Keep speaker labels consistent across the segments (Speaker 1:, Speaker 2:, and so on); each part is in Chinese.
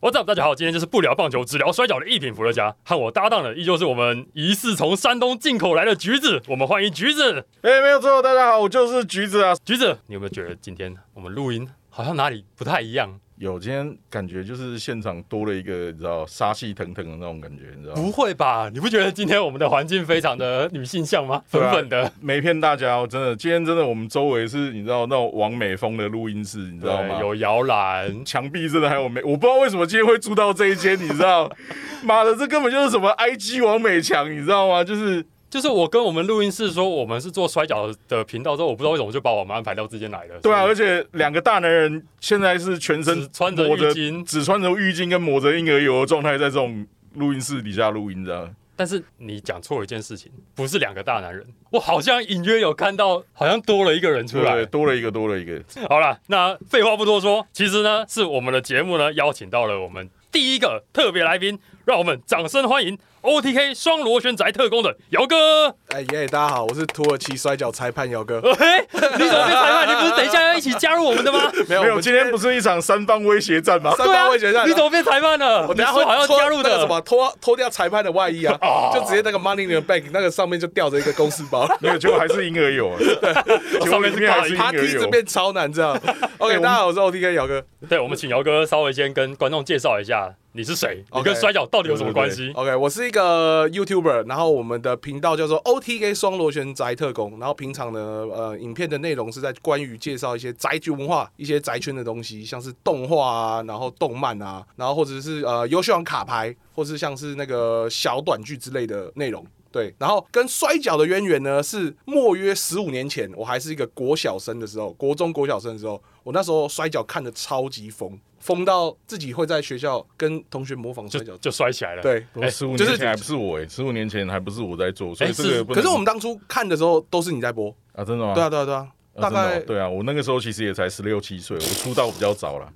Speaker 1: What's up？大家好，今天就是不聊棒球，只聊摔跤的一品伏特加，和我搭档的依旧是我们疑似从山东进口来的橘子，我们欢迎橘子。
Speaker 2: 哎、没有错，大家好，我就是橘子啊。
Speaker 1: 橘子，你有没有觉得今天我们录音好像哪里不太一样？
Speaker 2: 有，今天感觉就是现场多了一个，你知道杀气腾腾的那种感觉，你知道
Speaker 1: 不
Speaker 2: 吗？
Speaker 1: 会吧？你不觉得今天我们的环境非常的女性向吗？粉
Speaker 2: 对啊
Speaker 1: 粉的，
Speaker 2: 没骗大家哦，真的，今天真的我们周围是你知道那种王美风的录音室，你知道吗？
Speaker 1: 对，有摇篮。
Speaker 2: 墙壁真的还有美，我不知道为什么今天会住到这一间，你知道？ 妈的，这根本就是什么 IG 王美墙，你知道吗？就是
Speaker 1: 就是我跟我们录音室说，我们是做摔跤的频道之后，我不知道为什么就把我们安排到这间来了。
Speaker 2: 对啊，
Speaker 1: 所以
Speaker 2: 而且两个大男人现在是全
Speaker 1: 只
Speaker 2: 身
Speaker 1: 穿着
Speaker 2: 抹
Speaker 1: 浴巾
Speaker 2: 只穿着浴巾跟抹着婴儿油的状态，在这种录音室底下录音，你知道吗？
Speaker 1: 但是你讲错一件事情，不是两个大男人，我好像隐约有看到，好像多了一个人出
Speaker 2: 对，
Speaker 1: 来。
Speaker 2: 多了一个，多了一个。
Speaker 1: 好了，那废话不多说，其实呢，是我们的节目呢邀请到了我们第一个特别来宾，让我们掌声欢迎 OTK 双螺旋宅特工的姚哥。
Speaker 3: 哎耶，大家好，我是土耳其摔跤裁判姚哥。
Speaker 1: 哎、你怎么被裁判？你不是等一下要一起加入我们的 吗？
Speaker 3: 没
Speaker 2: 没
Speaker 3: 有，哎我
Speaker 2: 有，
Speaker 3: 们
Speaker 2: 今天不是一场三方威胁战吗？
Speaker 3: 三八位决战。
Speaker 1: 啊你怎么变裁判了？
Speaker 3: 我
Speaker 1: 你
Speaker 3: 等下
Speaker 1: 说
Speaker 3: 会
Speaker 1: 好要
Speaker 3: 脱
Speaker 1: 加入
Speaker 3: 那个
Speaker 1: 的哦
Speaker 3: 什么脱脱掉裁判的 外衣啊，就直接那个 money in the bank 那个上面就吊着一个公事 包，
Speaker 2: 没有，结果还是婴儿油 啊。结果里面还是婴
Speaker 3: 他
Speaker 2: 儿
Speaker 3: 踢这
Speaker 2: 油。
Speaker 3: 边超难这 样。OK，大家
Speaker 1: 哎
Speaker 3: 好，我是 OTK 姚哥。
Speaker 1: 对，我们请姚哥稍微先跟观众介绍一下你是谁，你
Speaker 3: OK
Speaker 1: 跟摔跤到底有什么关系？
Speaker 3: OK，我是一个 YouTuber，然后我们的频道叫做 OTK 双螺旋宅特工，然后平常呢，呃，影片的内容是在关于介绍一些宅剧文化、一些宅圈的东西，像是动画啊，然后动漫啊，然后或者是呃优秀网卡牌，或是像是那个小短剧之类的内容。对，然后跟摔跤的渊源呢，是莫约十五年前，我还是一个国小生的时候，国中国小生的时候，我那时候摔跤看的超级疯，疯到自己会在学校跟同学模仿摔
Speaker 1: 就
Speaker 3: 跤。
Speaker 1: 就摔起来了。
Speaker 3: 对，
Speaker 1: 哎
Speaker 2: 十五
Speaker 3: 就
Speaker 2: 年
Speaker 3: 是
Speaker 2: 前还不是我哎，十五年前还不是我在做，所
Speaker 1: 哎
Speaker 2: 以这个
Speaker 1: 是
Speaker 2: 不
Speaker 3: 可
Speaker 2: 能
Speaker 3: 是我们当初看的时候都是你在播，
Speaker 2: 啊，真的吗？
Speaker 3: 对啊，对啊，对啊，
Speaker 2: 啊，
Speaker 3: 大
Speaker 2: 真的
Speaker 3: 概
Speaker 2: 哦对啊，我那个时候其实也才十六七岁，我出道比较早了。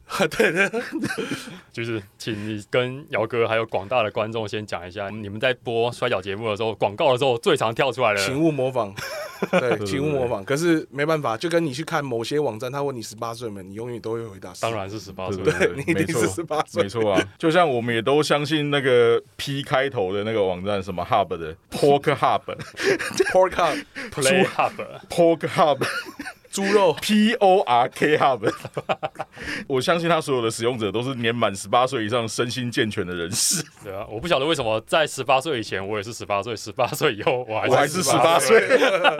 Speaker 1: 就是请你跟姚哥还有广大的观众先讲一下，你们在播摔跤节目的时候，广告的时候最常跳出来的。
Speaker 3: 请勿模 仿，对，
Speaker 2: 对
Speaker 3: 请勿模仿。可是没办法，就跟你去看某些网站，他问你十八岁没，你永远都会回答是
Speaker 1: 当，然是十八岁
Speaker 2: 对，对
Speaker 3: 你
Speaker 2: 对，
Speaker 3: 一
Speaker 2: 没
Speaker 3: 定
Speaker 2: 错
Speaker 3: 是。十八岁
Speaker 2: 没。错啊，就像我们也都相信那个 P 开头的那个网站，什么 Hub 的 Pork Hub、
Speaker 3: Pork up，
Speaker 1: Play Hub，
Speaker 2: Pork Hub、
Speaker 3: 猪肉
Speaker 2: P O R K Hub，我相信他所有的使用者都是年满十八岁以上、身心健全的人士。
Speaker 1: 对啊，我不晓得为什么在十八岁以前我也是十八岁，十八岁以后我还
Speaker 2: 我还是十八岁，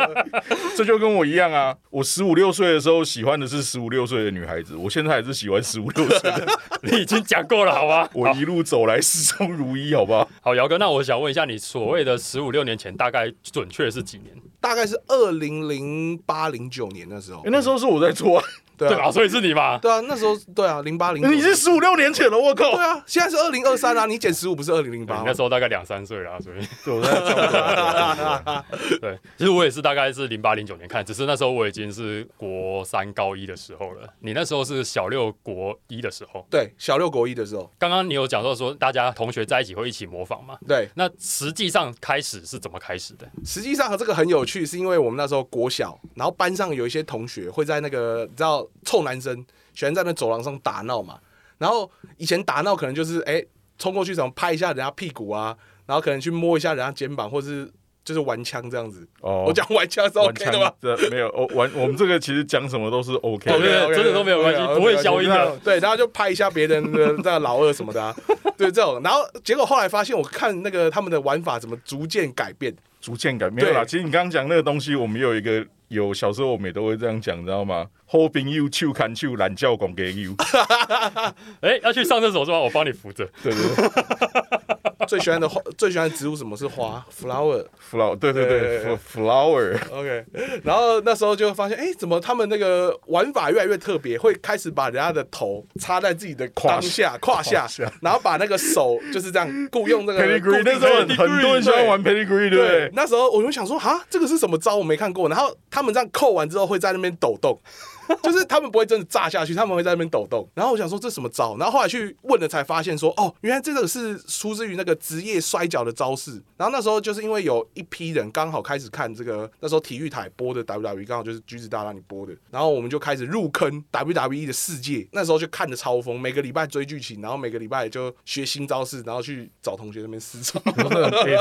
Speaker 2: 这就跟我一样啊！我十五六岁的时候喜欢的是十五六岁的女孩子，我现在还是喜欢十五六岁 的。
Speaker 1: 你已经讲过了，好吗？
Speaker 2: 我一路走来始终如一，好不 好？
Speaker 1: 好，姚哥，那我想问一下，你所谓的十五六年前，大概准确是几年？
Speaker 3: 大概是二零零八零九年那时候
Speaker 2: 诶，那时候是我在做、啊，
Speaker 3: 对
Speaker 1: 对
Speaker 3: 啊
Speaker 1: 吧？，所以是你嘛？
Speaker 3: 对啊，那时候对啊，零八零，
Speaker 2: 你是十五六年前了，我靠
Speaker 3: 对！啊，现在是二零二三啊，你减十五不是二零零
Speaker 1: 对
Speaker 2: 啊
Speaker 3: 八
Speaker 1: 你
Speaker 3: 吗
Speaker 2: 嗯
Speaker 1: 那？时候大概两三岁啦，所以
Speaker 2: 对我在差不 多啊
Speaker 1: 对，其实我也是大概是零八零九年看，只是那时候我已经是国三高一的时候了。你那时候是小六国一的时候，
Speaker 3: 对，小六国一的时候，
Speaker 1: 刚刚你有讲到说大家同学在一起会一起模仿嘛？
Speaker 3: 对，
Speaker 1: 那实际上开始是怎么开始的？
Speaker 3: 实际上这个很有趣，是因为我们那时候国小，然后班上有一些同学会在那个你知道臭男生喜欢在那走廊上打闹嘛，然后以前打闹可能就是哎冲过去怎么拍一下人家屁股啊，然后可能去摸一下人家肩膀，或是就是玩枪这样子。
Speaker 2: 哦
Speaker 3: 我讲玩枪是
Speaker 2: 玩
Speaker 3: OK
Speaker 2: 枪
Speaker 3: 的吗？
Speaker 2: 这没有，我玩我们这个其实讲什么都是 OK
Speaker 1: 哦对
Speaker 2: 的。
Speaker 1: 对
Speaker 3: OK，OK，
Speaker 1: 真的都没有关系
Speaker 3: OK，OK，
Speaker 1: 不会消音的
Speaker 3: OK，OK，对，然后就拍一下别人的那个老二什么的、啊，对这种。然后结果后来发现，我看那个他们的玩法怎么逐渐改变。
Speaker 2: 逐渐改没有啦。
Speaker 3: 对
Speaker 2: 其实你刚刚讲那个东西，我们有一个有小时候我们也都会这样讲，你知道吗？Hoping you to can you 懒觉广给 you，
Speaker 1: 哎，要去上厕所是吧？我帮你扶着。
Speaker 2: 对对 对
Speaker 3: 最喜欢的花，最喜欢的植物什么是花？flower。
Speaker 2: ，flower，对对
Speaker 3: 对
Speaker 2: 对
Speaker 3: 对
Speaker 2: ，flower，
Speaker 3: OK，然后那时候就发现，哎、怎么他们那个玩法越来越特别，会开始把人家的头插在自己的
Speaker 2: 胯
Speaker 3: 胯下、胯下，然后把那个手就是这样雇用那个
Speaker 2: pedigree
Speaker 3: 固定
Speaker 2: 那时候很
Speaker 1: pedigree，
Speaker 2: 很多人喜欢玩 pedigree，对不
Speaker 3: 对
Speaker 2: 对，？
Speaker 3: 那时候我就想说，哈，这个是什么招？我没看过。然后他们这样扣完之后会在那边抖动， 就是他们不会真的炸下去，他们会在那边抖动。然后我想说这什么招，然后后来去问了才发现说，哦，原来这个是出自于那个职业摔跤的招式。然后那时候就是因为有一批人刚好开始看这个，那时候体育台播的 WWE 刚好就是橘子大让你播的，然后我们就开始入坑 WWE 的世界。那时候就看的超疯，每个礼拜追剧情，然后每个礼拜就学新招式，然后去找同学那边 私藏。
Speaker 2: 哎、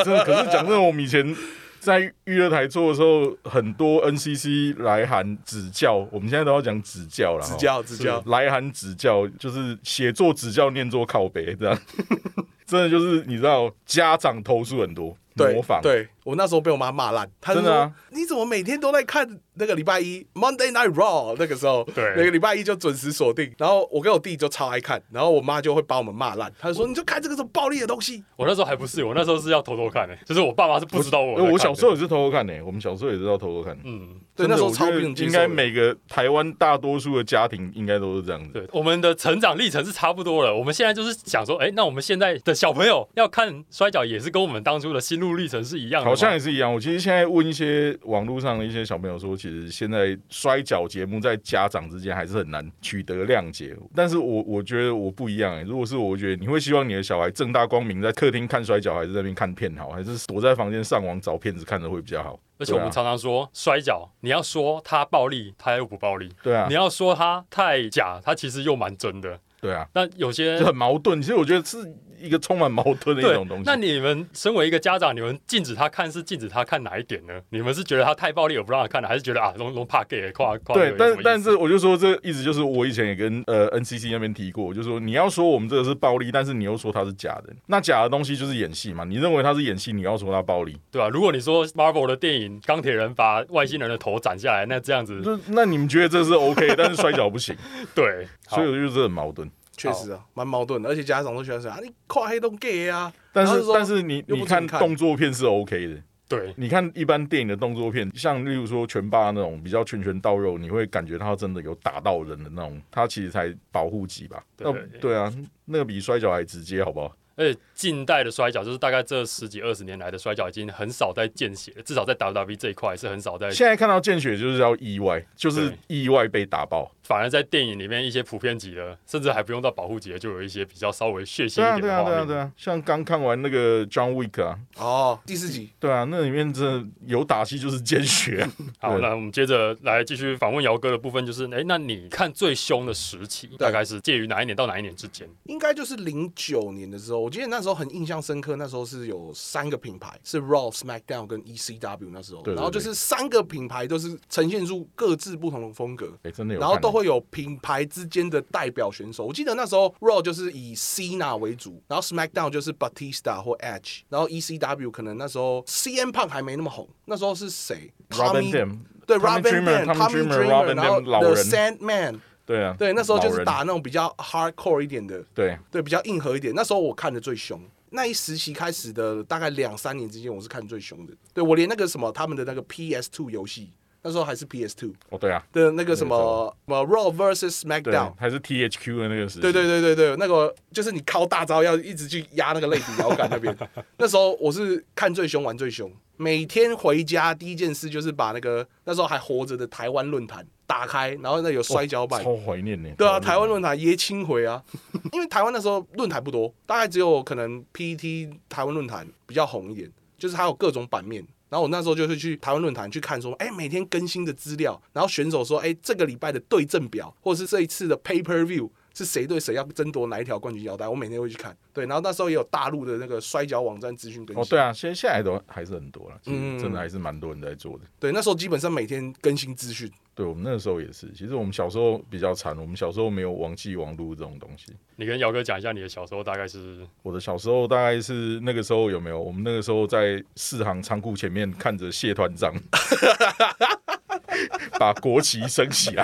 Speaker 2: 真的，可是讲真的，我们以前在娱乐台做的时候，很多 NCC 来函指教，我们现在都要讲指教了。哦
Speaker 3: 指教指教
Speaker 2: 是来函指教，就是写作指教，念作靠背这样。 真的就是你知道，家长投诉很多，
Speaker 3: 对
Speaker 2: 模仿。
Speaker 3: 对我那时候被我妈骂烂，她就
Speaker 2: 真的
Speaker 3: 说
Speaker 2: 啊：“
Speaker 3: 你怎么每天都在看那个礼拜一 Monday Night Raw？” 那个时候，
Speaker 1: 对
Speaker 3: 每个礼拜一就准时锁定。然后我跟我弟就超爱看，然后我妈就会把我们骂烂，她就说：“你就看这个这种暴力的东西。
Speaker 1: 我那时候还不是，我那时候是要偷偷看的、就是我爸爸是不知道我
Speaker 2: 因
Speaker 1: 在看
Speaker 2: 为
Speaker 1: 的。
Speaker 2: 我小时候也是偷偷看呢、我们小时候也是要偷偷看。
Speaker 1: 嗯，”
Speaker 3: 对，那时候
Speaker 2: 真的
Speaker 3: 超
Speaker 2: 我
Speaker 3: 不
Speaker 2: 觉得
Speaker 3: 能接受
Speaker 2: 应
Speaker 3: 的。
Speaker 2: 该每个台湾大多数的家庭应该都是这样子。
Speaker 1: 对，我们的成长历程是差不多了。我们现在就是想说，哎、那我们现在的小朋友要看摔跤，也是跟我们当初的心路历程是一样的吗。
Speaker 2: 好像也是一样。我其实现在问一些网络上的一些小朋友说，其实现在摔跤节目在家长之间还是很难取得谅解。但是我我觉得我不一样、欸，如果是我，我觉得你会希望你的小孩正大光明在客厅看摔跤，还是在那边看片好，还是躲在房间上网找片子看的会比较好？
Speaker 1: 而且我
Speaker 2: 对
Speaker 1: 们
Speaker 2: 啊
Speaker 1: 常常说摔跤，你要说他暴力，他又不暴力；
Speaker 2: 对啊
Speaker 1: 你，要说他太假，他其实又蛮真的。
Speaker 2: 对啊，
Speaker 1: 那有些
Speaker 2: 就很矛盾。其实我觉得是一个充满矛盾的一
Speaker 1: 对
Speaker 2: 种东，西
Speaker 1: 那。你们身为一个家长，你们禁止他看是禁止他看哪一点呢？你们是觉得他太暴力而不让他看呢，还是觉得啊龙龙怕 gay 跨跨？
Speaker 2: 对，但但
Speaker 1: 是
Speaker 2: 是我就说，这意思就是我以前也跟呃 NCC 那边提过，我就说你要说我们这个是暴力，但是你又说它是假的，那假的东西就是演戏嘛。你认为它是演戏，你要说它暴力，
Speaker 1: 对啊，如果你说 Marvel 的电影钢铁人把外星人的头斩下来，那这样子
Speaker 2: 就那你们觉得这是 OK，但是摔跤不行，
Speaker 1: 对， 好
Speaker 2: 所以我就觉得很矛盾。
Speaker 3: 确实啊，蛮矛盾的，而且家长都喜欢说啊，你跨黑洞 gay 啊。
Speaker 2: 但
Speaker 3: 然后
Speaker 2: 是
Speaker 3: 就说
Speaker 2: 但是你
Speaker 3: 又不
Speaker 2: 你
Speaker 3: 准
Speaker 2: 看
Speaker 3: 看
Speaker 2: 动作片是 OK 的，
Speaker 1: 对
Speaker 2: 你看一般电影的动作片，像例如说拳霸那种比较拳拳到肉，你会感觉他真的有打到人的那种，他其实才保护级吧？
Speaker 1: 对
Speaker 2: 那
Speaker 1: 对对
Speaker 2: 对啊，那个比摔跤还直接，好不好？
Speaker 1: 而且近代的摔跤，就是大概这十几二十年来的摔跤，已经很少在见血，至少在 WWE 这一块是很少在，
Speaker 2: 现在看到见血就是要意外，就是
Speaker 1: 对
Speaker 2: 意外被打爆。
Speaker 1: 反而在电影里面一些普遍级的，甚至还不用到保护级的，就有一些比较稍微血腥
Speaker 2: 对啊，
Speaker 1: 一点
Speaker 2: 对
Speaker 1: 的
Speaker 2: 啊，
Speaker 1: 画面。
Speaker 2: 对啊，对啊，像刚看完那个 John Wick 啊，
Speaker 3: 哦，第四集
Speaker 2: 对啊，那里面真的有打戏就是啊见血、
Speaker 1: 好，
Speaker 2: 对
Speaker 1: 那我们接着来继续访问姚哥的部分，就是，哎、那你看最凶的时期大概是介于哪一年到哪一年之间？
Speaker 3: 应该就是零九年的时候，我记得那时候很印象深刻。那时候是有三个品牌，是 Raw、SmackDown 跟 ECW 那时候，
Speaker 2: 对对对
Speaker 3: 然后就是三个品牌都是呈现出各自不同的风格。
Speaker 2: 哎、真的有看
Speaker 3: 然
Speaker 2: 欸。
Speaker 3: 后都会有品牌之间的代表选手。我记得那时候 Raw 就是以 Cena 为主，然后 SmackDown 就是 Batista 或 Edge，然后 ECW 可能那时候 CM Punk 还没那么红，那时候是谁
Speaker 2: Robin
Speaker 3: Tommy-
Speaker 2: Dam，
Speaker 3: 对
Speaker 2: Tommy
Speaker 3: Robin
Speaker 2: Dreamer，
Speaker 3: Dam、
Speaker 2: Tommy
Speaker 3: Tommy
Speaker 2: Dreamer，Robin
Speaker 3: Dreamer，然后
Speaker 2: Dam，老
Speaker 3: The
Speaker 2: 人
Speaker 3: Sandman，
Speaker 2: 对啊，
Speaker 3: 对，那时候就
Speaker 2: 老
Speaker 3: 是
Speaker 2: 人
Speaker 3: 打那种比较 hardcore 一点的，
Speaker 2: 对。
Speaker 3: 对，比较硬核一点。那时候我看的最凶，那一时期开始的大概两三年之间，我是看最凶的。对我连那个什么他们的那个 PS Two 游戏，那时候还是 PS Two
Speaker 2: 哦，对啊，
Speaker 3: 的那个什
Speaker 2: 那
Speaker 3: 么什么 Raw vs
Speaker 2: 对啊
Speaker 3: SmackDown。
Speaker 2: 还是 THQ 的那个时期，
Speaker 3: 对对对对对，那个就是你敲大招要一直去压那个肋骨摇杆那边。那时候我是看最凶，玩最凶，每天回家第一件事就是把那个那时候还活着的台湾论坛打开，然后那有摔跤版，
Speaker 2: 超怀念呢。
Speaker 3: 对啊，台湾论坛耶青回啊， 因为台湾那时候论坛不多，大概只有可能 PET 台湾论坛比较红一点，就是它有各种版面。然后我那时候就是去台湾论坛去看说，哎，每天更新的资料，然后选手说，哎，这个礼拜的对阵表，或者是这一次的 Pay Per View 是谁对谁要争夺哪一条冠军腰带，我每天会去看。对，然后那时候也有大陆的那个摔跤网站资讯更新。
Speaker 2: 哦，对啊，现在现在都还是很多了，其
Speaker 3: 嗯
Speaker 2: 实真的还是蛮多人在做的。
Speaker 3: 对那时候基本上每天更新资讯。
Speaker 2: 对我们那个时候也是，其实我们小时候比较惨，我们小时候没有网际网路这种东西。
Speaker 1: 你跟姚哥讲一下你的小时候大概是
Speaker 2: 我的小时候大概是那个时候有没有？我们那个时候在四行仓库前面看着谢团长把国旗升起来。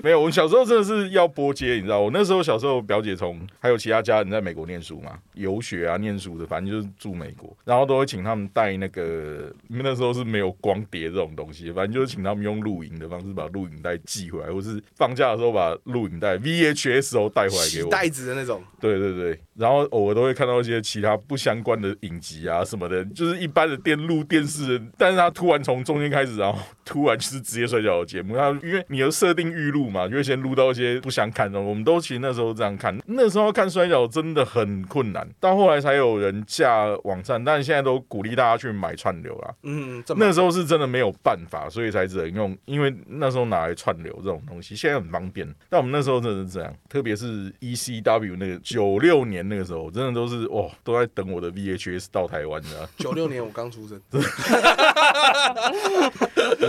Speaker 2: 没有，我们小时候真的是要波接，你知道，我那时候小时候表姐从还有其他家人在美国念书嘛，游学啊、念书的，反正就是住美国，然后都会请他们带那个，因为那时候是没有光碟这种东西，反正就是请他们用录影的方式把录影带寄回来，或是放假的时候把录影带 VHS 都带回来给
Speaker 3: 洗
Speaker 2: 我。
Speaker 3: 袋子的那种，
Speaker 2: 对对对，然后偶尔都会看到一些其他不相关的影集啊什么的，就是一般的电路电视的，但是他突然从中间开始，然后突然就是职业摔跤的节目，他因为你有设定预录嘛，就会先录到一些不想看的，我们都其实那时候这样看，那时候看摔跤真的很困难，到后来才有人架网站，但是现在都鼓励大家去买串流啦，
Speaker 3: 嗯，这么
Speaker 2: 那时候是真的没有办法，所以才只能用，因为那时候拿来串流这种东西，现在很方便。但我们那时候真的是这样，特别是 ECW 那个九六年那个时候，真的都是哇，都在等我的 VHS 到台湾的、啊。
Speaker 3: 九六年我刚出生，
Speaker 2: 我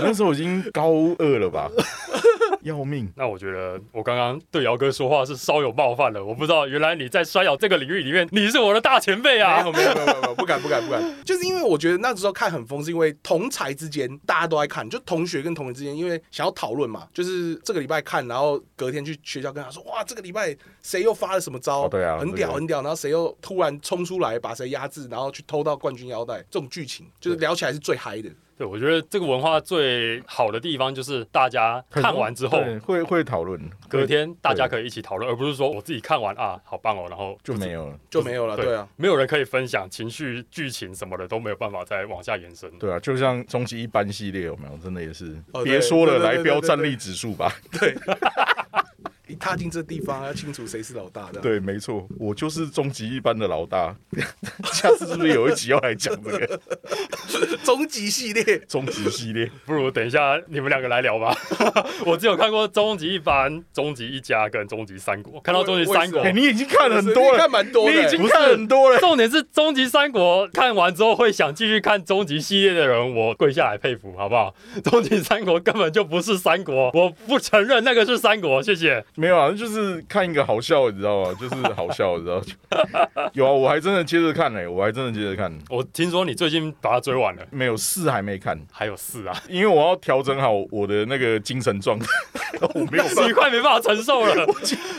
Speaker 2: 那时候已经高二了吧， 要命！
Speaker 1: 那我觉得我刚刚对姚哥说话是稍有冒犯了，我不知道原来你在摔跤这个领域里面，你是我的大前辈
Speaker 3: 没
Speaker 1: 啊
Speaker 3: 有！没有没有没有没有，不敢不敢不敢，就是因为我觉得那时候看很疯，是因为同才之间大家都在看，就同学跟同学之间，因为想要讨论嘛，就是这个礼拜看，然后隔天去学校跟他说，哇，这个礼拜谁又发了什么招，
Speaker 2: 哦对啊
Speaker 3: 很
Speaker 2: 这
Speaker 3: 屌
Speaker 2: 个
Speaker 3: 很屌，然后谁又突然冲出来把谁压制，然后去偷到冠军腰带，这种剧情就是聊起来是最嗨的。
Speaker 1: 对，我觉得这个文化最好的地方就是大家看完之后，
Speaker 2: 对会会讨论，
Speaker 1: 隔天大家可以一起讨论，而不是说我自己看完啊，好棒哦，然后
Speaker 2: 就没有了。
Speaker 3: 就没有了，对啊，，
Speaker 1: 没有人可以分享情绪、剧情什么的，都没有办法再往下延伸。
Speaker 2: 对啊，就像终极一班系列有没有？真的也是，
Speaker 3: 哦对
Speaker 2: 别说了，
Speaker 3: 对对对
Speaker 2: 来标
Speaker 3: 对对
Speaker 2: 战力指数吧。
Speaker 3: 一踏进这地方要清楚谁是老大的。，
Speaker 2: 对，没错，我就是终极一班的老大。 下次是不是有一集要来讲这个
Speaker 3: 终极系列，
Speaker 2: 终极系列？
Speaker 1: 不如等一下你们两个来聊吧。 我只有看过《终极一班》《终极一家》跟《终极三国》，看到《终极三国
Speaker 2: 哎、》，你已经看了很
Speaker 3: 我
Speaker 2: 多
Speaker 3: 是
Speaker 2: 了
Speaker 3: 看，蛮多的、
Speaker 2: 哦你已
Speaker 1: 不
Speaker 2: 经
Speaker 1: 是
Speaker 2: 看很多了。
Speaker 1: 重点是《终极三国》看完之后会想继续看《终极》系列的人，我跪下来佩服，好不好？《终极三国》根本就不是三国，我不承认那个是三国，谢谢。
Speaker 2: 没有啊，就是看一个好笑，你知道 吗？就是好笑，你知道吗？ 有啊，我还真的接着看呢、我还真的接着看。
Speaker 1: 我听说你最近把它追完了，
Speaker 2: 没有四还没看，
Speaker 1: 还有四 啊，
Speaker 2: 因为我要调整好我的那个精神 状态。我没有办法，
Speaker 1: 你快没办法承受了，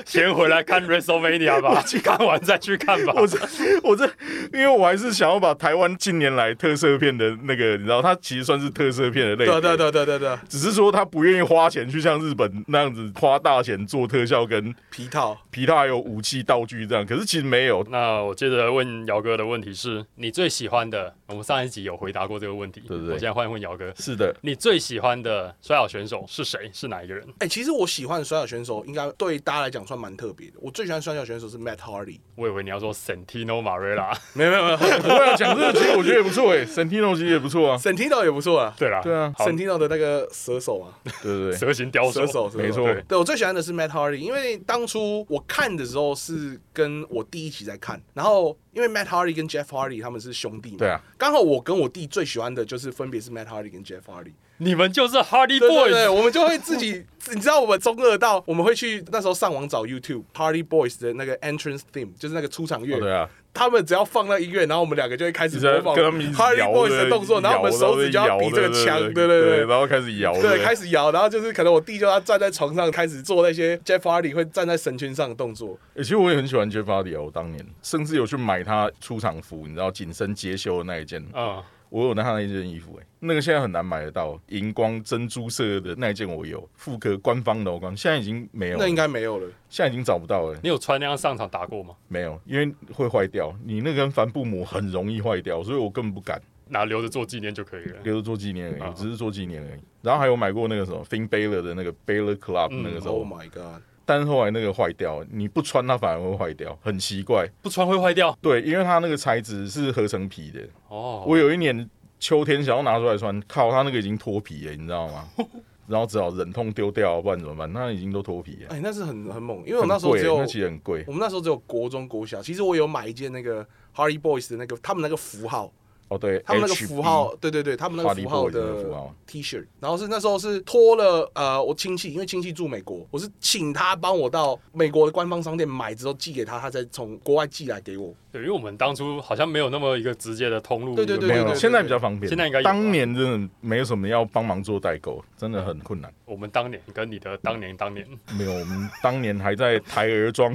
Speaker 1: 先回来看《WrestleMania》吧，看完再去看吧。
Speaker 2: 我 这我这，因为我还是想要把台湾近年来特色片的那个，你知道，它其实算是特色片的类
Speaker 3: 对
Speaker 2: 别。
Speaker 3: 啊对啊对啊对啊对啊对啊，
Speaker 2: 只是说他不愿意花钱去像日本那样子花大钱做特效跟
Speaker 3: 皮套。
Speaker 2: 皮套还有武器道具这样，可是其实没有。
Speaker 1: 那我接着问姚哥的问题是：你最喜欢的？我们上一集有回答过这个问题，
Speaker 2: 对对
Speaker 1: 我
Speaker 2: 对
Speaker 1: 现在换问姚哥，
Speaker 2: 是的，
Speaker 1: 你最喜欢的摔跤选手是谁？是哪一个人？
Speaker 3: 哎、其实我喜欢的摔跤选手，应该对大家来讲算蛮特别的。我最喜欢摔跤选手是 Matt Hardy，
Speaker 1: 我以为你要说 Santino Marella。
Speaker 3: 没有没有没有
Speaker 2: 不会啊，讲这个其实我觉得也不错
Speaker 3: 欸
Speaker 2: 哎、神听东西也不错啊。
Speaker 3: ，Santino 也不错啊
Speaker 1: 对啦，
Speaker 2: 对啊
Speaker 1: 好
Speaker 3: ，Santino 的那个蛇手啊，
Speaker 2: 对对对，
Speaker 1: 蛇形雕
Speaker 3: 蛇手，蛇手
Speaker 2: 哦没错
Speaker 1: 对
Speaker 3: 对我最喜欢的是 Matt Hardy，因为当初我看的时候是跟我弟一起在看，然后因为 Matt Hardy 跟 Jeff Hardy 他们是兄弟嘛，
Speaker 2: 对啊，
Speaker 3: 刚好我跟我弟最喜欢的就是分别是 Matt Hardy 跟 Jeff Hardy，
Speaker 1: 你们就是 Hardy
Speaker 3: 对对对，
Speaker 1: Boys。
Speaker 3: 我们就会自己， 你知道我们中二到我们会去那时候上网找 YouTube Hardy Boys 的那个 entrance theme，就是那个出场乐，
Speaker 2: 哦对啊，
Speaker 3: 他们只要放那音乐，然后我们两个就会开始
Speaker 2: 一直
Speaker 3: 模
Speaker 2: 在
Speaker 3: 仿
Speaker 2: 跟他们一直
Speaker 3: Hardy
Speaker 2: 摇
Speaker 3: Boys
Speaker 2: 对
Speaker 3: 的动作，然后我们手指就要比这个
Speaker 2: 摇
Speaker 3: 枪，
Speaker 2: 对
Speaker 3: 对
Speaker 2: 对
Speaker 3: 对对。
Speaker 2: 然后开始摇，
Speaker 3: 对，开
Speaker 2: 始
Speaker 3: 始摇，然后就是可能我弟就要站在床上开始做那些 Jeff Hardy 会站在绳圈上的动作，
Speaker 2: 欸其实我也很喜欢 Jeff Hardy 啊，我当年甚至有去买他出场服，你知道紧身接袖的那一件，
Speaker 1: 嗯，
Speaker 2: 我有那他那一件衣服、欸，那个现在很难买得到，荧光珍珠色的那一件我有，复刻官方的我刚，现在已经没有了，
Speaker 3: 那应该没有了。
Speaker 2: 现在已经找不到了。
Speaker 1: 你有穿那样上场打过吗？
Speaker 2: 没有，因为会坏掉。你那根帆布膜很容易坏掉，所以我根本不敢
Speaker 1: 拿留着做纪念就可以
Speaker 3: 嗯
Speaker 1: 了。
Speaker 2: 留着做纪念而已，
Speaker 1: 啊
Speaker 2: 我只是做纪念而已。然后还有买过那个什么 Finn Balor 的那个 Balor Club
Speaker 1: 嗯
Speaker 2: 那个时候，
Speaker 3: Oh my god！
Speaker 2: 但是后来那个坏掉，你不穿它反而会坏掉，很奇怪。
Speaker 1: 不穿会坏掉
Speaker 2: 对，因为它那个材质是合成皮的。
Speaker 1: 哦。
Speaker 2: 我有一年秋天想要拿出来穿，靠，它那个已经脱皮了，你知道 吗？然后只好忍痛丢掉，不然怎么办？那已经都脱皮了，
Speaker 3: 哎，那是很很猛，因为我那时候
Speaker 2: 很
Speaker 3: 只
Speaker 2: 贵
Speaker 3: 有
Speaker 2: 那其实很贵
Speaker 3: 我们那时候只有国中国小，其实我有买一件那个 Hardy Boys 的那个他们那个符号，
Speaker 2: 哦。对，
Speaker 3: 他们那个
Speaker 2: HB
Speaker 3: 符号，对对对，他们那个
Speaker 2: Hardy
Speaker 3: 符号
Speaker 2: Boys 的符
Speaker 3: 的
Speaker 2: 号
Speaker 3: T 恤，然后是那时候是托了呃我亲戚，因为亲戚住美国，我是请他帮我到美国的官方商店买之后寄给他，他再从国外寄来给我。
Speaker 1: 对，因为我们当初好像没有那么一个直接的通路。
Speaker 3: 对对对
Speaker 2: 没有
Speaker 1: 没
Speaker 2: 了，
Speaker 1: 有
Speaker 2: 现在比较方便。
Speaker 1: 现在应该有啊
Speaker 2: 当年真的没有什么要帮忙做代购，真的很困难。
Speaker 1: 我们当年跟你的当年当年。
Speaker 3: 嗯
Speaker 2: 没有，我们当年还在台儿庄，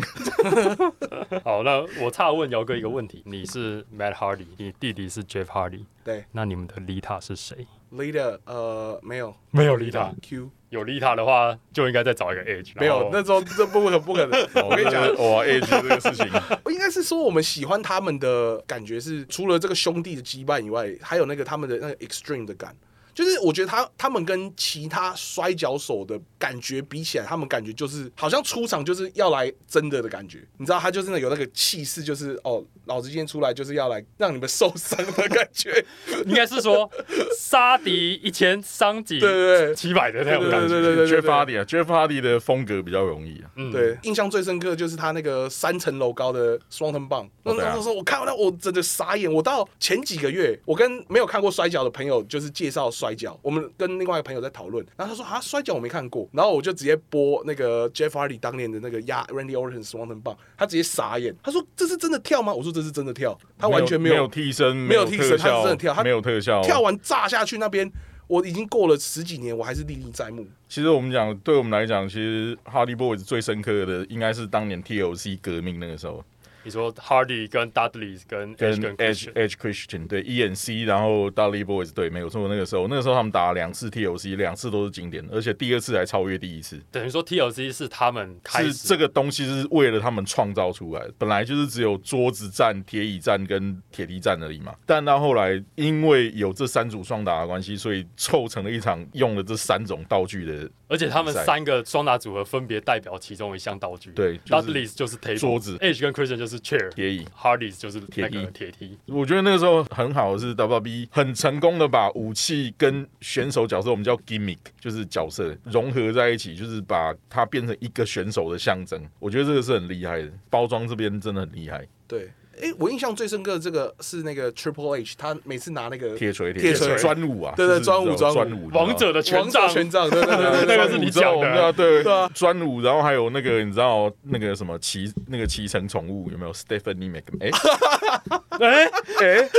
Speaker 1: 好，那我差问姚哥一个问题：你是 Matt Hardy，你弟弟是 Jeff Hardy，
Speaker 3: 对
Speaker 1: 那你们的 Lita 是谁？
Speaker 3: ，Leader 呃没有
Speaker 1: 没有 Lita，
Speaker 3: Q
Speaker 1: 有丽塔的话，就应该再找一个 Edge。
Speaker 3: 没有，那时候这不可不可能。 我跟你讲，
Speaker 2: 哇，Edge 这个事情，
Speaker 3: 应该是说我们喜欢他们的感觉是，除了这个兄弟的羁绊以外，还有那个他们的那个 extreme 的感。就是我觉得他他们跟其他摔跤手的感觉比起来，他们感觉就是好像出场就是要来真的的感觉，你知道他就是那有那个气势，就是哦，老子今天出来就是要来让你们受伤的感觉，
Speaker 1: 应该是说杀敌一千，伤己
Speaker 3: 对对对
Speaker 1: 七百的那种
Speaker 3: 对
Speaker 1: 感
Speaker 3: 对
Speaker 1: 觉。
Speaker 3: 对对对
Speaker 2: Jeff Hardy 啊，Jeff Hardy 的风格比较容易啊。
Speaker 1: 嗯，
Speaker 3: 对，印象最深刻就是他那个三层楼高的双藤棒，那
Speaker 2: 哦对啊
Speaker 3: 那时候我看到我真的傻眼。我到前几个月，我跟没有看过摔跤的朋友就是介绍摔跤，我们跟另外一个朋友在讨论，然后他说啊摔跤我没看过，然后我就直接播那个 Jeff Hardy 当年的那个压 Randy Orton 双藤棒，他直接傻眼，他说这是真的跳吗？我说这是真的跳，他完全
Speaker 2: 没有替身，没
Speaker 3: 有替身
Speaker 2: 特
Speaker 3: 他是真
Speaker 2: 效
Speaker 3: 的跳他，
Speaker 2: 没有特效，
Speaker 3: 跳完炸下去那边。我已经过了十几年，我还是历历在目。
Speaker 2: 其实我们讲，对我们来讲，其实《哈利波特》最深刻的应该是当年 TLC 革命那个时候，
Speaker 1: 你说 Hardy 跟 Dudley 跟 Edge
Speaker 2: 跟
Speaker 1: 跟
Speaker 2: H
Speaker 1: Christian，
Speaker 2: H Christian 对 ENC，然后 Dudley Boys 对，没有错，那个时候那个时候他们打了两次 TLC，两次都是经典，而且第二次还超越第一次。
Speaker 1: 等于说 TLC 是他们开
Speaker 2: 是
Speaker 1: 始
Speaker 2: 这个东西是为了他们创造出来的，本来就是只有桌子战、铁椅战跟铁蹄战而已嘛。但到后来，因为有这三组双打的关系，所以凑成了一场用了这三种道具的
Speaker 1: 而且他们
Speaker 2: 比赛
Speaker 1: 三个双打组合分别代表其中一项道具。
Speaker 2: 对就是
Speaker 1: ，Dudley 就是 table
Speaker 2: 桌子
Speaker 1: ，Edge 跟 Christian 就是 chair。
Speaker 2: 铁椅。
Speaker 1: Hardy 就是那
Speaker 2: 铁
Speaker 1: 个
Speaker 2: 梯
Speaker 1: 铁梯，
Speaker 2: 我觉得那个时候很好的是 WWE 很成功的把武器跟选手角色，我们叫 gimmick，就是角色融合在一起，就是把它变成一个选手的象征。我觉得这个是很厉害的，包装这边真的很厉害。
Speaker 3: 对，诶，我印象最深刻的这个是那个 Triple H，他每次拿那个
Speaker 2: 铁锤，
Speaker 3: 铁锤
Speaker 2: 专武啊，
Speaker 3: 对
Speaker 2: 就
Speaker 3: 对
Speaker 2: 是
Speaker 3: 专武
Speaker 2: 这种
Speaker 3: 专
Speaker 2: 专
Speaker 3: 武
Speaker 2: 武
Speaker 1: 王者的
Speaker 3: 王
Speaker 1: 权
Speaker 3: 者
Speaker 1: 杖，
Speaker 3: 权杖，对对对对
Speaker 1: 那
Speaker 3: 对
Speaker 1: 个是你
Speaker 2: 专武
Speaker 1: 讲
Speaker 2: 知道
Speaker 1: 的，
Speaker 2: 对
Speaker 3: 对啊
Speaker 2: 专武，然后还有那个你知道那个什么骑那个骑乘宠物有没有 Stephanie Mc？哎
Speaker 1: 哎，
Speaker 2: 哎，
Speaker 3: 对，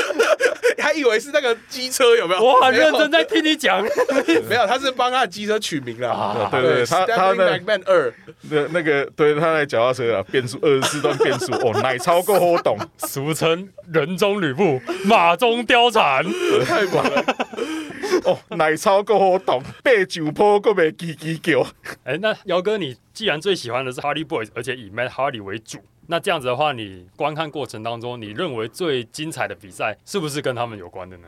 Speaker 3: 还以为是那个机车有没有？
Speaker 1: 我很
Speaker 3: 没有
Speaker 1: 认真，在听你讲，
Speaker 3: 没有，他是帮他的机车取名啦。
Speaker 2: 啊对对，对他他
Speaker 3: Stephanie
Speaker 2: 的
Speaker 3: McMahon 二，
Speaker 2: 那那个对他的脚踏车啊，变速二十四段变速，哦，奶超够好懂。
Speaker 1: 俗称 人中吕布，马中貂蝉，
Speaker 2: 太猛了！哦，奶超够好懂，八九坡够袂叽叽叫。
Speaker 1: 哎，那姚哥，你既然最喜欢的是 Hardy Boys，而且以 Matt Hardy 为主，那这样子的话，你观看过程当中，你认为最精彩的比赛是不是跟他们有关的呢？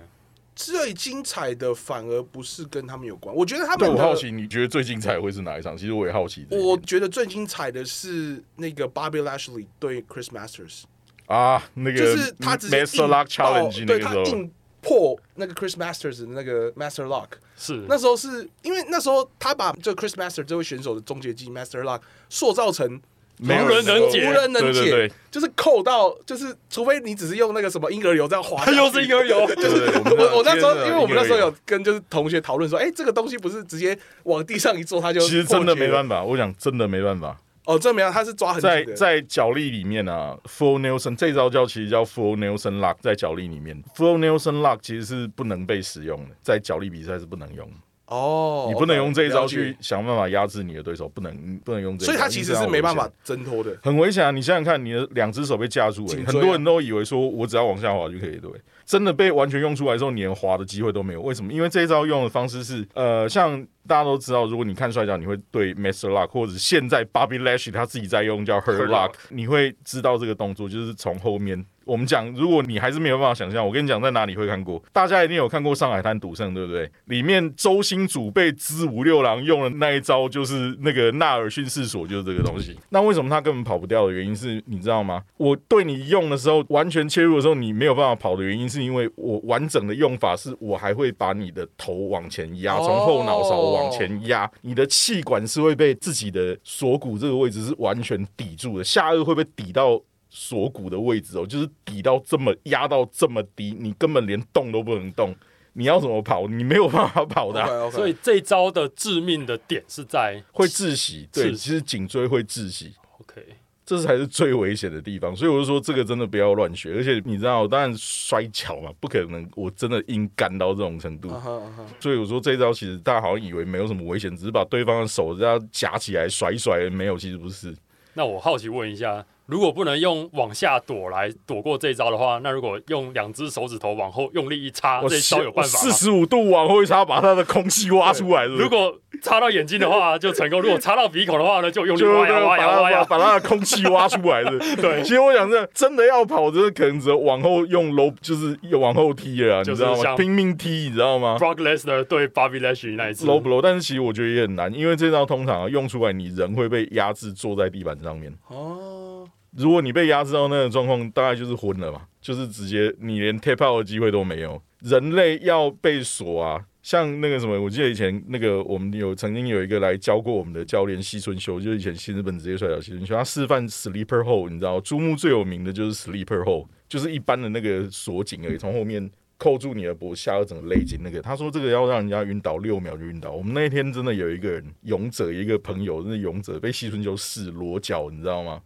Speaker 3: 最精彩的反而不是跟他们有关，我觉得他
Speaker 2: 对
Speaker 3: 们
Speaker 2: 我好
Speaker 3: 的，
Speaker 2: 奇，你觉得最精彩会是哪一场？其实我也好奇这一点。
Speaker 3: 我觉得最精彩的是那个 Bobby Lashley 对 Chris Masters，
Speaker 2: 啊，那个
Speaker 3: 就是他直接
Speaker 2: Master
Speaker 3: 硬
Speaker 2: Lock
Speaker 3: 爆
Speaker 2: Challenge 那
Speaker 3: 对
Speaker 2: 个
Speaker 3: 他
Speaker 2: 时候，
Speaker 3: 硬破那个 Chris Masters 的那个 Master Lock，
Speaker 2: 嗯
Speaker 1: 是，
Speaker 3: 那时候是因为那时候他把这个 Chris Master 这位选手的终结技 Master Lock 塑造成
Speaker 2: 没
Speaker 1: 有人能解
Speaker 3: 无人能
Speaker 2: 对
Speaker 3: 解，
Speaker 2: 对对
Speaker 3: 就是扣到，就是除非你只是用那个什么婴儿油这样滑下 去，
Speaker 1: 又是一个 有，
Speaker 2: 就是
Speaker 3: 我我那时候，
Speaker 2: 啊
Speaker 3: 因为我们那时候有，跟就是同学讨论说，哎、这个东西不是直接往地上一坐，它就
Speaker 2: 其实真的没
Speaker 3: 法
Speaker 2: 办法，我讲真的没办法。
Speaker 3: 哦，真的没办法，他是抓很
Speaker 2: 在
Speaker 3: 紧的，
Speaker 2: 在脚力里面啊，full Nelson 这招叫其实叫 full Nelson lock，在脚力里面，full Nelson lock 其实是不能被使用的，在脚力比赛是不能用的。
Speaker 3: 哦，
Speaker 2: 你不能用这一招
Speaker 3: 了
Speaker 2: 去
Speaker 3: 解，
Speaker 2: 想办法压制你的对手，不能不能用这一招，
Speaker 3: 所以他其实是没办法挣脱的。
Speaker 2: 很危险啊！你想想看，你的两只手被架住、欸，
Speaker 3: 颈椎啊
Speaker 2: 很多人都以为说我只要往下滑就可以，对不对？真的被完全用出来之后，你连滑的机会都没有。为什么？因为这一招用的方式是，呃，像大家都知道，如果你看摔跤，你会对 Master Lock 或者现在 Bobby Lashley 他自己在用叫 Her
Speaker 1: Her
Speaker 2: Lock，
Speaker 1: Lock
Speaker 2: 你会知道这个动作就是从后面。我们讲，如果你还是没有办法想象，我跟你讲在哪里会看过，大家一定有看过《上海滩赌圣》，对不对？里面周星祖被知五六郎用的那一招，就是那个纳尔逊式锁，就是这个东西。那为什么他根本跑不掉的原因是，你知道吗？我对你用的时候，完全切入的时候，你没有办法跑的原因，是因为我完整的用法是我还会把你的头往前压，从后脑勺往前压，你的气管是会被自己的锁骨这个位置是完全抵住的，下颚会被抵到锁骨的位置哦，就是抵到这么压到这么低，你根本连动都不能动。你要怎么跑？你没有办法跑的啊、
Speaker 3: OK，OK
Speaker 1: 所以这招的致命的点是在
Speaker 2: 会窒息。对，
Speaker 1: 是
Speaker 2: 其实颈椎会窒息。
Speaker 1: OK，
Speaker 2: 这才是最危险的地方，所以我就说这个真的不要乱学，而且你知道，当然摔跤嘛，不可能我真的硬干到这种程度，
Speaker 3: 啊哈啊哈
Speaker 2: 所以我说这一招其实大家好像以为没有什么危险，只是把对方的手这样夹起来甩一甩，没有，其实不是。
Speaker 1: 那我好奇问一下，如果不能用往下躲来躲过这一招的话，那如果用两只手指头往后用力一插，啊这一招有办法
Speaker 2: 四
Speaker 1: 吗？
Speaker 2: 十五度往后一插，把他的空气挖出来。是不是
Speaker 1: 如果插到眼睛的话就成功，如果插到鼻孔的话呢，就用力
Speaker 2: 就
Speaker 1: 挖
Speaker 2: 是
Speaker 1: 呀
Speaker 2: 把
Speaker 1: 挖呀挖
Speaker 2: 它把
Speaker 1: 呀。
Speaker 2: 把它的空气挖出来的。 对，其实我想这真的要跑，真的可能只有往后用楼，就是往后踢了啊，
Speaker 1: 就是
Speaker 2: 你知道吗？
Speaker 1: 像
Speaker 2: 拼命踢，你知道吗？
Speaker 1: Brock Lesnar 对 Bobby Lashley 那一次，
Speaker 2: low blow，但是其实我觉得也很难，因为这招通常啊用出来，你人会被压制坐在地板上面。
Speaker 3: 哦，
Speaker 2: 如果你被压制到那种状况，大概就是昏了嘛，就是直接你连 tap out 的机会都没有。人类要被锁啊，像那个什么，我记得以前那个我们有曾经有一个来教过我们的教练西村修，就是以前新日本职业摔跤西村修，他示范 sleeper hole，你知道，珠穆最有名的就是 sleeper hole，就是一般的那个锁紧而已，从后面。扣住你的脖下颚，整个勒紧那个。他说这个要让人家晕倒六秒就晕倒。我们那一天真的有一个人勇者，一个朋友，那勇者被西村修试裸脚，你知道吗？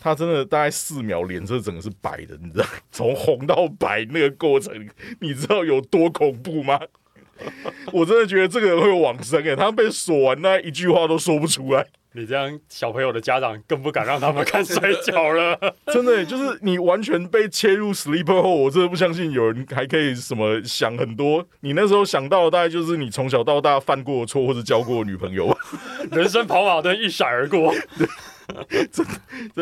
Speaker 2: 他真的大概四秒脸色整个是白的，你知道， 从红到白那个过程，你知道有多恐怖吗？ 我真的觉得这个人会往生诶、他被锁完那一句话都说不出来，
Speaker 1: 你这样小朋友的家长更不敢让他们看摔跤了。
Speaker 2: 真的、欸就是你完全被切入 sleeper 后，我真的不相信有人还可以什么想很多。你那时候想到的大概就是你从小到大犯过的错或者交过的女朋友 吧，
Speaker 1: 人生跑马灯一闪而过。
Speaker 2: 真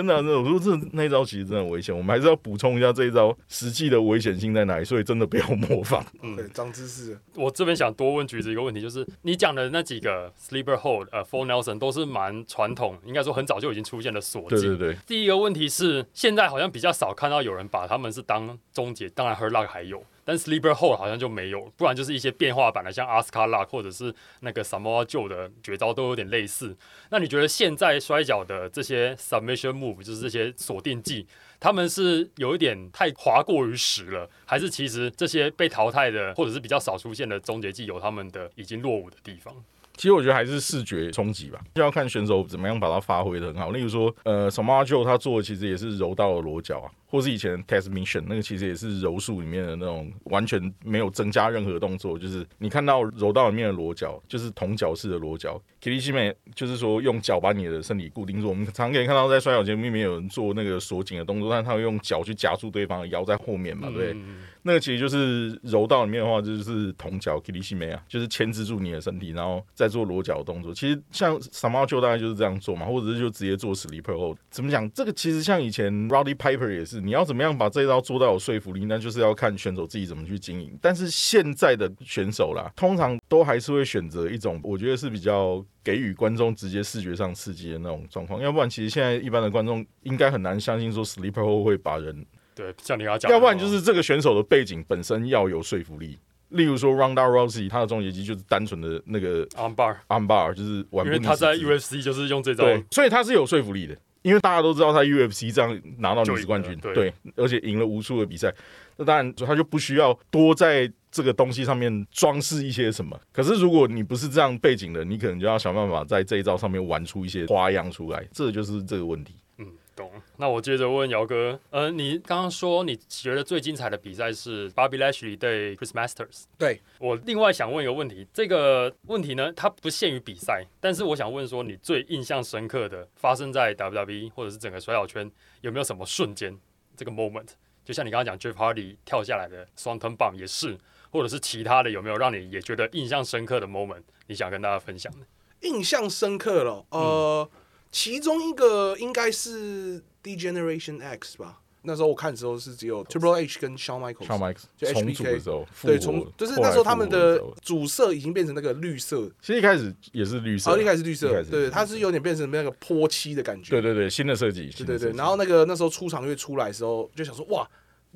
Speaker 2: 的、啊，真的，我说这那一招其实真的很危险，我们还是要补充一下这一招实际的危险性在哪里，所以真的不要模仿。
Speaker 3: 对，长知识了，
Speaker 1: 我这边想多问橘子一个问题，就是你讲的那几个 sleeper hold、呃 f o r Nelson 都是蛮传统，应该说很早就已经出现的锁
Speaker 2: 对
Speaker 1: 技。
Speaker 2: 对对。
Speaker 1: 第一个问题是，现在好像比较少看到有人把他们是当终结，当然 Her Lock 还有，但 Sleeper Hold 好像就没有，不然就是一些变化版的，像 Oscar Lock 或者是那个 Samoa Joe 的绝招都有点类似。那你觉得现在摔跤的这些 Submission Move，就是这些锁定技，他们是有一点太滑过于实了，还是其实这些被淘汰的或者是比较少出现的终结技有他们的已经落伍的地方？
Speaker 2: 其实我觉得还是视觉冲击吧，就要看选手怎么样把它发挥的很好。例如说，呃 s a m a Joe 他做的其实也是柔道的裸脚啊，或是以前 Test Mission 那个其实也是柔术里面的那种完全没有增加任何动作，就是你看到柔道里面的裸脚，就是同脚式的裸脚。k i r i s h i m e 就是说用脚把你的身体固定住。我们常可以看到在摔跤节目里面有人做那个锁紧的动作，但他会用脚去夹住对方的腰在后面嘛，对不对？
Speaker 1: 嗯
Speaker 2: 那个其实就是柔道里面的话，就是同脚 k i r i s h i m e 啊，就是牵制住你的身体，然后再做裸脚的动作。其实像 s a m a j o 大概就是这样做嘛，或者是就直接做 sleeper hold。怎么讲？这个其实像以前 Roddy Piper 也是，你要怎么样把这一招做到有说服力，那就是要看选手自己怎么去经营。但是现在的选手啦，通常都还是会选择一种，我觉得是比较给予观众直接视觉上刺激的那种状况。要不然，其实现在一般的观众应该很难相信说 sleeper hold 会把人
Speaker 1: 对，像你刚刚讲的，哦
Speaker 2: 要不然就是这个选手的背景本身要有说服力。例如说，Ronda Rousey 他的终结技就是单纯的那个
Speaker 1: Armbar，
Speaker 2: armbar，就是 玩
Speaker 1: 因
Speaker 2: 不
Speaker 1: 为
Speaker 2: 理
Speaker 1: 他在
Speaker 2: 直
Speaker 1: UFC 就是用这招
Speaker 2: 对，所以他是有说服力的，因为大家都知道他 UFC 这样拿到女子冠军，
Speaker 1: 就赢了
Speaker 2: 对，而且赢了无数的比赛，那当然他就不需要多在这个东西上面装饰一些什么。可是如果你不是这样背景的，你可能就要想办法在这一招上面玩出一些花样出来，这就是这个问题。
Speaker 1: 嗯，懂。那我接着问姚哥，呃，你刚刚说你觉得最精彩的比赛是 Bobby Lashley 对 Chris Masters。
Speaker 3: 对
Speaker 1: 我另外想问一个问题，这个问题呢，它不限于比赛，但是我想问说，你最印象深刻的发生在 WWE 或者是整个摔角圈，有没有什么瞬间这个 moment？就像你刚刚讲 Jeff Hardy 跳下来的双 turn bomb 也是，或者是其他的有没有让你也觉得印象深刻的 moment？你想跟大家分享的？
Speaker 3: 印象深刻了。
Speaker 2: 嗯
Speaker 3: 呃，其中一个应该是 Degeneration X 吧。那时候我看的时候是只有 Triple H 跟 Shawn Michaels，
Speaker 2: 像 Mike
Speaker 3: 就
Speaker 2: 重组
Speaker 3: HBK
Speaker 2: 的时候，
Speaker 3: 对，
Speaker 2: 复活
Speaker 3: 从就是
Speaker 2: 后来
Speaker 3: 那时候他们
Speaker 2: 复活的
Speaker 3: 的
Speaker 2: 时候
Speaker 3: 主色已经变成那个绿色，
Speaker 2: 其实一开始也是绿色啊，
Speaker 3: 然哦后一开始绿色
Speaker 2: 一开，始
Speaker 3: 对，它是有点变成那个坡漆的感觉，
Speaker 2: 对对对新的设计，
Speaker 3: 对
Speaker 2: 新的
Speaker 3: 对
Speaker 2: 设
Speaker 3: 对。
Speaker 2: 计
Speaker 3: 然后那个那时候出场乐出来的时候，就想说哇，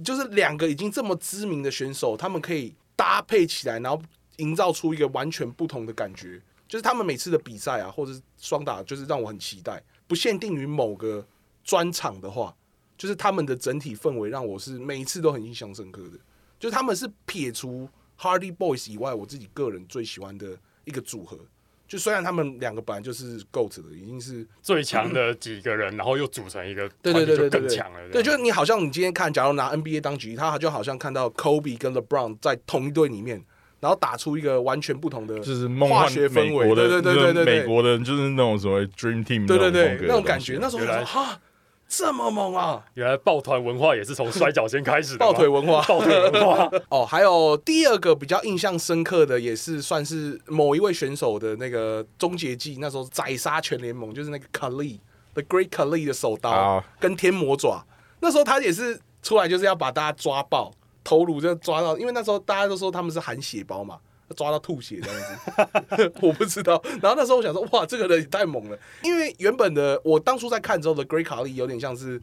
Speaker 3: 就是两个已经这么知名的选手，他们可以搭配起来，然后营造出一个完全不同的感觉。就是他们每次的比赛啊，或者是双打，就是让我很期待。不限定于某个专场的话，就是他们的整体氛围让我是每一次都很印象深刻的。就是他们是撇除 Hardy Boys 以外，我自己个人最喜欢的一个组合。就虽然他们两个本来就是 GOAT 的，已经是
Speaker 1: 最强的几个人，然后又组成一个
Speaker 3: 对
Speaker 1: 团
Speaker 3: 对
Speaker 1: 体，
Speaker 3: 对
Speaker 1: 就
Speaker 3: 对对
Speaker 1: 更
Speaker 3: 对，
Speaker 1: 强了。这
Speaker 3: 对，
Speaker 1: 样
Speaker 3: 就是你好像你今天看，假如拿 NBA 当举例，他就好像看到 Kobe 跟 LeBron 在同一队里面，然后打出一个完全不同的，
Speaker 2: 就是梦幻
Speaker 3: 化学氛
Speaker 2: 美
Speaker 3: 围
Speaker 2: 国的，
Speaker 3: 对对对对对
Speaker 2: 就是
Speaker 3: 对
Speaker 2: 美国的就是那种所谓 dream team
Speaker 3: 对对
Speaker 2: 那种风
Speaker 3: 对
Speaker 2: 格的
Speaker 3: 那种感觉。
Speaker 2: 东西
Speaker 3: 那时候我想说哈，啊这么猛啊！
Speaker 1: 原来抱团文化也是从摔跤先开始的吗，
Speaker 3: 抱腿文化
Speaker 1: 抱腿文化，
Speaker 3: 哦，还有第二个比较印象深刻的，也是算是某一位选手的那个终结技，那时候宰杀全联盟就是那个 Kali The Great Kali 的手刀
Speaker 2: 啊
Speaker 3: 跟天魔爪，那时候他也是出来就是要把大家抓爆，头颅就抓到，因为那时候大家都说他们是含血包嘛。抓到吐血这样子， 我不知道。然后那时候我想说，哇，这个人也太猛了，因为原本的我当初在看之后的 Great Kali 有点像是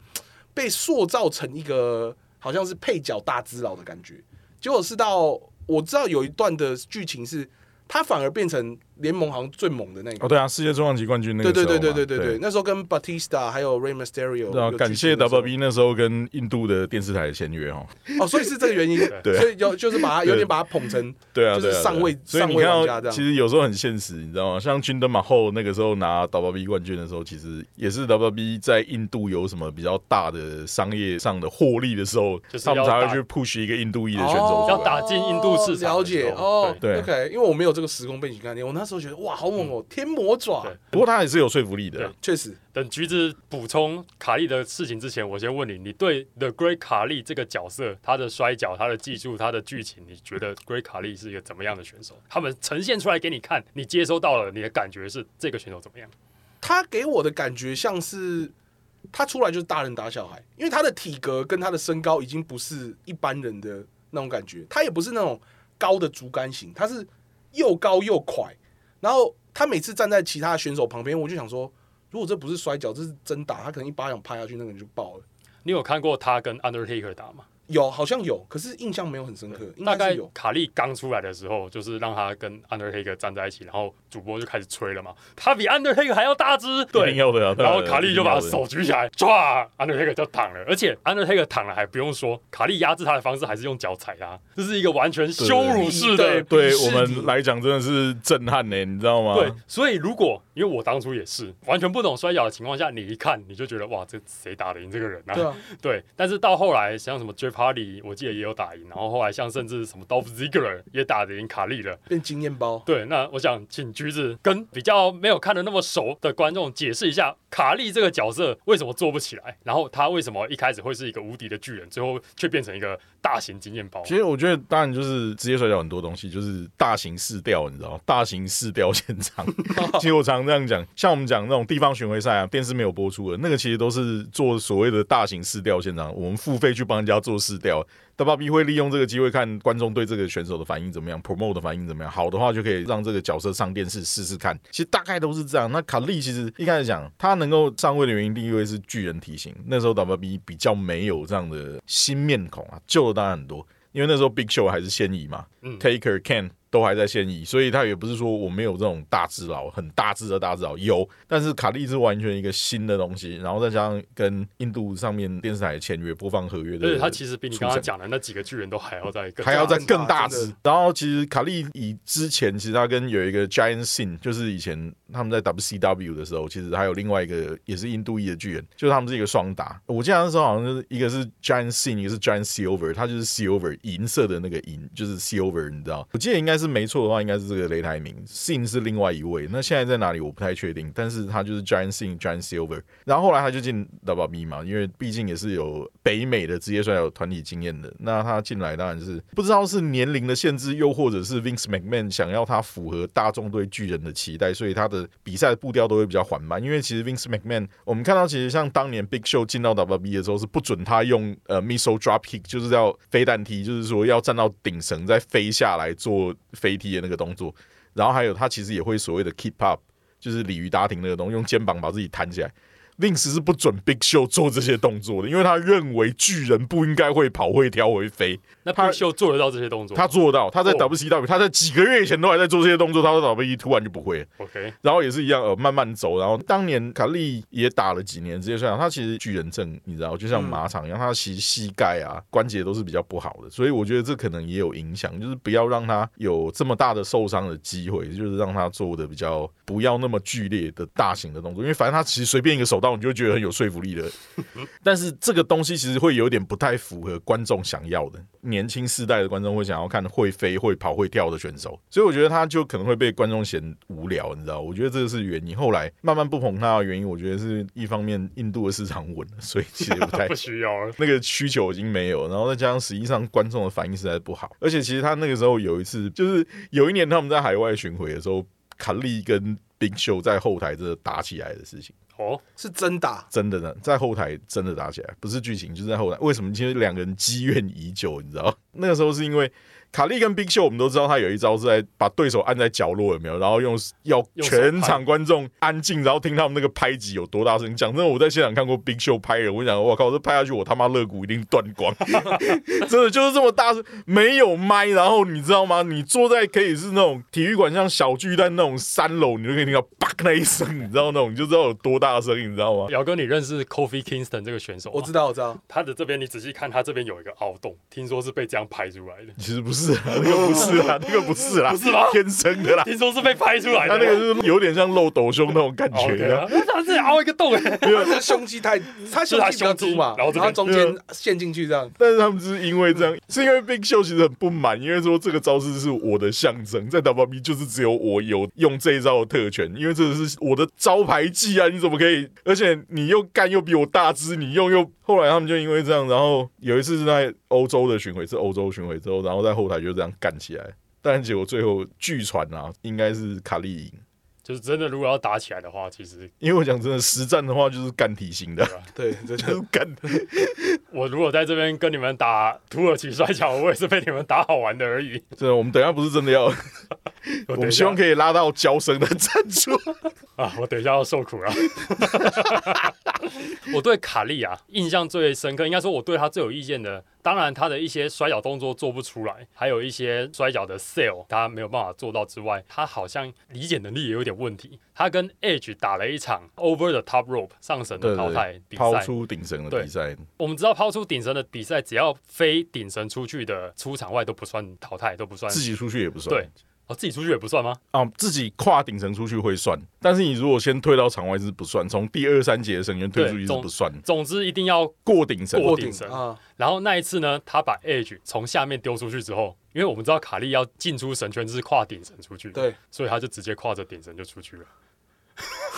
Speaker 3: 被塑造成一个好像是配角大只佬的感觉。结果是到我知道有一段的剧情是，他反而变成联盟好像最猛的那个。
Speaker 2: 哦，对啊，世界重量级冠军那
Speaker 3: 对
Speaker 2: 个
Speaker 3: 对
Speaker 2: 时候
Speaker 3: 对
Speaker 2: 嘛
Speaker 3: 对对对对，。那时候跟 Batista 还有 Rey Mysterio，
Speaker 2: 对啊，
Speaker 3: 有
Speaker 2: 感
Speaker 3: 剧
Speaker 2: 谢
Speaker 3: 情的时候
Speaker 2: WB 那时候跟印度的电视台签约哦。
Speaker 3: 哦，所以是这个原因，
Speaker 2: 对
Speaker 3: 所以有就是把他有点把他捧成
Speaker 2: 对啊，
Speaker 3: 就是
Speaker 2: 对啊对啊
Speaker 3: 上位
Speaker 2: 所以你
Speaker 3: 上位玩
Speaker 2: 看
Speaker 3: 家这
Speaker 2: 到，
Speaker 3: 样
Speaker 2: 其实有时候很现实，你知道吗？像军登马后那个时候拿 WB 冠军的时候，其实也是 WB 在印度有什么比较大的商业上的获利的时候，
Speaker 1: 就是
Speaker 2: 他们
Speaker 1: 要
Speaker 2: 才会
Speaker 1: 打哦
Speaker 2: 去 push 一个印度裔的选手出
Speaker 1: 要
Speaker 2: 来
Speaker 1: 打进印度市场
Speaker 3: 哦了
Speaker 1: 的时候
Speaker 3: 解哦，
Speaker 2: 对
Speaker 3: OK，因为我没有这个时空背景概念，我那时候觉得哇，好猛哦，天魔爪，
Speaker 1: 嗯对
Speaker 2: 不过他也是有说服力的
Speaker 1: 对
Speaker 2: 啦。
Speaker 3: 确实
Speaker 1: 等橘子补充卡利的事情之前，我先问你，你对 The Great 卡利这个角色，他的摔跤、他的技术、他的剧情，你觉得 Great 卡利是一个怎么样的选手？他们呈现出来给你看，你接收到了，你的感觉是这个选手怎么样？
Speaker 3: 他给我的感觉像是他出来就是大人打小孩，因为他的体格跟他的身高已经不是一般人的那种感觉，他也不是那种高的竹竿型，他是又高又快。然后他每次站在其他选手旁边，我就想说，如果这不是摔跤，这是真打，他可能一巴掌拍下去，那个人就爆了。
Speaker 1: 你有看过他跟 Undertaker 打吗？
Speaker 3: 有，好像有，可是印象没有很深刻，应
Speaker 1: 大
Speaker 3: 该
Speaker 1: 概
Speaker 3: 是有。
Speaker 1: 卡利刚出来的时候，就是让他跟 Undertaker 站在一起，然后主播就开始吹了嘛，他比 Undertaker 还要大只，
Speaker 2: 一定要的啊。
Speaker 1: 然后
Speaker 2: 对啊
Speaker 1: 卡利就把。
Speaker 2: 一定要
Speaker 1: 手
Speaker 2: 的
Speaker 1: 举起来，唰，Undertaker 就躺了。而且 Undertaker 躺了还不用说，卡利压制他的方式还是用脚踩他，这是一个完全羞辱式的。
Speaker 2: 对
Speaker 3: 鄙视
Speaker 2: 我
Speaker 3: 你
Speaker 2: 们来讲真的是震撼呢，你知道吗？
Speaker 1: 对，所以如果因为我当初也是完全不懂摔跤的情况下，你一看你就觉得哇，这谁打得赢这个人啊？
Speaker 3: 对啊，
Speaker 1: 对，但是到后来像什么 j e p a r d y 我记得也有打赢，然后后来像甚至什么 Dolph Ziggler 也打得赢卡利了。
Speaker 3: 变经验包。
Speaker 1: 对，那我想请橘子跟比较没有看的那么熟的观众解释一下，卡利这个角色为什么做不起来，然后他为什么一开始会是一个无敌的巨人，最后却变成一个大型经验包？
Speaker 2: 其实我觉得，当然就是职业摔跤很多东西，就是大型试调，你知道吗，大型试调现场。 其实我常这样讲，像我们讲那种地方巡回赛啊，电视没有播出的那个，其实都是做所谓的大型试调现场，我们付费去帮人家做试调。WB 会利用这个机会看观众对这个选手的反应怎么样，promote 的反应怎么样，好的话就可以让这个角色上电视试试看。其实大概都是这样。那卡利其实一开始讲他能够上位的原因，第一位是巨人体型，那时候 WB 比较没有这样的新面孔啊，旧的当然很多。因为那时候 Big Show 还是现役嘛、
Speaker 1: 嗯
Speaker 2: t a k e r Ken 都还在现役，所以他也不是说我没有这种大只佬，很大只的大只佬有，但是卡利是完全一个新的东西，然后再加上跟印度上面电视台签约播放合约
Speaker 1: 而且
Speaker 2: 的，
Speaker 1: 他其实比你刚刚
Speaker 2: 出身
Speaker 1: 讲的那几个巨人都还要再更
Speaker 2: 还要再更大
Speaker 3: 真
Speaker 2: 只
Speaker 3: 的。
Speaker 2: 然后其实卡利以之前其实他跟有一个 Giant Sin，就是以前他们在 WCW 的时候，其实还有另外一个也是印度裔的巨人，就是他们是一个双打。我记得那时候好像就是一个是 Giant Sin，一个是 Giant Silver，他就是 Silver 银色的那个银，就是 Silver，你知道？我记得应该是没错的话，应该是这个擂台名 Sin 是另外一位。那现在在哪里我不太确定，但是他就是 Giant Sin、Giant Silver。然后后来他就进 WB 嘛，因为毕竟也是有北美的职业摔跤团体经验的。那他进来当然是不知道是年龄的限制，又或者是 Vince McMahon 想要他符合大众对巨人的期待，所以他的比赛步调都会比较缓慢。因为其实 Vince McMahon 我们看到，其实像当年 Big Show 进到 WB 的时候，是不准他用呃 missile drop kick，就是要飞弹踢，就是说要站到顶绳再飞下来做飞踢的那个动作。然后还有他其实也会所谓的 keep up，就是鲤鱼打挺那个东西，用肩膀把自己弹起来。令时是不准 Big Show 做这些动作的，因为他认为巨人不应该会跑、会跳、会飞。
Speaker 1: 那
Speaker 2: 他
Speaker 1: Big Show 做得到这些动作
Speaker 2: 他做到，他在
Speaker 1: 哦
Speaker 2: WCW，、他在几个月以前都还在做这些动作，他在 WWE 突然就不会了。
Speaker 1: ，OK，
Speaker 2: 然后也是一样，呃，慢慢走。然后当年卡利也打了几年职业摔跤，他其实巨人症，你知道，就像马场一样，他其实膝盖啊关节都是比较不好的，所以我觉得这可能也有影响，就是不要让他有这么大的受伤的机会，就是让他做的比较不要那么剧烈的大型的动作，因为反正他其实随便一个手到到，你就觉得很有说服力了。但是这个东西其实会有点不太符合观众想要的，年轻世代的观众会想要看会飞、会跑、会跳的选手，所以我觉得他就可能会被观众嫌无聊，你知道？我觉得这个是原因。后来慢慢不捧他的原因，我觉得是一方面印度的市场稳了，所以其 实不太
Speaker 1: 不需要了。
Speaker 2: 那个需求已经没有，然后再加上实际上观众的反应实在不好，而且其实他那个时候有一次，就是有一年他们在海外巡回的时候，卡利跟冰秀在后台真的打起来的事情，
Speaker 1: 哦，
Speaker 3: 是真打，
Speaker 2: 真的呢，在后台真的打起来，不是剧情，就是在后台。为什么？其实两个人积怨已久，你知道？ 那个时候是因为。卡利跟冰秀，我们都知道他有一招是在把对手按在角落，有没有？然后用要
Speaker 1: 用手
Speaker 2: 全
Speaker 1: 拍
Speaker 2: 场观众安静，然后听他们那个拍击有多大声。讲真的，我在现场看过冰秀拍人，我想，我靠，这拍下去我他妈肋骨一定断光。真的就是这么大声，没有麦，然后你知道吗？你坐在可以是那种体育馆，像小巨蛋那种三楼，你就可以听到啪那一声，你知道那种，你就知道有多大声，你知道吗？，
Speaker 1: 姚哥，你认识 Kofi Kingston 这个选手吗？
Speaker 3: 我知道，我知道，
Speaker 1: 他的这边，你仔细看，他这边有一个凹洞，听说是被这样拍出来的
Speaker 2: 其实不 是啊，那个不是啊，那个不是啦，
Speaker 1: 不是吗
Speaker 2: 天 生的啦。
Speaker 1: 听说是被拍出来
Speaker 2: 他
Speaker 1: 的。
Speaker 2: 那个就是有点像漏斗胸那种感
Speaker 1: 哦 OK
Speaker 2: 觉啊
Speaker 1: 啊，他自己凹一个洞哎。
Speaker 3: 他的胸 肌太，他胸肌比较粗嘛，
Speaker 1: 是他胸肌然后这边
Speaker 3: 然后中间陷进去这样，
Speaker 2: 但是他们就是因为这样，是因为 Big Show 其实很不满，因为说这个招式是我的象征，在 WB 就是只有我有用这一招的特权，因为这是我的招牌技啊！你怎么可以？而且你又干又比我大只，你用又……后来他们就因为这样，然后有一次是在欧洲的巡回，是欧洲巡回之后，然后在后台就这样干起来。但结果最后据传啊，应该是卡利赢，
Speaker 1: 就是真的，如果要打起来的话，其实
Speaker 2: 因为我讲真的，实战的话就是干体 型的，
Speaker 3: 对，真
Speaker 2: 就
Speaker 3: 的
Speaker 2: 是干
Speaker 1: 我如果在这边跟你们打土耳其摔跤，我也是被你们打好玩的而 已。
Speaker 2: 真的，我们等一下不是真 的要，我们希望可以拉到交生的赞 助。
Speaker 1: 以啊，我等一下要受苦了。 我对卡利啊印象最深刻，应该说我对他最有意见的，当然他的一些摔跤动作做不出来，还有一些摔跤的 sale 他没有办法做到之外，他好像理解能力也有点问题。他跟 Edge 打了一场 over the top rope 上绳的淘汰比
Speaker 2: 抛
Speaker 1: 赛，
Speaker 2: 出顶绳的比赛，
Speaker 1: 我们知道抛出顶绳的比赛，只要非顶绳出去的出场外都不算淘汰，都不算
Speaker 2: 自己出去也不算。
Speaker 1: 对哦，自己出去也不算吗？
Speaker 2: 啊，自己跨顶绳出去会算，但是你如果先退到场外是不算，从第二三节的绳员退出去是不算，
Speaker 1: 总之一定要。
Speaker 2: 过顶绳。
Speaker 1: 过
Speaker 3: 过
Speaker 1: 顶
Speaker 3: 顶
Speaker 1: 绳
Speaker 3: 啊，
Speaker 1: 然后那一次呢，他把 Edge 从下面丢出去之后，因为我们知道卡利要进出神圈是跨顶绳出去，，
Speaker 3: 对，
Speaker 1: 所以他就直接跨着顶绳就出去了。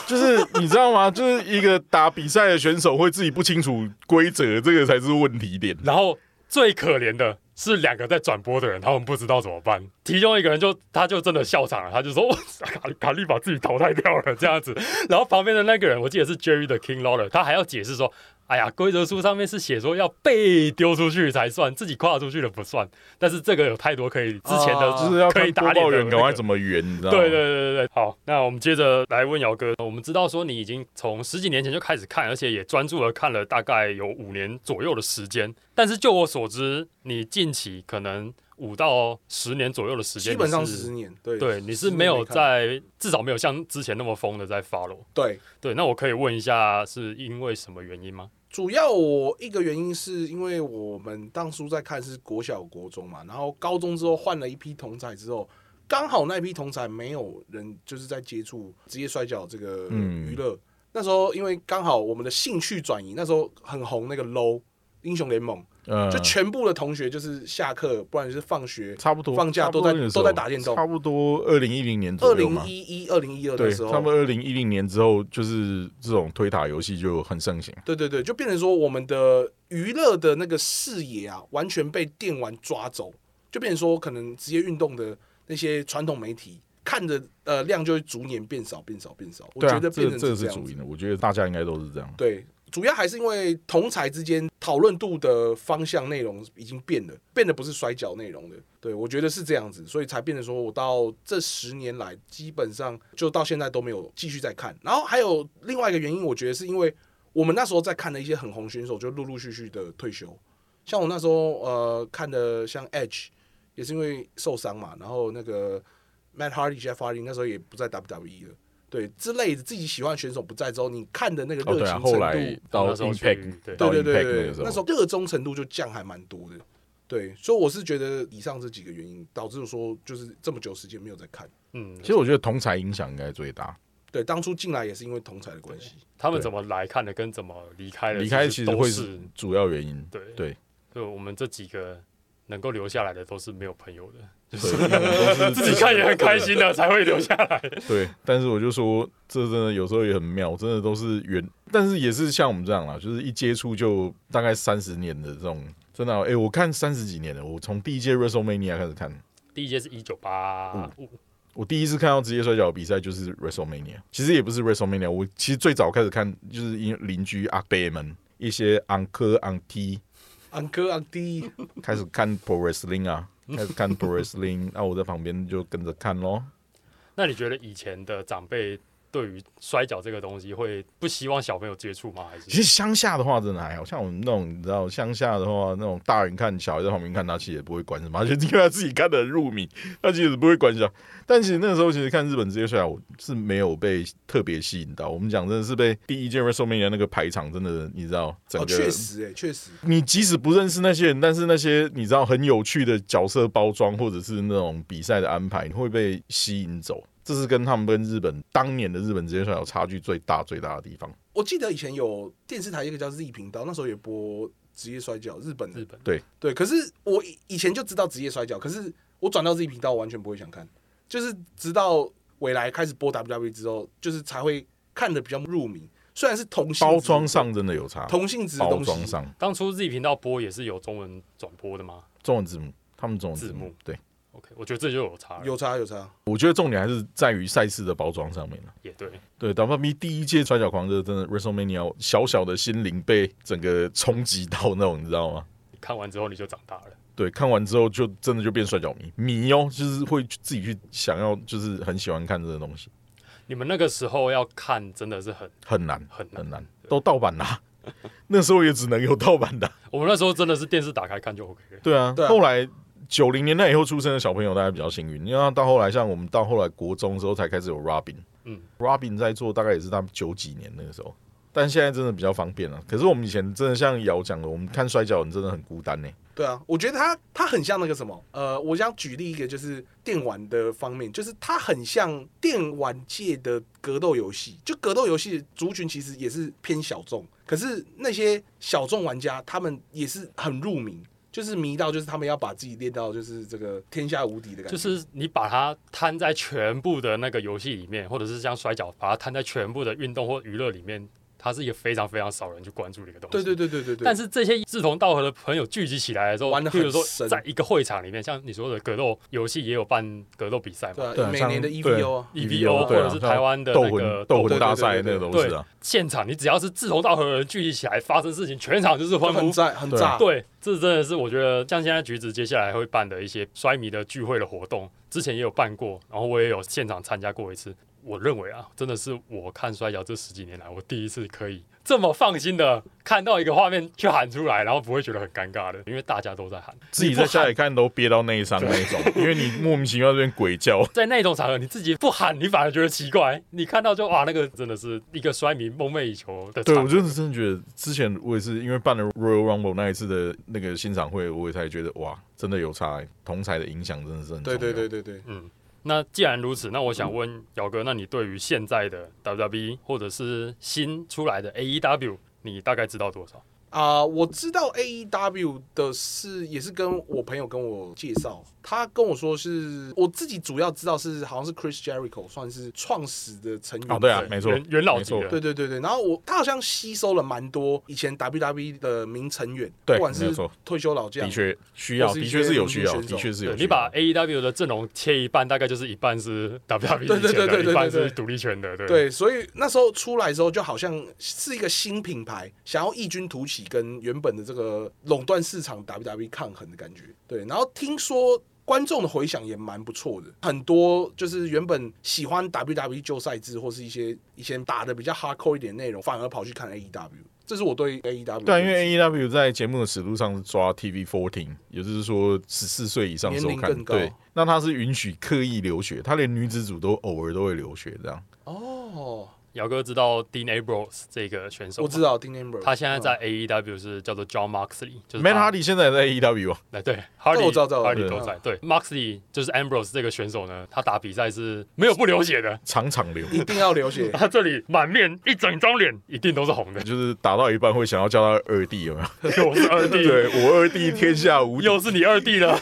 Speaker 2: 就是你知道吗？ 就是一个打比赛的选手会自己不清楚规则，这个才是问题点。
Speaker 1: 然后最可怜的是两个在转播的人，他们不知道怎么办。其中一个人就他就真的笑场了，他就说 哇卡卡利把自己淘汰掉了这样子。然后旁边的那个人，我记得是 Jerry 的 King Lawler，他还要解释说。哎呀，规则书上面是写说要被丢出去才算，自己跨出去的不算。但是这个有太多可以之前的，
Speaker 3: 啊
Speaker 2: 哦就是要
Speaker 1: 可
Speaker 2: 看
Speaker 1: 以打
Speaker 2: 播
Speaker 1: 脸
Speaker 2: 报
Speaker 1: 的
Speaker 2: 员
Speaker 1: 那
Speaker 2: 赶快
Speaker 1: 个
Speaker 2: 怎么圆，
Speaker 3: 哦
Speaker 2: 你知道吗？
Speaker 1: 对对对对对，好，那我们接着来问姚哥，我们知道说你已经从十几年前就开始看，而且也专注的看了大概有五年左右的时间，但是就我所知，你近期可能五到十年左右的时间，
Speaker 3: 基本上
Speaker 1: 你
Speaker 3: 十
Speaker 1: 是
Speaker 3: 年，对
Speaker 1: 对，你
Speaker 3: 十
Speaker 1: 是
Speaker 3: 年
Speaker 1: 没有
Speaker 3: 看
Speaker 1: 在至少没有像之前那么疯的在 follow。
Speaker 3: 对。
Speaker 1: 对，那我可以问一下，是因为什么原因吗？
Speaker 3: 主要我一个原因是因为我们当初在看是国小国中嘛，然后高中之后换了一批同才之后，刚好那一批同才没有人就是在接触职业摔跤这个
Speaker 2: 嗯
Speaker 3: 娱乐。那时候因为刚好我们的兴趣转移，那时候很红那个 low 英雄联盟，
Speaker 2: 嗯，
Speaker 3: 就全部的同学就是下课，不然就是放学。
Speaker 2: 差不多
Speaker 3: 放假
Speaker 2: 差不
Speaker 3: 都
Speaker 2: 多
Speaker 3: 在
Speaker 2: 那个时
Speaker 3: 都
Speaker 2: 候
Speaker 3: 在打电动
Speaker 2: 差不多二零一零年
Speaker 3: 二
Speaker 2: 左右
Speaker 3: 零
Speaker 2: 嘛。
Speaker 3: 一一、二零一二的
Speaker 2: 对，
Speaker 3: 时候，
Speaker 2: 他们二零一零年之后，就是这种推塔游戏就很盛行。
Speaker 3: 对对对，就变成说我们的娱乐的那个视野啊，完全被电玩抓走，就变成说可能职业运动的那些传统媒体看的呃量就会逐年变少变少变少，我
Speaker 2: 对
Speaker 3: 觉
Speaker 2: 啊，
Speaker 3: 得
Speaker 2: 这
Speaker 3: 变
Speaker 2: 个
Speaker 3: 成
Speaker 2: 这个
Speaker 3: 这
Speaker 2: 是
Speaker 3: 样
Speaker 2: 主
Speaker 3: 子
Speaker 2: 因。的，我觉得大家应该都是这样。
Speaker 3: 对，主要还是因为同才之间讨论度的方向内容已经变了，变得不是摔跤内容了。对，我觉得是这样子，所以才变成说我到这十年来，基本上就到现在都没有继续在看。然后还有另外一个原因，我觉得是因为我们那时候在看的一些很红选手，就陆陆续续的退休。像我那时候呃看的像 Edge，也是因为受伤嘛，然后那个 Matt Hardy、Jeff Hardy 那时候也不在 WWE 了。对，之类的自己喜欢的选手不在之后，你看的那个
Speaker 2: 哦，
Speaker 3: 热
Speaker 2: 对
Speaker 3: 情
Speaker 2: 啊，
Speaker 3: 程
Speaker 2: 后
Speaker 3: 度，
Speaker 2: 来到
Speaker 1: 那时候去
Speaker 2: Impact，
Speaker 1: 对
Speaker 2: 到
Speaker 3: 对
Speaker 2: Impact
Speaker 3: 对
Speaker 2: 那
Speaker 3: 对对
Speaker 2: 个时
Speaker 3: 对，那时
Speaker 2: 候，
Speaker 3: 候热衷程度就降还蛮多的。对，所以我是觉得以上这几个原因导致我说就是这么久时间没有在看。
Speaker 1: 嗯
Speaker 2: 其，实我觉得同才影响应该最大。
Speaker 3: 对，当初进来也是因为同才的关系。
Speaker 1: 他们怎么来看的，跟怎么离开的，
Speaker 2: 离开
Speaker 1: 哎其
Speaker 2: 其实
Speaker 1: 都
Speaker 2: 会
Speaker 1: 是
Speaker 2: 是主要原因。
Speaker 1: 对
Speaker 2: 对，
Speaker 1: 就我们这几个能够留下来的，都是没有朋友的，
Speaker 2: 对
Speaker 1: 自己看也很开心的才会留下来。
Speaker 2: 对，但是我就说，这真的有时候也很妙，真的都是缘，但是也是像我们这样啦，就是一接触就大概三十年的这种，真的啊、哎、我看三十几年了，我从第一届 WrestleMania 开始看，
Speaker 1: 第一届是一九八
Speaker 2: 嗯
Speaker 1: 五，
Speaker 2: 我第一次看到职业摔跤比赛就是 WrestleMania，其实也不是 WrestleMania，我其实最早开始看就是因为邻居阿伯们一些 uncle auntie 哎
Speaker 3: 昂哥昂弟，
Speaker 2: 开始看 pro wrestling 啊，开始看 pro wrestling，那、我在旁边就跟着看咯。
Speaker 1: 那你觉得以前的长辈对于摔跤这个东西，会不希望小朋友接触吗？还
Speaker 2: 其实
Speaker 1: 是
Speaker 2: 乡下的话，真的还好像我们那种，你知道，乡下的话，那种大人看小孩在旁边看，他其实也不会管什么，而且因为他自己看得很入迷，他其实不会管小。但其实那时候，其实看日本职业摔跤，我是没有被特别吸引到。我们讲真的是被第一届 WrestleMania 那个排场，真的，你知道，整
Speaker 3: 哦，
Speaker 2: 个、
Speaker 3: 确实哎、确实，
Speaker 2: 你即使不认识那些人，但是那些你知道很有趣的角色包装，或者是那种比赛的安排，你会被吸引走。这是跟他们跟日本当年的日本职业摔跤差距最大最大的地方。
Speaker 3: 我记得以前有电视台一个叫 Z 频道，那时候也播职业摔跤，日本的
Speaker 1: 日本？
Speaker 3: 对，可是我以以前就知道职业摔跤，可是我转到自己频道，我完全不会想看，就是直到未来开始播 WWE 之后，就是才会看的比较入迷。虽然是同性质
Speaker 2: 包装上真的有差，
Speaker 3: 同性质的
Speaker 2: 包
Speaker 3: 东
Speaker 2: 装
Speaker 3: 西，
Speaker 2: 上
Speaker 1: 当初 Z 频道播也是有中文转播的吗
Speaker 2: 中文字幕，他们中文字幕
Speaker 1: 字幕
Speaker 2: 对。
Speaker 1: ？OK，我觉得这就有差了，
Speaker 3: 有差有差。
Speaker 2: 我觉得重点还是在于赛事的包装上面了。
Speaker 1: 也对。
Speaker 2: 对，WWE 第一届摔角狂热真的 WrestleMania 小小的心灵被整个冲击到那种，你知道吗？
Speaker 1: 你看完之后你就长大了，
Speaker 2: 对，看完之后就真的就变摔角迷迷哦，就是会自己去想要，就是很喜欢看这个东西，
Speaker 1: 你们那个时候要看真的是很
Speaker 2: 很难
Speaker 1: 很难
Speaker 2: 很。难，都盗版啦、 那时候也只能有盗版的。啊
Speaker 1: 我们那时候真的是电视打开看就 OK 了。
Speaker 2: 对啊，
Speaker 3: 对啊
Speaker 2: 后来九零年代以后出生的小朋友，大家比较幸运，因为到后来像我们到后来国中之后才开始有 Robin，
Speaker 1: 嗯
Speaker 2: ，Robin 在做大概也是他们九几年那个时候，但现在真的比较方便了、可是我们以前真的像姚讲的，我们看摔跤人真的很孤单呢、
Speaker 3: 对啊，我觉得它它很像那个什么，呃，我想举例一个就是电玩的方面，就是它很像电玩界的格斗游戏。就格斗游戏族群其实也是偏小众，可是那些小众玩家他们也是很入迷，就是迷到就是他们要把自己练到就是这个天下无敌的感觉。
Speaker 1: 就是你把它摊在全部的那个游戏里面，或者是像摔跤，把它摊在全部的运动或娱乐里面，它是一个非常非常少人去关注的一个东西。
Speaker 3: 对对对对对对。
Speaker 1: 但
Speaker 3: 是
Speaker 1: 是这些志同道合的朋友聚集起来的时候，
Speaker 3: 玩得
Speaker 1: 比
Speaker 3: 很
Speaker 1: 如说
Speaker 3: 深
Speaker 1: 在一个会场里面，像你说的格斗游戏也有办格斗比赛
Speaker 3: 对
Speaker 1: 嘛
Speaker 3: 啊，
Speaker 2: 对啊
Speaker 3: 每
Speaker 2: 像
Speaker 3: 年的
Speaker 2: 对
Speaker 3: EVO 啊，
Speaker 1: ，EVO E 或
Speaker 2: 对啊
Speaker 1: 者是台湾的
Speaker 2: 斗
Speaker 1: 那
Speaker 2: 魂
Speaker 1: 个
Speaker 2: 斗
Speaker 1: 魂
Speaker 2: 魂大赛那
Speaker 3: 对对对
Speaker 2: 个都
Speaker 1: 对
Speaker 2: 是啊，
Speaker 1: 现场，你只要是志同道合的人聚集起来发生事情，全场就是欢
Speaker 3: 很
Speaker 1: 呼。
Speaker 3: 炸很
Speaker 2: 对
Speaker 3: 炸。
Speaker 2: 啊
Speaker 1: 对，这真的是我觉得像现在橘子接下来会办的一些摔迷的聚会的活动，之前也有办过，然后我也有现场参加过一次。我认为啊，真的是我看摔跤这十几年来，我第一次可以这么放心的看到一个画面去喊出来，然后不会觉得很尴尬的，因为大家都在喊。
Speaker 2: 自己在家里看都憋到内伤那一种，因为你莫名其妙这边鬼叫，
Speaker 1: 在那种场合，你自己不喊，你反而觉得奇怪。你看到就哇，那个真的是一个摔迷梦寐以求的场
Speaker 2: 对，
Speaker 1: 合。
Speaker 2: 我真的真的觉得，之前我也是因为办了 Royal Rumble 那一次的那个欣赏会，我也才觉得哇，真的有差、欸，同才的影响真的是很重
Speaker 3: 对
Speaker 2: 要。
Speaker 3: 对对对对，
Speaker 1: 嗯，那既然如此，那我想问姚哥，那你对于现在的 WWE 或者是新出来的 AEW，你大概知道多少？
Speaker 3: 啊、我知道 AEW 的是也是跟我朋友跟我介绍，他跟我说是我自己主要知道是好像是 Chris Jericho 算是创始的成员
Speaker 2: 哦，对啊
Speaker 3: 之，一
Speaker 2: 没错，
Speaker 1: 元元老级
Speaker 2: 没
Speaker 1: 的，
Speaker 2: 错
Speaker 3: 对对对对，然后我他好像吸收了蛮多以前 WWE 的名成员，
Speaker 2: 对
Speaker 3: 不管
Speaker 2: 没
Speaker 3: 是
Speaker 2: 有错
Speaker 3: 退休老将，
Speaker 2: 的确需要，
Speaker 3: 或是一
Speaker 2: 的
Speaker 3: 些
Speaker 2: 确是有需要，
Speaker 3: 明星选手
Speaker 2: 的确是有
Speaker 1: 对
Speaker 2: 需要。
Speaker 1: 你把 AEW 的阵容切一半，大概就是一半是 WWE
Speaker 3: 对对
Speaker 1: 以前
Speaker 3: 对对
Speaker 1: 的，
Speaker 3: 对
Speaker 1: 一半
Speaker 3: 对
Speaker 1: 是独立圈的，对。
Speaker 3: 对，所以那时候出来的时候，就好像是一个新品牌，想要异军突起，跟原本的这个垄断市场 WWE 抗衡的感觉。对，然后听说。观众的回响也蛮不错的，很多就是原本喜欢 WWE 旧赛制或是一些以前打的比较 hardcore 一点的内容，反而跑去看 AEW，这是我对 AEW 的
Speaker 2: 对啊，因
Speaker 3: 认识
Speaker 2: 为 AEW 在节目的尺度上是抓 TV fourteen，也就是说十四岁以上的时候
Speaker 3: 年龄
Speaker 2: 看
Speaker 3: 更。高
Speaker 2: 对，那他是允许刻意流血，他连女子组都偶尔都会流血这样。
Speaker 3: 哦，
Speaker 1: 姚哥知道 Dean Ambrose 这个选手吗，
Speaker 3: 我知道 Dean Ambrose，
Speaker 1: 他现在在
Speaker 3: 嗯
Speaker 1: AEW 是叫做 John Moxley，就是
Speaker 2: Matt
Speaker 1: 他
Speaker 2: Hardy 现在也在 EW 啊，
Speaker 1: 哎，对，Hardy，
Speaker 3: 哦我知道知道
Speaker 1: Hardy
Speaker 3: 对
Speaker 1: 都在。对，Moxley 就是 Ambrose 这个选手呢，他打比赛是没有不流血的，
Speaker 2: 场场流，，
Speaker 3: 嗯一定要流血。
Speaker 1: 他这里满面一整张脸一定都是红的
Speaker 2: 就是打到一半会想要叫他二弟有没有？
Speaker 1: 又是二弟，
Speaker 2: 对我二弟天下无敌
Speaker 1: 又是你二弟了，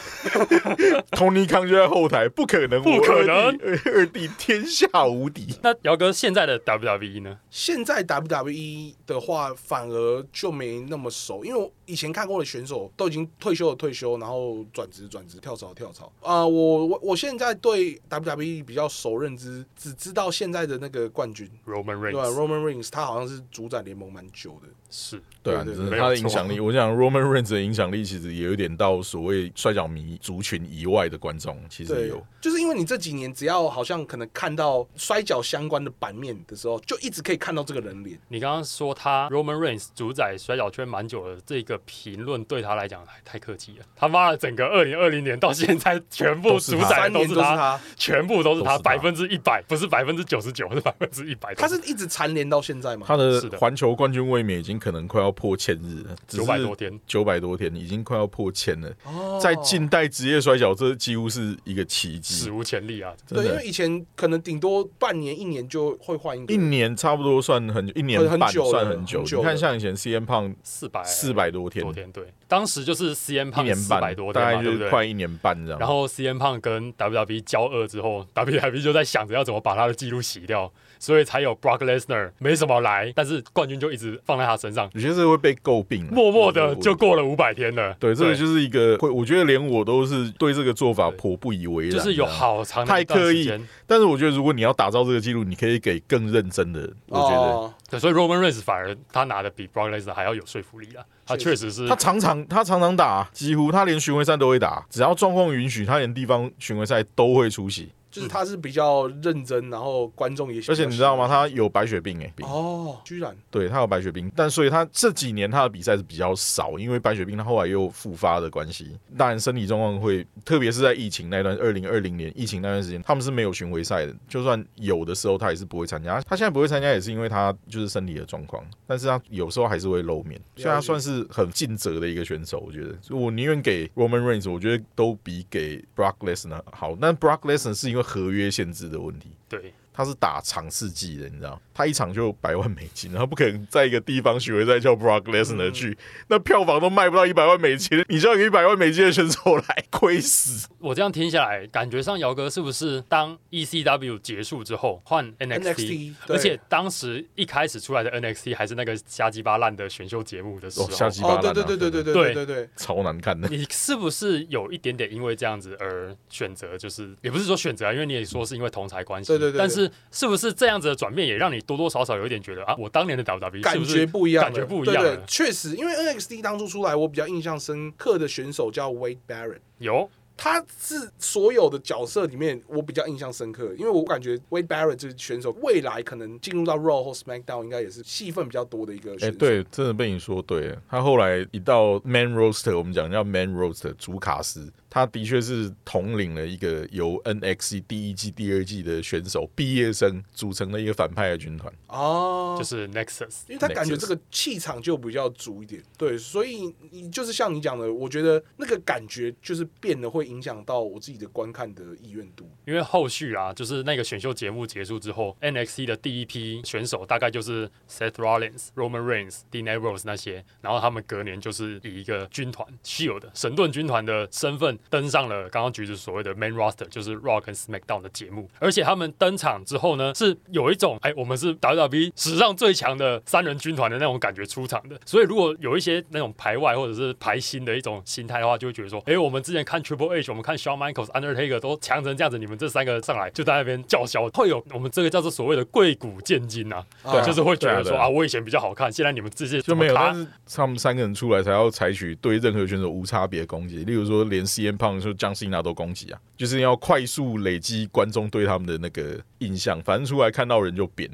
Speaker 2: ，Tony 康就在后台，不可能，
Speaker 1: 不可能
Speaker 2: 我二弟，二弟天下无敌。
Speaker 1: 那姚哥现在的 WWE 呢？
Speaker 3: 现在 WWE 的话，反而就没那么熟，因为我以前看过的选手都已经退休了退休，然后转职转职，跳槽跳槽。啊、我我我现在对 WWE 比较熟认知，只知道现在的那个冠军，
Speaker 1: Roman
Speaker 3: 对吧
Speaker 2: 啊
Speaker 1: Reigns
Speaker 3: ？Roman Reigns，他好像是主宰联盟蛮久的。
Speaker 1: 是
Speaker 2: 对啊，
Speaker 3: 对对
Speaker 2: 真的
Speaker 1: 没有
Speaker 2: 他的
Speaker 1: 错
Speaker 2: 影响力，我想 Roman Reigns 的影响力其实也有点到所谓摔跤迷族群以外的观众，其实
Speaker 3: 对
Speaker 2: 有。，
Speaker 3: 就是因为你这几年只要好像可能看到摔跤相关的版面的时候，就一直可以看到这个人脸。
Speaker 1: 你刚刚说他 Roman Reigns 主宰摔角圈蛮久了，这个评论对他来讲太太客气了。他妈的，整个二零二零年到现在，全部
Speaker 2: 都是
Speaker 1: 主
Speaker 2: 他
Speaker 1: 宰
Speaker 3: 三
Speaker 1: 的都
Speaker 3: 年
Speaker 1: 是
Speaker 3: 都是
Speaker 1: 他，
Speaker 3: 他，
Speaker 1: 全部都是他，
Speaker 2: 都是他嗯
Speaker 1: 百分之一百，不是百分之九十九，是百分之一百。
Speaker 3: 他是一直蝉联到现在嘛？
Speaker 2: 他的
Speaker 1: 是的
Speaker 2: 环球冠军卫冕已经可能快要破千日了，
Speaker 1: 九百多，天，
Speaker 2: 九百多天已经快要破千了。
Speaker 3: 哦
Speaker 2: 在近代职业摔跤，这几乎是一个奇迹
Speaker 1: 史，无前例啊！
Speaker 2: 真
Speaker 3: 对，因
Speaker 2: 的
Speaker 3: 为。以前可能顶多半年、一年就会换一个
Speaker 2: 一年差不多算很久，一年
Speaker 3: 很
Speaker 2: 半
Speaker 3: 久了
Speaker 2: 算很久。
Speaker 3: 很久
Speaker 2: 你看，
Speaker 3: 了
Speaker 2: 像以前 CM 胖
Speaker 1: 四百
Speaker 2: 四百多天
Speaker 1: 多，天，对，当时就是 CM
Speaker 2: 一
Speaker 1: 胖
Speaker 2: 年
Speaker 1: 四百
Speaker 2: 半
Speaker 1: 多，天
Speaker 2: 大
Speaker 1: 嘛，
Speaker 2: 概就
Speaker 1: 对不
Speaker 2: 是
Speaker 1: 对？
Speaker 2: 快一年半这样。
Speaker 1: 然后 CM 胖跟 WWE 交恶之后，WWE 就在想着要怎么把他的记录洗掉，所以才有 Brock Lesnar 没什么来，但是冠军就一直放在他身上，
Speaker 2: 有些是会被诟病啊，
Speaker 1: 默默的
Speaker 2: 我
Speaker 1: 就过了五百天了。
Speaker 2: 对，这个
Speaker 1: 就
Speaker 2: 就是一个会，我觉得连我都是对这个做法
Speaker 1: 对
Speaker 2: 颇不以为然。
Speaker 1: 是有，好长的
Speaker 2: 太
Speaker 1: 一段
Speaker 2: 刻
Speaker 1: 时
Speaker 2: 意
Speaker 1: 间。
Speaker 2: 但是我觉得如果你要打造这个记录，你可以给更认真的人。我觉得
Speaker 3: 哦
Speaker 1: 对，所以 Roman Reigns 反而他拿的比 Brock Lesnar 还要有说服力啊，他确
Speaker 3: 确
Speaker 1: 实是
Speaker 2: 他常常他常常打，啊几乎他连巡回赛都会打，啊只要状况允许，他连地方巡回赛都会出席。
Speaker 3: 就是他是比较认真，然后观众也喜
Speaker 2: 而
Speaker 3: 欢
Speaker 2: 且你知道吗？？他有白血病哎、病
Speaker 3: 哦，居然
Speaker 2: 对他有白血病，但所以他这几年他的比赛是比较少，因为白血病他后来又复发的关系，当然身体状况会，特别是在疫情那段二零二零年疫情那段时间，他们是没有巡回赛的，就算有的时候他也是不会参加。他现在不会参加也是因为他就是身体的状况，但是他有时候还是会露面，所以他算是很尽责的一个选手，我觉得，所以我宁愿给 Roman Reigns，我觉得都比给 Brock Lesnar 好，但 Brock Lesnar 是因为合约限制的问题，
Speaker 1: 对
Speaker 2: 他是打场次计的，你知道，他一场就百万美金，然后不可能在一个地方巡回赛叫 Brock Lesnar 去，那票房都卖不到一百万美金， 你叫一个一百万美金的选手来，亏死。
Speaker 1: 我这样听下来，感觉上姚哥是不是当 ECW 结束之后换 NXT？
Speaker 3: NXT，对哦
Speaker 1: 而且当时一开始出来的 NXT 还是那个瞎鸡巴烂的选秀节目的时候，
Speaker 2: 哦瞎鸡
Speaker 3: 哦
Speaker 2: 巴，烂啊
Speaker 3: 对对对对对对
Speaker 1: 对
Speaker 3: 对对对，
Speaker 2: 超难 看的，
Speaker 1: 你是不是有一点点因为这样子而选择，就是也不是说选择啊，因为你也说是因为同才关系，
Speaker 3: 对对对对
Speaker 1: 但是是不是这样子的转变也让你多多少少有一点觉得啊，我当年的 WWE 是
Speaker 3: 感
Speaker 1: 不
Speaker 3: 觉
Speaker 1: 是
Speaker 3: 不一样了，
Speaker 1: 感觉不一样
Speaker 3: 对对
Speaker 1: 了，
Speaker 3: 确实，因为 NXT 当初出来，我比较印象深刻的选手叫 Wade Barrett。
Speaker 1: 有
Speaker 3: 他是所有的角色里面我比较印象深刻，因为我感觉 Wade Barrett 这个选手未来可能进入到 Raw 或 SmackDown 应该也是戏份比较多的一个
Speaker 2: 哎、
Speaker 3: 选手。
Speaker 2: 对，真的被你说对了。他后来一到 Man Roster，我们讲叫 Man Roster 主卡斯，他的确是统领了一个由 NXT 第一季、第二季的选手毕业生组成的一个反派的军团。
Speaker 3: 哦，
Speaker 1: 就是 Nexus，
Speaker 3: 因为他感觉这个气场就比较足一点，对，所以你就是像你讲的，我觉得那个感觉就是变得会影响到我自己的观看的意愿度。
Speaker 1: 因为后续啊，就是那个选秀节目结束之后，NXT 的第一批选手大概就是 Seth Rollins、Roman Reigns、Dean Ambrose 那些，然后他们隔年就是以一个军团 Shield 神盾军团的身份登上了刚刚橘子所谓的 Main Roster，就是 Raw 跟 SmackDown 的节目。而且他们登场之后呢，是有一种哎，我们是 WWE 史上最强的三人军团的那种感觉出场的。所以如果有一些那种排外或者是排新的一种心态的话，就会觉得说，哎，我们之前看 Triple H，我们看 Shawn Michaels、Undertaker 都强成这样子，你们这三个上来就在那边叫嚣，会有我们这个叫做所谓的贵骨见金啊，
Speaker 3: 对啊
Speaker 1: 就是会觉得
Speaker 2: 对啊
Speaker 1: 说
Speaker 2: 对啊
Speaker 1: 啊，我以前比较好看，现在你们这些
Speaker 2: 就没有，
Speaker 1: 怎么
Speaker 2: 但
Speaker 1: 咖
Speaker 2: 是他们三个人出来才要采取对任何选手无差别攻击，例如说连 CM 变胖的时候，江西娜都攻击啊，就是要快速累积观众对他们的那个印象，反正出来看到人就扁。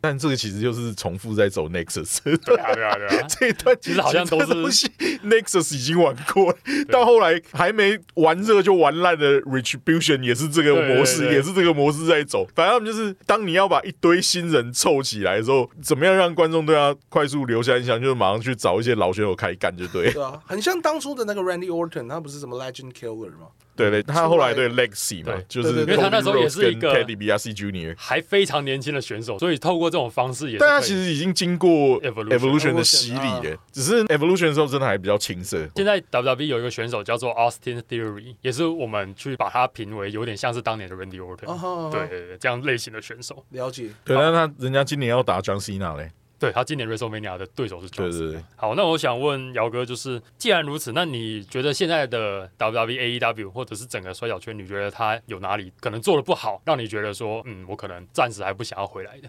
Speaker 2: 但这个其实就是重复在走 Nexus
Speaker 1: 对啊对啊对啊，
Speaker 2: 这一段，
Speaker 1: 其实好像都是
Speaker 2: 这东西 Nexus 已经玩过了，到后来还没玩热就玩烂的 Retribution 也是这个模式，
Speaker 1: 对对对
Speaker 2: 也是这个模式在走。反正他们就是，当你要把一堆新人凑起来的时候，怎么样让观众对他快速留下印象，就是马上去找一些老选手开干，就 对了。
Speaker 3: 对啊，很像当初的那个 Randy Orton，他不是什么 Legend Killer 吗？
Speaker 2: 对对，他后来
Speaker 3: 出来
Speaker 2: 对 Legacy 嘛
Speaker 1: 对，
Speaker 2: 就是 Cody
Speaker 3: 对对对因为
Speaker 1: 他那时候也
Speaker 2: Rhodes
Speaker 1: 是一
Speaker 2: 跟
Speaker 1: 个
Speaker 2: Teddy BRC Junior，
Speaker 1: 还非常年轻的选手，所以透过这种方式也是
Speaker 2: 但他
Speaker 1: 可以
Speaker 2: 其实已经经过
Speaker 1: Evolution 啊
Speaker 2: Evolution 的洗礼了，只是 Evolution 的时候真的还比较青涩。
Speaker 1: 现在 WWE 有一个选手叫做 Austin Theory，也是我们去把他评为有点像是当年的 Randy Orton，、
Speaker 3: 啊哈啊哈
Speaker 1: 对对对，这样类型的选手。
Speaker 3: 了解，
Speaker 2: 对，但他人家今年要打 John Cena 嘞，
Speaker 1: 对他今年 WrestleMania 的对手是 j o
Speaker 2: 对
Speaker 1: h
Speaker 2: 对对。
Speaker 1: 好，那我想问姚哥，就是既然如此，那你觉得现在的 E WWE、AEW 或者是整个摔角圈，你觉得他有哪里可能做的不好，让你觉得说，嗯，我可能暂时还不想要回来的？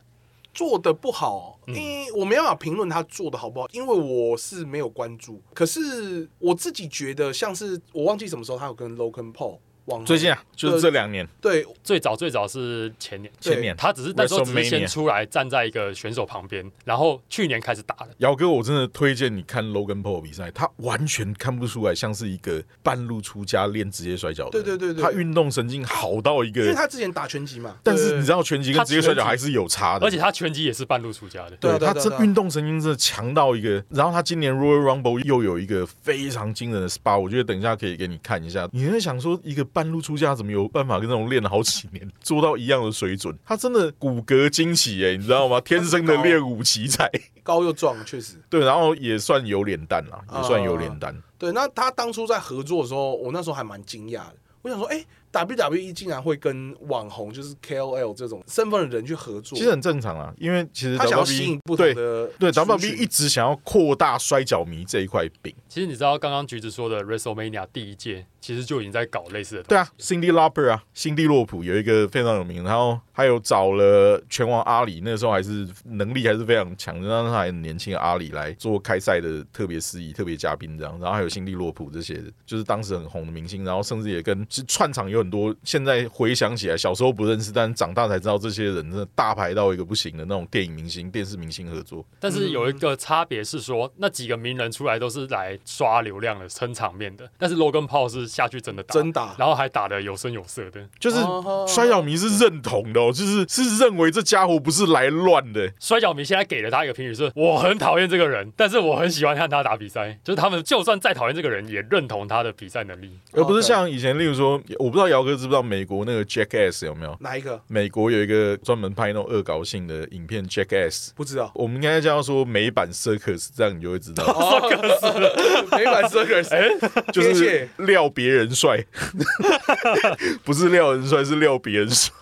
Speaker 3: 做的不好，
Speaker 2: 嗯
Speaker 3: 因、我没办法评论他做的好不好，因为我是没有关注。可是我自己觉得，像是我忘记什么时候他有跟 Logan Paul 网红
Speaker 2: 最近啊，就是这两年
Speaker 3: 对
Speaker 1: 最早最早是前年，
Speaker 3: 对
Speaker 2: 前年，
Speaker 1: 他只是那时候只是
Speaker 2: WrestleMania
Speaker 1: 先出来站在一个选手旁边，然后去年开始打的。
Speaker 2: 姚哥，我真的推荐你看 Logan Paul 比赛，他完全看不出来像是一个半路出家练职业摔跤的人。
Speaker 3: 对对对对
Speaker 2: 他运动神经好到一
Speaker 3: 因为
Speaker 2: 个，
Speaker 3: 他之前打拳击嘛，
Speaker 2: 但是
Speaker 3: 对
Speaker 2: 你知道拳击跟
Speaker 1: 他
Speaker 2: 职业摔跤
Speaker 1: 拳击
Speaker 2: 还是有差的，
Speaker 1: 而且他拳击也是半路出家的，
Speaker 3: 对啊
Speaker 2: 对
Speaker 3: 对
Speaker 2: 他
Speaker 3: 啊对啊
Speaker 2: 这
Speaker 3: 对啊
Speaker 2: 运动神经真的强到一个，然后他今年 Royal Rumble 又有一个非常惊人的 SPA，我觉得等一下可以给你看一下。你在想说一个半路出家怎么有办法跟那种练了好几年做到一样的水准？他真的骨骼惊奇耶、你知道吗？天生的练武奇才，
Speaker 3: 高又壮，确实。
Speaker 2: 对，然后也算有脸蛋啦，也算
Speaker 3: 啊
Speaker 2: 有脸蛋。
Speaker 3: 对，那他当初在合作的时候，我那时候还蛮惊讶的。我想说，哎、w w e 竟然会跟网红，就是 KOL 这种身份的人去合作，
Speaker 2: 其实很正常啦，因为其实
Speaker 3: 他想要吸引
Speaker 2: WWE
Speaker 3: 不同
Speaker 2: 对
Speaker 3: 的
Speaker 2: 对
Speaker 3: 族
Speaker 2: WWE
Speaker 3: 群
Speaker 2: 一直想要扩大摔跤迷这一块饼。
Speaker 1: 其实你知道，刚刚橘子说的 WrestleMania 第一届，其实就已经在搞类似的东西。
Speaker 2: 对啊，Cindy Lauper 啊，辛蒂洛普有一个非常有名，然后还有找了拳王阿里，那时候还是能力还是非常强的，让他还很年轻的阿里来做开赛的特别司仪、特别嘉宾这样，然后还有辛蒂洛普这些，就是当时很红的明星，然后甚至也跟其实串场有很多，现在回想起来小时候不认识，但长大才知道这些人真的大牌到一个不行的那种电影明星、电视明星合作。
Speaker 1: 但是有一个差别是说，那几个名人出来都是来刷流量的、撑场面的，但是 Logan Paul 是下去真的打，
Speaker 3: 真打
Speaker 1: 然后还打得有声有色的。
Speaker 2: 就是
Speaker 3: 哦
Speaker 2: 摔跤迷是认同的哦，就是是认为这家伙不是来乱的，欸
Speaker 1: 摔跤迷现在给了他一个评语是：我很讨厌这个人，但是我很喜欢看他打比赛。就是他们就算再讨厌这个人，也认同他的比赛能力。
Speaker 2: 而不是
Speaker 3: 哦 OK
Speaker 2: 像以前，例如说，我不知道姚哥知不知道美国那个 Jackass 有没有？
Speaker 3: 哪一个
Speaker 2: 美国有一个专门拍那种恶搞性的影片 Jackass，。
Speaker 3: 不知道
Speaker 2: 我们应该叫说美版 Circus，这样你就会知道，
Speaker 3: 哦， 美版 circus，
Speaker 2: 就
Speaker 3: 贴
Speaker 2: 是
Speaker 3: 切
Speaker 2: 撂别人帅， 不是撂人帅，是撂别人帅。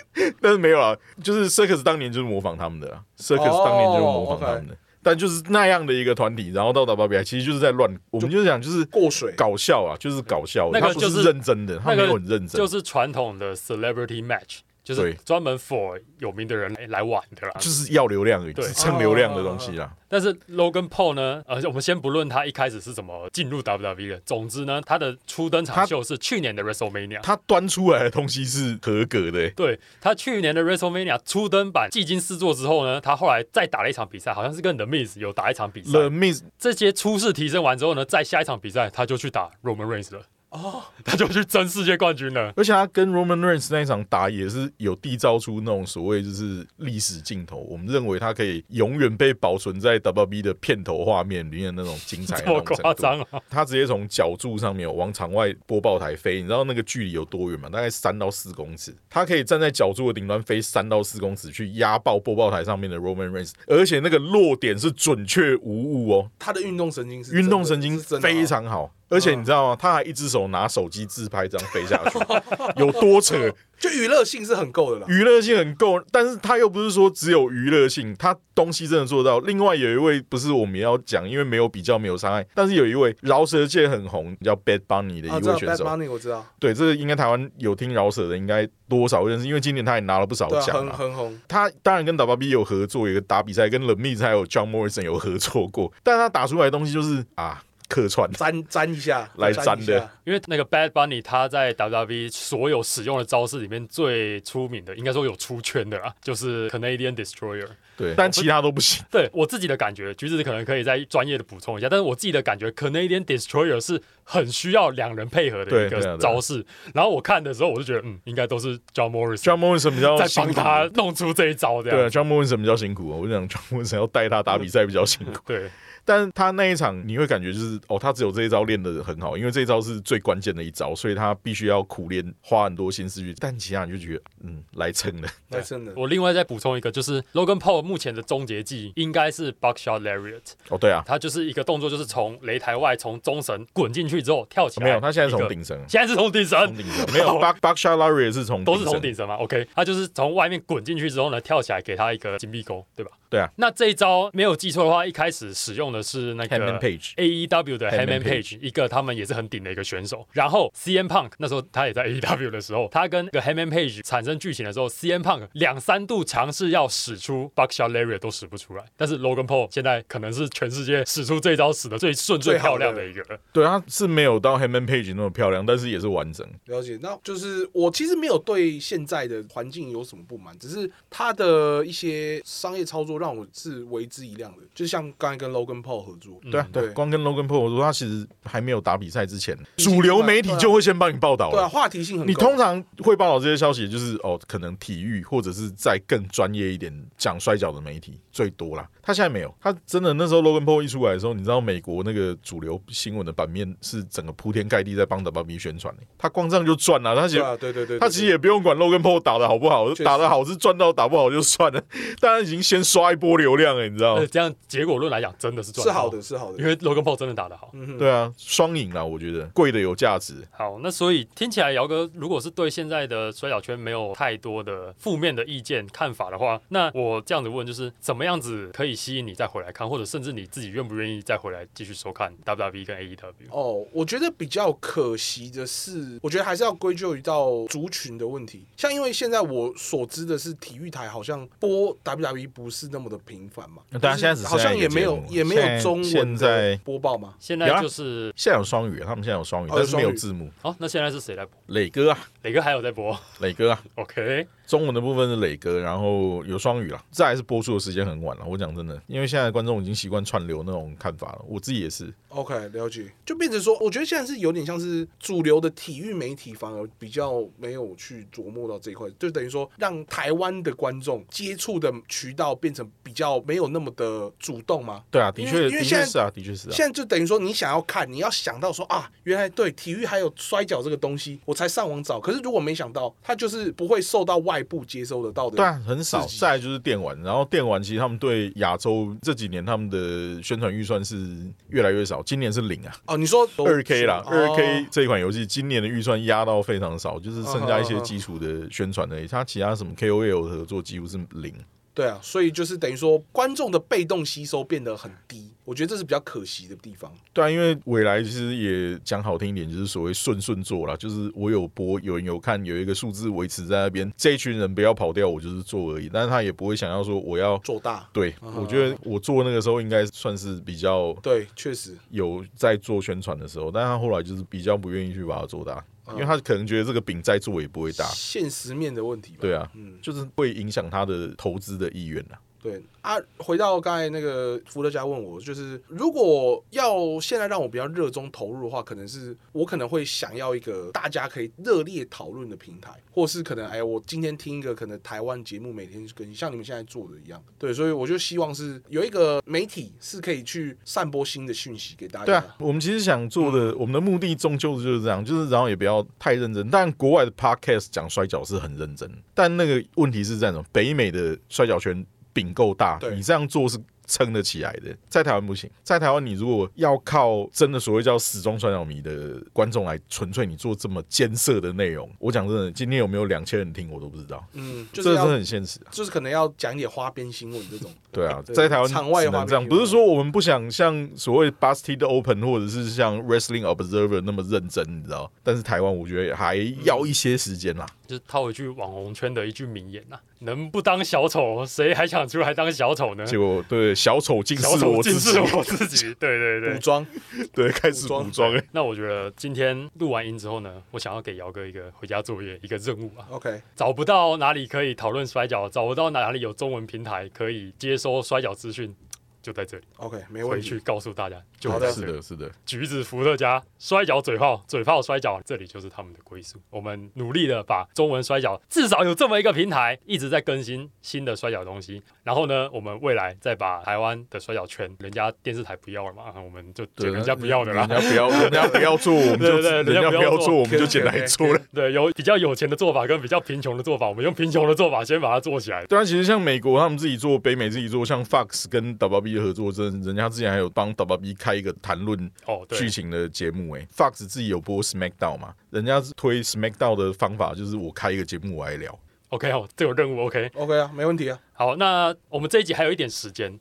Speaker 2: 但是没有啊，就是 Circus 当年就是模仿他们的啊，Circus
Speaker 3: 哦
Speaker 2: 当年就是模仿他们的。但就是那样的一个团体，然后到达 w 比 i 其实就是在乱，我们就是讲就是
Speaker 3: 过水
Speaker 2: 搞笑啊，就是搞笑，
Speaker 1: 那个
Speaker 2: 他不
Speaker 1: 就是
Speaker 2: 是认真的，他
Speaker 1: 那
Speaker 2: 没
Speaker 1: 个
Speaker 2: 有很认真，
Speaker 1: 就是传统的 Celebrity Match，就
Speaker 2: 对
Speaker 1: 是专门 for 有名的人来来玩的啦。
Speaker 2: 就是要流量而已，
Speaker 1: 啊对哦
Speaker 2: 是蹭流量的东西啦。
Speaker 1: 但是 Logan Paul 呢，呃，我们先不论他一开始是怎么进入 WWE 的，总之呢，他的初登
Speaker 2: 他
Speaker 1: 场秀是去年的 WrestleMania。
Speaker 2: 他端出来的东西是合格的、欸
Speaker 1: 对他去年的 WrestleMania 初登版技惊四座之后呢，他后来再打了一场比赛，好像是跟 The Miz 有打一场比赛。
Speaker 2: The Miz
Speaker 1: 这些初试提升完之后呢，在下一场比赛他就去打 Roman Reigns 了，
Speaker 3: 哦，
Speaker 1: 他就去争世界冠军了。
Speaker 2: 而且他跟 Roman Reigns 那一场打也是有缔造出那种所谓就是历史镜头，我们认为他可以永远被保存在 WB 的片头画面里面的那种精彩的
Speaker 1: 这
Speaker 2: 那
Speaker 1: 么
Speaker 2: 种程度
Speaker 1: 夸张啊！
Speaker 2: 他直接从脚柱上面往场外播报台飞，你知道那个距离有多远吗？大概三到四公尺。他可以站在脚柱的顶端飞三到四公尺去压爆播报台上面的 Roman Reigns，而且那个落点是准确无误哦，
Speaker 3: 他的运动神经是
Speaker 2: 运动
Speaker 3: 真
Speaker 2: 神
Speaker 3: 的
Speaker 2: 经
Speaker 3: 是真的啊
Speaker 2: 非
Speaker 3: 好
Speaker 2: 常好。而且你知道吗？他还一只手拿手机自拍，这样飞下去， 有多扯？
Speaker 3: 就娱乐性是很够的啦。
Speaker 2: 娱乐性很够，但是他又不是说只有娱乐性，他东西真的做到。另外有一位不是我们也要讲，因为没有比较没有伤害，但是有一位饶舌界很红叫 Bad Bunny 的
Speaker 3: 啊，
Speaker 2: 一
Speaker 3: 知道
Speaker 2: 位选
Speaker 3: Bad
Speaker 2: 手，
Speaker 3: Money 我知道，
Speaker 2: 对，这个应该台湾有听饶舌的应该多少会认识，因为今年他也拿了不少
Speaker 3: 对啊，
Speaker 2: 奖
Speaker 3: 很
Speaker 2: 啊。
Speaker 3: 很红。
Speaker 2: 他当然跟 WB 有合作，有个打比赛，跟冷密还有 John Morrison 有合作过，但他打出来的东西就是啊，客串，
Speaker 3: 粘粘一下，
Speaker 2: 来
Speaker 3: 粘
Speaker 2: 粘
Speaker 3: 一
Speaker 2: 的
Speaker 3: 下，
Speaker 1: 因为那个 Bad Bunny 他在 WWE 所有使用的招式里面最出名的，应该说有出圈的啦，就是 Canadian Destroyer。
Speaker 2: 对，但其他都不行。
Speaker 1: 对我自己的感觉，橘子可能可以再专业的补充一下，但是我自己的感觉，Canadian Destroyer 是很需要两人配合的
Speaker 2: 对
Speaker 1: 一
Speaker 2: 对啊
Speaker 1: 个
Speaker 2: 对啊
Speaker 1: 招式。然后我看的时候，我就觉得，嗯，应该都是 John Morrison
Speaker 2: John Morrison 比较
Speaker 1: 在
Speaker 2: 辛
Speaker 1: 帮
Speaker 2: 苦
Speaker 1: 他弄出这一招这
Speaker 2: 对啊
Speaker 1: 样。
Speaker 2: ，John Morrison 比较辛苦哦，我就想 John Morrison 要带他打比赛比较 辛苦，
Speaker 1: 对
Speaker 2: 但是他那一场你会感觉就是哦，他只有这一招练得很好，因为这一招是最关键的一招，所以他必须要苦练，花很多心思去。但其他人就觉得嗯，来蹭的，
Speaker 3: 来真的。
Speaker 1: 我另外再补充一个，就是 Logan Paul 目前的终结技应该是 Buckshot Lariat，
Speaker 2: 哦，对啊，
Speaker 1: 他就是一个动作，就是从擂台外从中绳滚进去之后跳起来。
Speaker 2: 没有，他现在是
Speaker 1: 一
Speaker 2: 从
Speaker 1: 个，
Speaker 2: 顶层，
Speaker 1: 现在是从顶
Speaker 2: 从
Speaker 1: 绳，
Speaker 2: 顶哎 层没有 Buck Buckshot Larry 哦是 从
Speaker 1: 都是从
Speaker 2: 层
Speaker 1: 顶绳嘛，OK，他就是从外面滚进去之后呢，跳起来给他一个金币钩，对吧？
Speaker 2: 对啊。
Speaker 1: 那这一招没有记错的话，一开始使用的是那
Speaker 2: Hangman
Speaker 1: 个
Speaker 2: Page。
Speaker 1: AEW 的
Speaker 2: Hangman
Speaker 1: Hangman Page，一个他们也是很顶的一个选手。然后 CM Punk 那时候他也在 AEW 的时候，他跟那个 Hangman Page 产生剧情的时候，CM Punk 两三度尝试要使出 Buckshot Lariat 都使不出来，但是 Logan Paul 现在可能是全世界使出这一招使的最顺、最
Speaker 3: 最好
Speaker 1: 漂
Speaker 3: 的
Speaker 1: 亮的一个了。
Speaker 2: 对，啊他是没有到 Hangman Page 那么漂亮，但是也是完整。
Speaker 3: 了解，那就是我其实没有对现在的环境有什么不满，只是他的一些商业操作让我是为之一亮的，就像刚才跟 Logan Paul 合作，
Speaker 2: 对啊，对，
Speaker 3: 对
Speaker 2: 光跟 Logan Paul 说，他其实还没有打比赛之前，
Speaker 3: 已经
Speaker 2: 主流
Speaker 3: 出来
Speaker 2: 媒体
Speaker 3: 对啊
Speaker 2: 就会先帮你报道
Speaker 3: 对
Speaker 2: 了
Speaker 3: 啊，。话题性很高。
Speaker 2: 哦你通常会报道这些消息，就是哦，可能体育或者是在更专业一点讲摔跤的媒体最多啦。他现在没有，他真的那时候 Logan Paul 一出来的时候，你知道美国那个主流新闻的版面是整个铺天盖地在帮 WWE 宣传、欸、他光这样就赚了，他其
Speaker 3: 对
Speaker 2: 实
Speaker 3: 啊，对对对，对
Speaker 2: 他其实也不用管 Logan Paul 打的好不好，
Speaker 3: 实
Speaker 2: 打的好是赚到，打不好就算了。当然已经先刷一波流量了，你知道吗
Speaker 1: 呃，？这样结果论来讲，真的是赚
Speaker 3: 是
Speaker 1: 到
Speaker 3: 好的，，是好
Speaker 1: 因
Speaker 3: 的。
Speaker 1: 为 Logan Paul 真的打得好。
Speaker 3: 嗯，
Speaker 2: 对啊，双赢啦，我觉得贵的有价值。
Speaker 1: 好，那所以听起来姚哥如果是对现在的摔角圈没有太多的负面的意见看法的话，那我这样子问就是怎么样子可以吸引你再回来看，或者甚至你自己愿不愿意再回来继续收看 WWE 跟 E AEW？
Speaker 3: 哦，我觉得比较可惜的是，我觉得还是要归咎于到族群的问题。像因为现在我所知的是，体育台好像播 WWE 不是那么的频繁嘛，
Speaker 2: 那当然
Speaker 3: 就
Speaker 2: 嗯
Speaker 3: 是
Speaker 2: 啊现在只剩
Speaker 3: 好像
Speaker 2: 一个
Speaker 3: 也没有
Speaker 2: 节目
Speaker 3: 也没
Speaker 2: 现
Speaker 3: 有
Speaker 2: 在
Speaker 3: 中文
Speaker 2: 现在
Speaker 3: 的播报嘛。
Speaker 1: 现
Speaker 2: 有啊
Speaker 1: 在就是
Speaker 2: 现在有双语，他们现在有双语，
Speaker 3: 哦
Speaker 2: 但是没有
Speaker 3: 有双语
Speaker 2: 字幕。
Speaker 1: 哦，那现在是谁来播？
Speaker 2: 磊哥啊，
Speaker 1: 磊哥还有在播
Speaker 2: 磊哥啊，
Speaker 1: ，OK？
Speaker 2: 中文的部分是磊哥，然后有双语啦。再来是播出的时间很晚了。我讲真的，因为现在的观众已经习惯串流那种看法了，我自己也是。
Speaker 3: OK，了解，就变成说，我觉得现在是有点像是主流的体育媒体反而比较没有去琢磨到这一块，就等于说让台湾的观众接触的渠道变成比较没有那么的主动嘛。
Speaker 2: 对啊，的
Speaker 3: 因为
Speaker 2: 确，
Speaker 3: 因为
Speaker 2: 的
Speaker 3: 现
Speaker 2: 确
Speaker 3: 在
Speaker 2: 是啊，的确是啊。
Speaker 3: 现在就等于说，你想要看，你要想到说啊，原来对体育还有摔跤这个东西，我才上网找。可是如果没想到，它就是不会受到外部接收得到的。
Speaker 2: 对啊，很少。
Speaker 3: 刺激
Speaker 2: 再来就是电玩，然后电玩其实他们对亚洲这几年他们的宣传预算是越来越少，今年是零啊，
Speaker 3: 哦，你说
Speaker 2: 二 K 啦，
Speaker 3: 哦
Speaker 2: 二 K 这一款游戏今年的预算压到非常少，就是剩下一些
Speaker 3: 嗯嗯嗯
Speaker 2: 基础的宣传而已，它其他什么 KOL 的合作几乎是零。
Speaker 3: 对啊，所以就是等于说，观众的被动吸收变得很低，我觉得这是比较可惜的地方。
Speaker 2: 对啊，因为未来其实也讲好听一点，就是所谓顺顺做啦，就是我有播，有人有看，有一个数字维持在那边，这一群人不要跑掉，我就是做而已。但是他也不会想要说我要
Speaker 3: 做大，
Speaker 2: 对，我觉得我做那个时候应该算是比较
Speaker 3: 对，确实，
Speaker 2: 有在做宣传的时候，但他后来就是比较不愿意去把它做大，因为他可能觉得这个饼再做也不会大。
Speaker 3: 现实面的问题吧。
Speaker 2: 对啊，
Speaker 3: 嗯
Speaker 2: 就是会影响他的投资的意愿啊。
Speaker 3: 对啊，回到刚才那个福德家问我，就是如果要现在让我比较热衷投入的话，可能是我可能会想要一个大家可以热烈讨论的平台，或是可能哎，我今天听一个可能台湾节目每天去更新，像你们现在做的一样。对，所以我就希望是有一个媒体是可以去散播新的讯息给大家。
Speaker 2: 对啊，我们其实想做
Speaker 3: 嗯
Speaker 2: 的，我们的目的终究就是这样，就是然后也不要太认真。但国外的 podcast 讲摔跤是很认真，但那个问题是在什么？北美的摔跤圈饼够大，
Speaker 3: 对
Speaker 2: 你这样做是。撑得起来的，在台湾不行。在台湾，你如果要靠真的所谓叫死忠摔跤迷的观众来纯粹你做这么艰涩的内容，我讲真的，今天有没有两千人听我都不知道，
Speaker 3: 嗯，就
Speaker 2: 这真
Speaker 3: 是
Speaker 2: 的
Speaker 3: 要
Speaker 2: 很现实。
Speaker 3: 就是可能要讲一点花边新闻 这种。
Speaker 2: 对啊，
Speaker 3: 对
Speaker 2: 在台湾
Speaker 3: 场外
Speaker 2: 只
Speaker 3: 的话
Speaker 2: 能这样，
Speaker 3: 没有
Speaker 2: 不是说我们不想像所谓 Bastid Open 或者是像 Wrestling Observer 那么认真，你知道？但是台湾我觉得还要一些时间啦。
Speaker 1: 就是套一句网红圈的一句名言呐、啊能不当小丑，谁还想出来当小丑呢？
Speaker 2: 结果对小丑竟
Speaker 1: 嗯小
Speaker 2: 是
Speaker 1: 丑
Speaker 2: 我
Speaker 1: 竟
Speaker 2: 自己
Speaker 1: 是，我自 己，对对
Speaker 3: 古
Speaker 1: 对。
Speaker 3: 装
Speaker 2: 对，开始
Speaker 3: 装
Speaker 2: 补妆了。
Speaker 1: 那我觉得今天录完音之后呢，我想要给姚哥一个回家作业，一个任务啊。
Speaker 3: ，OK，
Speaker 1: 找不到哪里可以讨论摔跤，找不到哪里有中文平台可以接收摔跤资讯，就在这里
Speaker 3: OK，没问
Speaker 1: 回
Speaker 3: 题
Speaker 1: 去。告诉大家，就
Speaker 3: 好
Speaker 1: 在
Speaker 3: 的
Speaker 1: 这
Speaker 2: 是
Speaker 1: 里
Speaker 2: 的，是的，
Speaker 1: 橘子伏特加摔跤嘴炮，嘴炮摔跤，这里就是他们的归宿。我们努力的把中文摔跤至少有这么一个平台，一直在更新新的摔跤东西。然后呢，我们未来再把台湾的摔跤圈，人家电视台不要了嘛，啊我们就
Speaker 2: 对
Speaker 1: 捡人家不要的啦。
Speaker 2: 人家不要，人家不要做，我们
Speaker 1: 对对
Speaker 2: 就
Speaker 1: 对
Speaker 2: 人家
Speaker 1: 人家
Speaker 2: 不
Speaker 1: 不要
Speaker 2: 要
Speaker 1: 做
Speaker 2: 做，我们就捡来做了。
Speaker 1: 对，有比较有钱的做法跟比较贫穷的做法，我们用贫穷的做法先把它做起来。
Speaker 2: 对啊，其实像美国他们自己做，北美自己做，像 Fox 跟 WB 合作，真的人家之前还有帮 WB 开一个谈论
Speaker 1: 哦，对，
Speaker 2: 剧情的节目、欸。Fox 自己有播 SmackDown 嘛，人家推 SmackDown 的方法就是我开一个节目我来聊。
Speaker 1: OK 哦，这有任务 OK。
Speaker 3: OK 啊，没问题啊。
Speaker 1: 好，那我们这一集还有一点时间，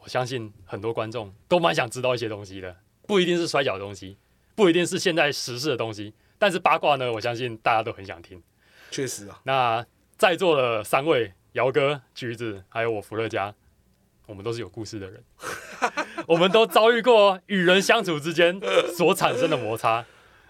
Speaker 1: 我相信很多观众都蛮想知道一些东西的，不一定是摔跤的东西，不一定是现在时事的东西，但是八卦呢，我相信大家都很想听。
Speaker 3: 确实啊，
Speaker 1: 那在座的三位，姚哥、橘子，还有我福乐家，我们都是有故事的人，我们都遭遇过与人相处之间所产生的摩擦。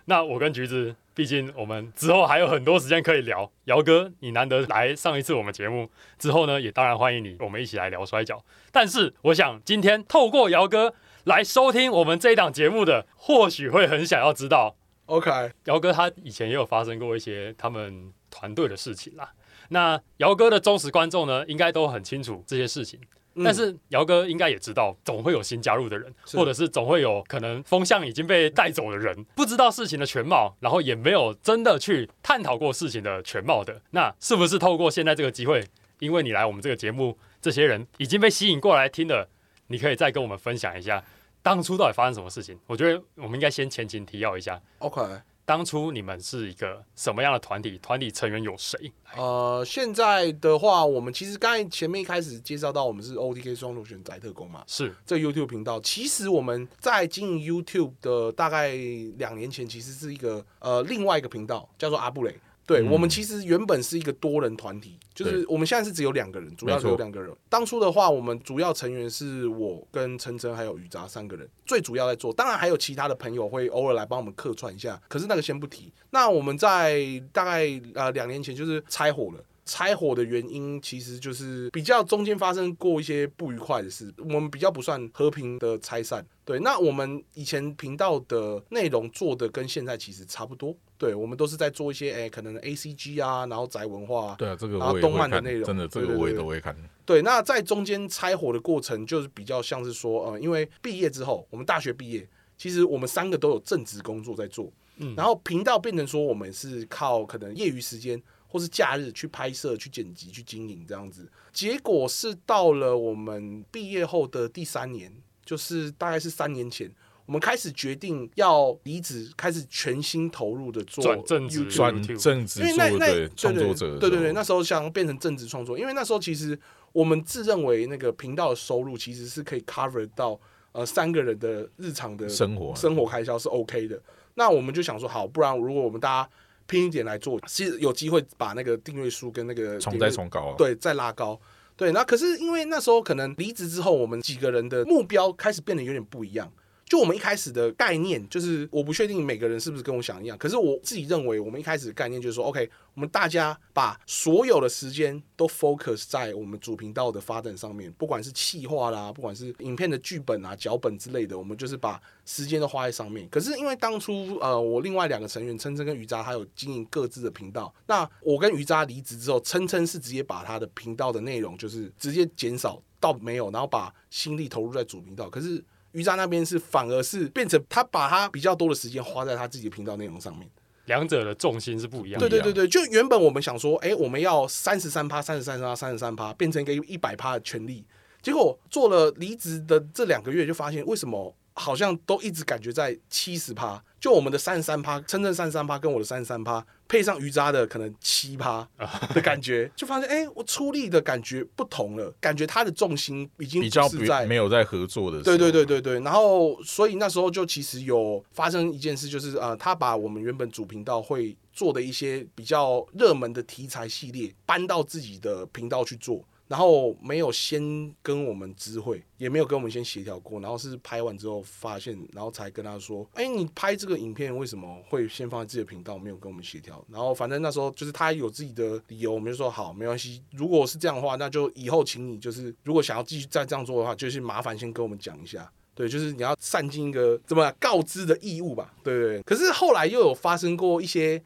Speaker 1: 那我跟橘子，毕竟我们之后还有很多时间可以聊。姚哥，你难得来上一次我们节目之后呢，也当然欢迎你，我们一起来聊摔跤。但是我想今天透过姚哥来收听我们这一档节目的，或许会很想要知道
Speaker 3: OK，
Speaker 1: 姚哥他以前也有发生过一些他们团队的事情啦。那姚哥的忠实观众呢，应该都很清楚这些事情。
Speaker 3: 嗯
Speaker 1: 但是姚哥应该也知道，总会有新加入的人，
Speaker 3: 是
Speaker 1: 或者是总会有可能风向已经被带走的人，不知道事情的全貌，然后也没有真的去探讨过事情的全貌的。那是不是透过现在这个机会，因为你来我们这个节目，这些人已经被吸引过来听了，你可以再跟我们分享一下当初到底发生什么事情？我觉得我们应该先前情提要一下，
Speaker 3: OK，
Speaker 1: 当初你们是一个什么样的团体？团体成员有谁？
Speaker 3: 呃，现在的话，我们其实刚才前面一开始介绍到，我们是 OTK 双螺旋宅特工嘛，
Speaker 1: 是
Speaker 3: 这个 YouTube 频道，其实我们在经营 YouTube 的大概两年前，其实是一个呃另外一个频道，叫做阿布雷。对、我们其实原本是一个多人团体，就是我们现在是只有两个人，主要只有
Speaker 2: 没错
Speaker 3: 两个人。当初的话，我们主要成员是我跟晨晨还有雨扎三个人，最主要在做。当然还有其他的朋友会偶尔来帮我们客串一下，可是那个先不提。那我们在大概呃两年前就是拆伙了。拆伙的原因其实就是比较中间发生过一些不愉快的事，我们比较不算和平的拆散。对，那我们以前频道的内容做的跟现在其实差不多，对我们都是在做一些诶、可能 A C G 啊，然后宅文化啊，
Speaker 2: 对啊，这个
Speaker 3: 然后
Speaker 2: 我也
Speaker 3: 动
Speaker 2: 会
Speaker 3: 漫的
Speaker 2: 看
Speaker 3: 内容，
Speaker 2: 真的这个
Speaker 3: 对对
Speaker 2: 我也
Speaker 3: 对
Speaker 2: 都会看。
Speaker 3: 对，那在中间拆伙的过程，就是比较像是说，呃，因为毕业之后，我们大学毕业，其实我们三个都有正职工作在做，
Speaker 1: 嗯
Speaker 3: 然后频道变成说，我们是靠可能业余时间或是假日去拍摄、去剪辑、去经营这样子。结果是到了我们毕业后的第三年，就是大概是三年前。我们开始决定要离职，开始全心投入的做
Speaker 1: 转正职
Speaker 3: YouTube
Speaker 2: 转正职
Speaker 3: 因为那
Speaker 2: 做
Speaker 3: 那
Speaker 2: 的创作者的时候，
Speaker 3: 对对对，那时候想变成正职创作，因为那时候其实我们自认为那个频道的收入其实是可以 cover 到呃三个人的日常的
Speaker 2: 生活啊
Speaker 3: 生活开销是 OK 的。那我们就想说，好，不然如果我们大家拼一点来做，是有机会把那个订阅数跟那个
Speaker 2: 重
Speaker 3: 点
Speaker 2: 在
Speaker 3: 阅
Speaker 2: 重高啊。
Speaker 3: 对，再拉高。对，那可是因为那时候可能离职之后，我们几个人的目标开始变得有点不一样。就我们一开始的概念，就是我不确定每个人是不是跟我想一样，可是我自己认为，我们一开始的概念就是说，OK，我们大家把所有的时间都 focus 在我们主频道的发展上面，不管是企划啦，不管是影片的剧本啊、脚本之类的，我们就是把时间都花在上面。可是因为当初呃，我另外两个成员琛琛跟于渣，他有经营各自的频道，那我跟于渣离职之后，琛琛是直接把他的频道的内容就是直接减少到没有，然后把心力投入在主频道。可是于渣那边是反而是变成他把他比较多的时间花在他自己的频道内容上面。
Speaker 1: 两者的重心是不一样
Speaker 3: 对
Speaker 1: 的。
Speaker 3: 对对对，就原本我们想说，哎、我们要三十三趴、三十三趴、三十三趴，变成一个一百趴的权利。结果做了离职的这两个月，就发现为什么好像都一直感觉在七十趴，就我们的三十三趴，深圳三十三趴跟我的三十三趴，配上鱼渣的可能七趴的感觉，就发现哎、我出力的感觉不同了，感觉它的重心已经
Speaker 2: 比较
Speaker 3: 不是在
Speaker 2: 没有在合作的时候，
Speaker 3: 对对对对对，然后所以那时候就其实有发生一件事，就是呃，他把我们原本主频道会做的一些比较热门的题材系列搬到自己的频道去做，然后没有先跟我们知会，也没有跟我们先协调过，然后是拍完之后发现，然后才跟他说，哎，你拍这个影片为什么会先放在自己的频道，没有跟我们协调？然后反正那时候就是他有自己的理由，我们就说好，没关系。如果是这样的话，那就以后请你就是如果想要继续再这样做的话，就是麻烦先跟我们讲一下。对，就是你要善尽一个怎么讲告知的义务吧，对对对。可是后来又有发生过一些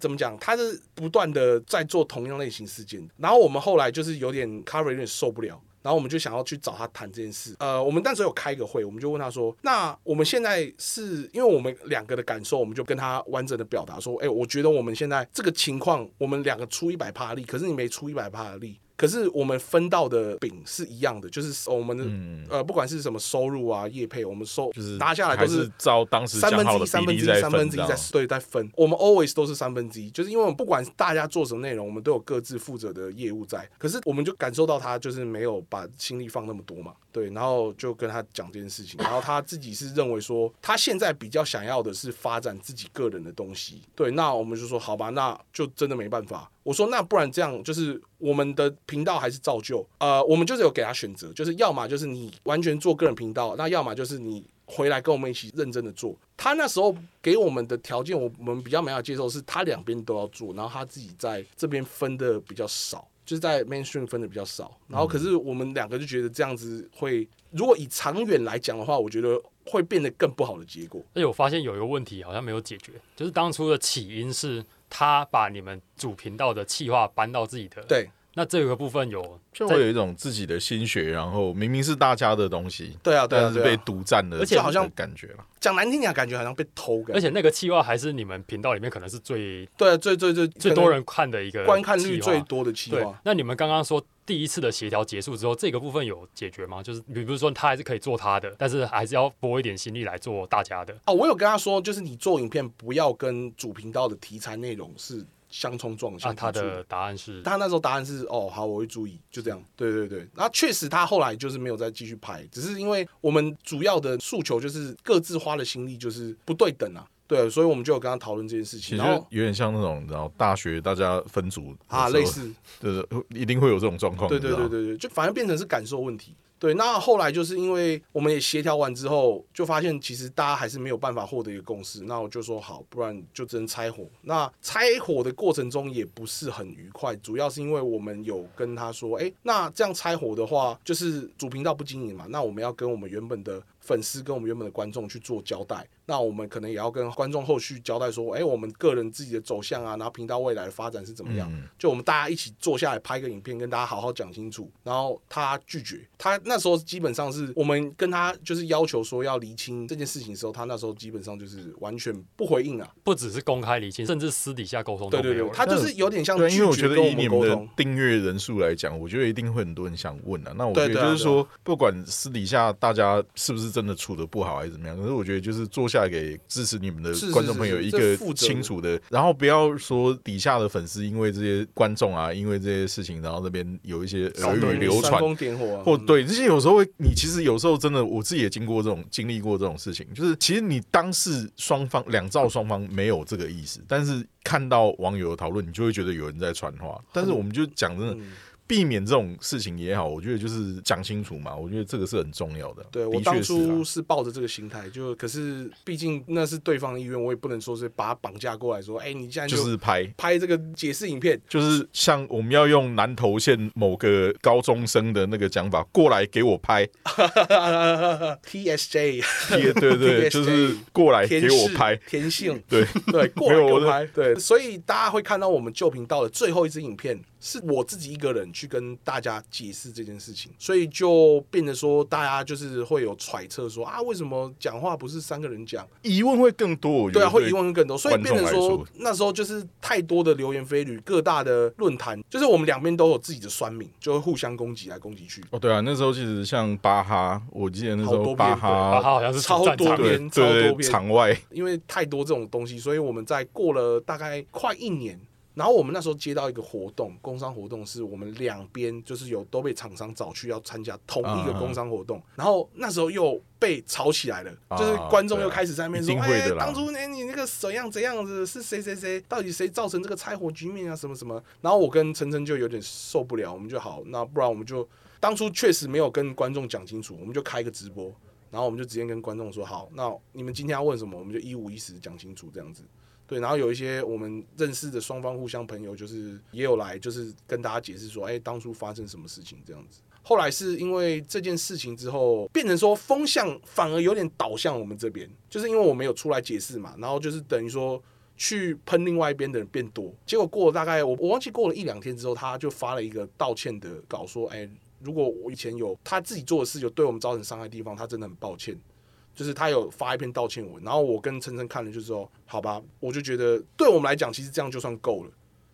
Speaker 3: 怎么讲，他是不断的在做同样类型事件，然后我们后来就是有点 cover 有点受不了。然后我们就想要去找他谈这件事。呃，我们那时候有开一个会，我们就问他说：“那我们现在是因为我们两个的感受，我们就跟他完整的表达说：‘哎，我觉得我们现在这个情况，我们两个出一百帕力，可是你没出一百帕力，可是我们分到的饼是一样的，就是我们的、呃，不管是什么收入啊、业配，我们收
Speaker 2: 就是
Speaker 3: 拿下来都
Speaker 2: 还是照当时
Speaker 3: 三
Speaker 2: 讲
Speaker 3: 分之
Speaker 2: 好
Speaker 3: 一、
Speaker 2: 的
Speaker 3: 三
Speaker 2: 比
Speaker 3: 分
Speaker 2: 例
Speaker 3: 之
Speaker 2: 在
Speaker 3: 一、
Speaker 2: 分，
Speaker 3: 三分之一
Speaker 2: 这样
Speaker 3: 在对在分。我们 always 都是三分之一，就是因为我们不管大家做什么内容，我们都有各自负责的业务在。可是我们就感受到他就是没有把心力放那么多嘛，对，然后就跟他讲这件事情，然后他自己是认为说他现在比较想要的是发展自己个人的东西，对，那我们就说好吧，那就真的没办法。我说那不然这样，就是我们的频道还是照旧，呃，我们就是有给他选择，就是要么就是你完全做个人频道，那要么就是你回来跟我们一起认真的做。他那时候给我们的条件，我们比较没法接受，是他两边都要做，然后他自己在这边分的比较少，就是在 mainstream 分的比较少。然后可是
Speaker 1: 嗯
Speaker 3: 我们两个就觉得这样子会，如果以长远来讲的话，我觉得会变得更不好的结果。
Speaker 1: 而且我发现哎有一个问题好像没有解决，就是当初的起因是他把你们主频道的企划搬到自己的，，
Speaker 3: 对
Speaker 1: 那这个部分有
Speaker 2: 就
Speaker 1: 在
Speaker 2: 会有一种自己的心血，然后明明是大家的东西，
Speaker 3: 对啊，对啊，
Speaker 2: 但是
Speaker 3: 对
Speaker 2: 被
Speaker 3: 啊。
Speaker 2: 独占的，
Speaker 1: 而且
Speaker 3: 好像
Speaker 2: 感觉了。
Speaker 3: 讲难听点，感觉好像被偷感。
Speaker 1: 而且那个企划还是你们频道里面可能是最
Speaker 3: 对啊，最最最
Speaker 1: 最
Speaker 3: 可能
Speaker 1: 多人看的一个
Speaker 3: 观看率
Speaker 1: 企划
Speaker 3: 最多的企
Speaker 1: 对
Speaker 3: 划。，
Speaker 1: 那你们刚刚说第一次的协调结束之后，这个部分有解决吗？就是比如说他还是可以做他的，但是还是要拨一点心力来做大家的。
Speaker 3: 哦，我有跟他说，就是你做影片不要跟主频道的题材内容是相冲撞
Speaker 1: 啊，
Speaker 3: 相
Speaker 1: 他
Speaker 3: 抵触
Speaker 1: 的答案是
Speaker 3: 他那时候答案是哦，好，我会注意，就这样。对对对，那确实他后来就是没有再继续拍，只是因为我们主要的诉求就是各自花的心力就是不对等啊，对，所以我们就有跟他讨论这件事
Speaker 2: 其
Speaker 3: 情，
Speaker 2: 实
Speaker 3: 然后
Speaker 2: 有点像那种，然后大学大家分组
Speaker 3: 啊类，似，
Speaker 2: 就是一定会有这种状况。
Speaker 3: 对
Speaker 2: 你
Speaker 3: 对
Speaker 2: 知道
Speaker 3: 对对对，就反正变成是感受问题。对，那后来就是因为我们也协调完之后，就发现其实大家还是没有办法获得一个共识。那我就说好，不然就只能拆伙。那拆伙的过程中也不是很愉快，主要是因为我们有跟他说，哎，那这样拆伙的话，就是主频道不经营嘛，那我们要跟我们原本的粉丝跟我们原本的观众去做交代。那我们可能也要跟观众后续交代说，哎，我们个人自己的走向啊，然后频道未来的发展是怎么样。
Speaker 2: 嗯
Speaker 3: 就我们大家一起坐下来拍个影片，跟大家好好讲清楚。然后他拒绝，他那时候基本上是我们跟他就是要求说要厘清这件事情的时候，他那时候基本上就是完全不回应啊。
Speaker 1: 不只是公开理清，甚至私底下沟通都
Speaker 3: 对
Speaker 1: 没
Speaker 3: 对
Speaker 1: 有
Speaker 3: 对，
Speaker 1: 了。
Speaker 3: 他就是有点像
Speaker 2: 对，
Speaker 3: 拒
Speaker 2: 因为我
Speaker 3: 绝
Speaker 2: 觉得
Speaker 3: 跟我
Speaker 2: 以你
Speaker 3: 们
Speaker 2: 们
Speaker 3: 沟
Speaker 2: 的
Speaker 3: 通。
Speaker 2: 订阅人数来讲，我觉得一定会很多人想问啊。那我
Speaker 3: 对
Speaker 2: 觉得
Speaker 3: 对啊
Speaker 2: 就是说，不管私底下大家是不是真的处的不好还是怎么样，可是我觉得就是坐下来给支持你们的
Speaker 3: 是是
Speaker 2: 观众朋友
Speaker 3: 是
Speaker 2: 一
Speaker 3: 这
Speaker 2: 个
Speaker 3: 负责
Speaker 2: 清楚的，然后不要说底下的粉丝因为这些观众啊，因为这些事情，然后那边有一些耳语流
Speaker 3: 煽
Speaker 2: 传。
Speaker 3: 风点火啊，
Speaker 2: 或对这些有时候会，你其实有时候真的，我自己也经过这种经历过这种事情，就是其实你当事双方两造双方没有这个意思，但是看到网友的讨论，你就会觉得有人在传话。但是我们就讲真的，
Speaker 3: 嗯
Speaker 2: 避免这种事情也好，我觉得就是讲清楚嘛，我觉得这个是很重要的。
Speaker 3: 对我
Speaker 2: 的
Speaker 3: 当
Speaker 2: 确是
Speaker 3: 初
Speaker 2: 啊。
Speaker 3: 是抱着这个心态，就可是毕竟那是对方的意愿，我也不能说是把他绑架过来说，哎、你现在
Speaker 2: 就
Speaker 3: 就是
Speaker 2: 拍，
Speaker 3: 拍这个解释 影片，
Speaker 2: 就是像我们要用南投县某个高中生的那个讲法过来给我 拍，
Speaker 3: TSJ
Speaker 2: 对对对，就是过来哎给
Speaker 3: 天
Speaker 2: 我
Speaker 3: 性
Speaker 2: 拍，
Speaker 3: 天性
Speaker 2: 对。
Speaker 3: 对，过
Speaker 2: 没
Speaker 3: 来
Speaker 2: 有
Speaker 3: 给
Speaker 2: 我
Speaker 3: 我
Speaker 2: 的
Speaker 3: 拍对，所以大家会看到我们旧频道的最后一支影片是我自己一个人去跟大家解释这件事情，所以就变得说大家就是会有揣测说啊，为什么讲话不是三个人讲？
Speaker 2: 疑问会更多，我觉
Speaker 3: 对
Speaker 2: 得
Speaker 3: 啊，会疑问会更多，所以变成
Speaker 2: 观众来
Speaker 3: 说
Speaker 2: 说
Speaker 3: 那时候就是太多的流言蜚语，各大的论坛就是我们两边都有自己的酸民，就会互相攻击来攻击去，
Speaker 2: 哦，对啊，那时候其实像巴哈，我记得那时
Speaker 3: 好
Speaker 2: 候
Speaker 3: 多
Speaker 2: 巴
Speaker 3: 遍
Speaker 1: 啊，他
Speaker 2: 哈，
Speaker 1: 好像是
Speaker 3: 超
Speaker 1: 战
Speaker 3: 多
Speaker 1: 场
Speaker 2: 对
Speaker 3: 遍超多
Speaker 2: 对
Speaker 3: 遍
Speaker 2: 场外
Speaker 3: 因为太多这种东西，所以我们在过了大概快一年。然后我们那时候接到一个活动，工商活动是我们两边就是有都被厂商找去要参加同一个
Speaker 2: 嗯嗯
Speaker 3: 工商活动，然后那时候又被吵起来了，
Speaker 2: 啊
Speaker 3: 就是观众
Speaker 2: 对啊
Speaker 3: 又开始在那边说，
Speaker 2: 一定会
Speaker 3: 哎，
Speaker 2: 的啦
Speaker 3: 当初哎、你那个怎样怎样子，是谁谁谁，到底谁造成这个拆伙局面啊，什么什么。然后我跟晨晨就有点受不了，我们就好，那不然我们就当初确实没有跟观众讲清楚，我们就开一个直播，然后我们就直接跟观众说，好，那你们今天要问什么，我们就一五一十讲清楚这样子。对，然后有一些我们认识的双方互相朋友，就是也有来，就是跟大家解释说，哎，当初发生什么事情这样子。后来是因为这件事情之后，变成说风向反而有点倒向我们这边，就是因为我们有出来解释嘛，然后就是等于说去喷另外一边的人变多。结果过了大概我我忘记过了一两天之后，他就发了一个道歉的稿说，哎，如果我以前有他自己做的事有对我们造成伤害的地方，他真的很抱歉。就是他有发一篇道歉文，然后我跟晨晨看了，就说好吧，我就觉得对我们来讲，其实这样就算够了。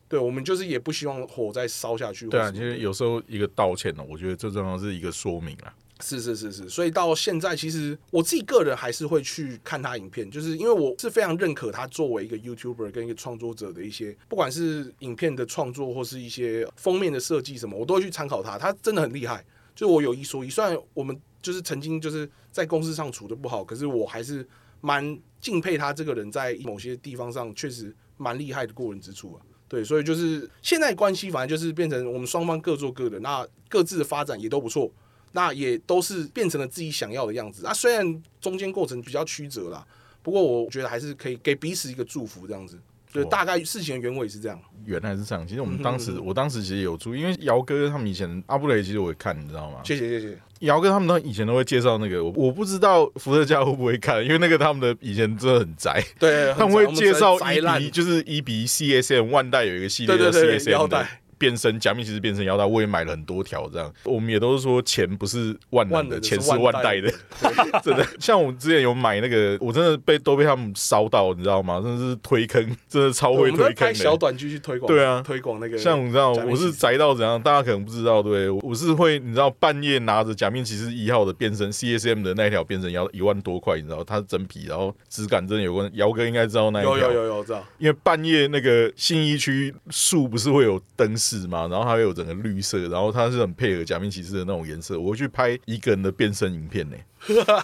Speaker 3: 对我们就是也不希望火再烧下去或
Speaker 2: 对
Speaker 3: 什么
Speaker 2: 啊，
Speaker 3: 的。
Speaker 2: 其实有时候一个道歉哦呢，我觉得最重要是一个说明啊啦。
Speaker 3: 是是是是，所以到现在，其实我自己个人还是会去看他影片，就是因为我是非常认可他作为一个 YouTuber 跟一个创作者的一些，不管是影片的创作或是一些封面的设计什么，我都会去参考他，他真的很厉害。就是我有一说一，虽然我们就是曾经就是在公司上处的不好，可是我还是蛮敬佩他这个人，在某些地方上确实蛮厉害的过人之处啊。对，所以就是现在关系，反正就是变成我们双方各做各的，那各自的发展也都不错。那也都是变成了自己想要的样子啊。虽然中间过程比较曲折啦，不过我觉得还是可以给彼此一个祝福，这样子。对，
Speaker 2: 哦
Speaker 3: 大概事情的原委是这样。
Speaker 2: 原来是这样，其实我
Speaker 3: 嗯
Speaker 2: 们
Speaker 3: 哼
Speaker 2: 当时，
Speaker 3: 嗯哼
Speaker 2: 我当时其实有注意，因为姚哥他们以前阿布雷，其实我也看，你知道吗？
Speaker 3: 谢谢谢谢，
Speaker 2: 姚哥他们都以前都会介绍那个，我我不知道伏特加会不会看，因为那个他们的以前真的很宅，
Speaker 3: 对，
Speaker 2: 他们会介绍
Speaker 3: 宅
Speaker 2: 一
Speaker 3: 烂
Speaker 2: 比，就是一比 CSM 万代有一个系列
Speaker 3: 对
Speaker 2: 叫
Speaker 3: 对对
Speaker 2: CSM
Speaker 3: 腰
Speaker 2: 的
Speaker 3: 带
Speaker 2: 变身假面骑士变身腰带，我也买了很多条这样。我们也都是说钱不是万
Speaker 3: 万
Speaker 2: 能
Speaker 3: 能
Speaker 2: 的，
Speaker 3: 的
Speaker 2: 钱
Speaker 3: 是
Speaker 2: 是万
Speaker 3: 万
Speaker 2: 代
Speaker 3: 代
Speaker 2: 的， 真的。像我之前有买那个，我真的被都被他们烧到，你知道吗？真的是推坑， 真的超
Speaker 3: 我
Speaker 2: 会
Speaker 3: 们在
Speaker 2: 推坑
Speaker 3: 拍小
Speaker 2: 的。
Speaker 3: 短剧去推广，
Speaker 2: 对啊
Speaker 3: 推广那个
Speaker 2: 像你知道，
Speaker 3: 假面
Speaker 2: 我
Speaker 3: 骑
Speaker 2: 是
Speaker 3: 士
Speaker 2: 宅到怎样，大家可能不知道，对我是会你知道半夜拿着假面骑士一号的变身 CSM 的那条变身腰一万多块，你知道它是真皮，然后质感真的有关。姚哥应该知道那一条，
Speaker 3: 有有有有知道，
Speaker 2: 因为半夜那个信义区树不是会有灯饰嘛，然后还有整个绿色，然后它是很配合假面骑士的那种颜色。我会去拍一个人的变身影 片呢、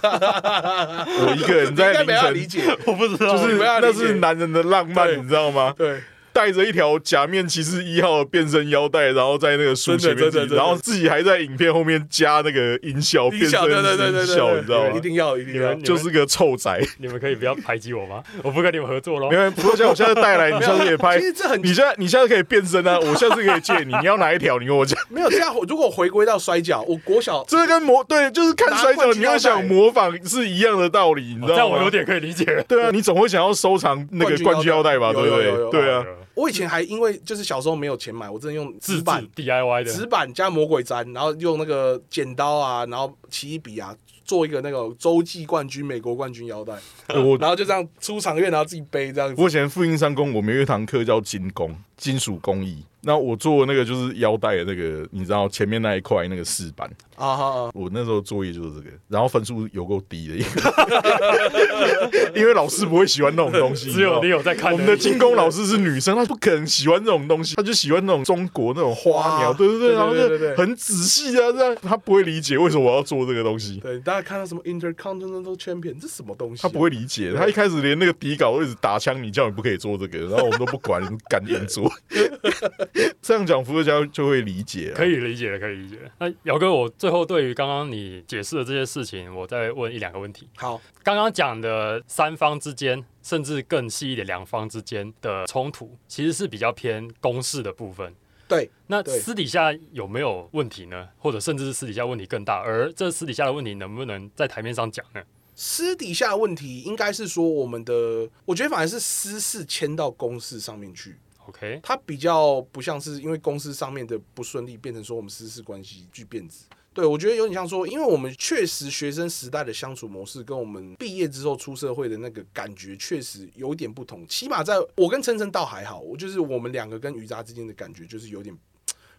Speaker 2: 我一个人
Speaker 3: 你应
Speaker 2: 在
Speaker 3: 该
Speaker 2: 凌
Speaker 3: 没办法
Speaker 2: 晨，
Speaker 3: 理哦解，
Speaker 1: 我 不知道，
Speaker 2: 就是
Speaker 3: 没办法
Speaker 2: 那
Speaker 3: 理解
Speaker 2: 是男人的浪漫，
Speaker 3: 对
Speaker 2: 你知道吗？
Speaker 3: 对，
Speaker 2: 带着一条假面骑士一号的变身腰带，然后在那个树
Speaker 3: 真
Speaker 2: 前
Speaker 3: 的
Speaker 2: 面自
Speaker 3: 真的
Speaker 2: 己，
Speaker 3: 真的
Speaker 2: 然后自己还在影片后面加那个音效，
Speaker 3: 音
Speaker 2: 变身
Speaker 3: 效对对对对
Speaker 2: 音效，
Speaker 3: 对，
Speaker 2: 你知道
Speaker 3: 一
Speaker 2: 吗？啊
Speaker 3: 定要一定要
Speaker 1: 你。们
Speaker 2: 就是个臭宅，
Speaker 1: 你们可以不要排挤我吗？ 我不跟你们合作喽
Speaker 2: 没。有，不过像我现在带来，你下次也拍
Speaker 3: 其。实这很
Speaker 2: 你现在你现在可以变身啊！我下次可以借你，你要哪一条？你跟我讲。
Speaker 3: 没有这样。如果回归到摔跤，我国小
Speaker 2: 这跟模对，就是看摔跤，
Speaker 3: 拿冠军
Speaker 2: 你要
Speaker 3: 腰
Speaker 2: 想
Speaker 3: 带
Speaker 2: 模仿是一样的道理，你知
Speaker 1: 这样
Speaker 2: 道
Speaker 1: 我
Speaker 2: 吗
Speaker 1: 有？点可以理解了。
Speaker 2: 对啊，你总会想要收藏那个
Speaker 3: 冠
Speaker 2: 冠
Speaker 3: 军
Speaker 2: 军
Speaker 3: 腰
Speaker 2: 腰
Speaker 3: 带
Speaker 2: 带吧，对
Speaker 3: 有
Speaker 2: 不
Speaker 3: 有有有
Speaker 2: 对？对啊，
Speaker 3: 我以前还因为就是小时候没有钱买，我真的用
Speaker 1: 自
Speaker 3: 纸
Speaker 1: 制
Speaker 3: 板
Speaker 1: DIY
Speaker 3: 纸
Speaker 1: 的，
Speaker 3: 板加魔鬼毡，然后用那个剪刀啊，然后起一笔啊，做一个那个洲际冠军、美国冠军腰带，
Speaker 2: 呃我
Speaker 3: 然后就这样出场院，然后自己背这样子。
Speaker 2: 我以前复印三工，我们有一堂课叫金工，金属工艺。那我做的那个就是腰带的那个，你知道前面那一块那个饰板，
Speaker 3: 啊哈，啊
Speaker 2: 我那时候作业就是这个，然后分数有够低的，因为 因为老师不会喜欢那种东 西，
Speaker 1: 只有你
Speaker 2: 知道吗
Speaker 1: 有在看而已。
Speaker 2: 我们的金工老师是女生，她不可能喜欢这种东西，她就喜欢那种中国那种花鸟，
Speaker 3: 哇
Speaker 2: 对对
Speaker 3: 啊对
Speaker 2: 对，
Speaker 3: 对
Speaker 2: 然后
Speaker 3: 对对对
Speaker 2: 就很仔细啊，这样她不会理解为什么我要做这个东西，
Speaker 3: 对，大家看到什么 Intercontinental Champion，这什么东西、啊
Speaker 2: 她不，会理解，她一开始连那个底稿都一直打枪你，叫你不可以做这个，然后我们都不管，你敢硬做， 这样讲伏特加就会理解啊，
Speaker 1: 可以理解了，可以理解了。那姚哥，我最后对于刚刚你解释的这些事情，我再问一两个问题。
Speaker 3: 好，
Speaker 1: 刚刚讲的三方之间，甚至更细一点，两方之间的冲突，其实是比较偏公式的部分。
Speaker 3: 对，
Speaker 1: 那
Speaker 3: 对
Speaker 1: 私底下有没有问题呢？或者甚至是私底下问题更大，而这私底下的问题能不能在台面上讲呢？
Speaker 3: 私底下的问题应该是说我们的，我觉得反而是私事牵到公事上面去。
Speaker 1: OK，
Speaker 3: 它比较不像是因为公司上面的不顺利，变成说我们师事关系巨变质。对，我觉得有点像说，因为我们确实学生时代的相处模式跟我们毕业之后出社会的那个感觉确实有一点不同。起码在我跟晨晨倒还好，我就是我们两个跟瑜伽之间的感觉就是有点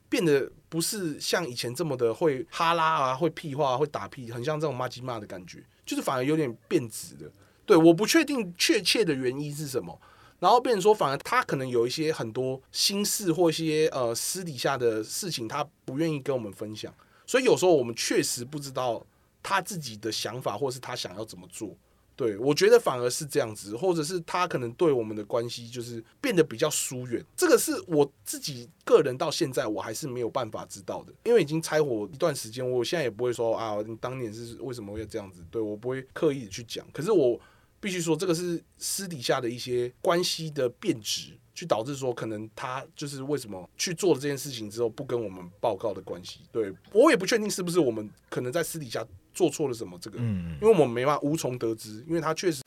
Speaker 3: 变得不是像以前这么的会哈拉啊，会屁话、啊，会打屁，很像这种骂鸡骂的感觉，就是反而有点变质了。对，我不确定确切的原因是什么。然后变成说，反而他可能有一些很多心事或一些呃私底下的事情，他不愿意跟我们分享，所以有时候我们确实不知道他自己的想法，或是他想要怎么做。对我觉得反而是这样子，或者是他可能对我们的关系就是变得比较疏远，这个是我自己个人到现在我还是没有办法知道的，因为已经拆伙一段时间，我现在也不会说啊，你当年是为什么会这样子，对我不会刻意的去讲，可是我必须说，这个是私底下的一些关系的变质，去导致说可能他就是为什么去做了这件事情之后不跟我们报告的关系。对我也不确定是不是我们可能在私底下做错了什么，这个，
Speaker 2: 嗯，
Speaker 3: 因为我们没办法无从得知，因为他确实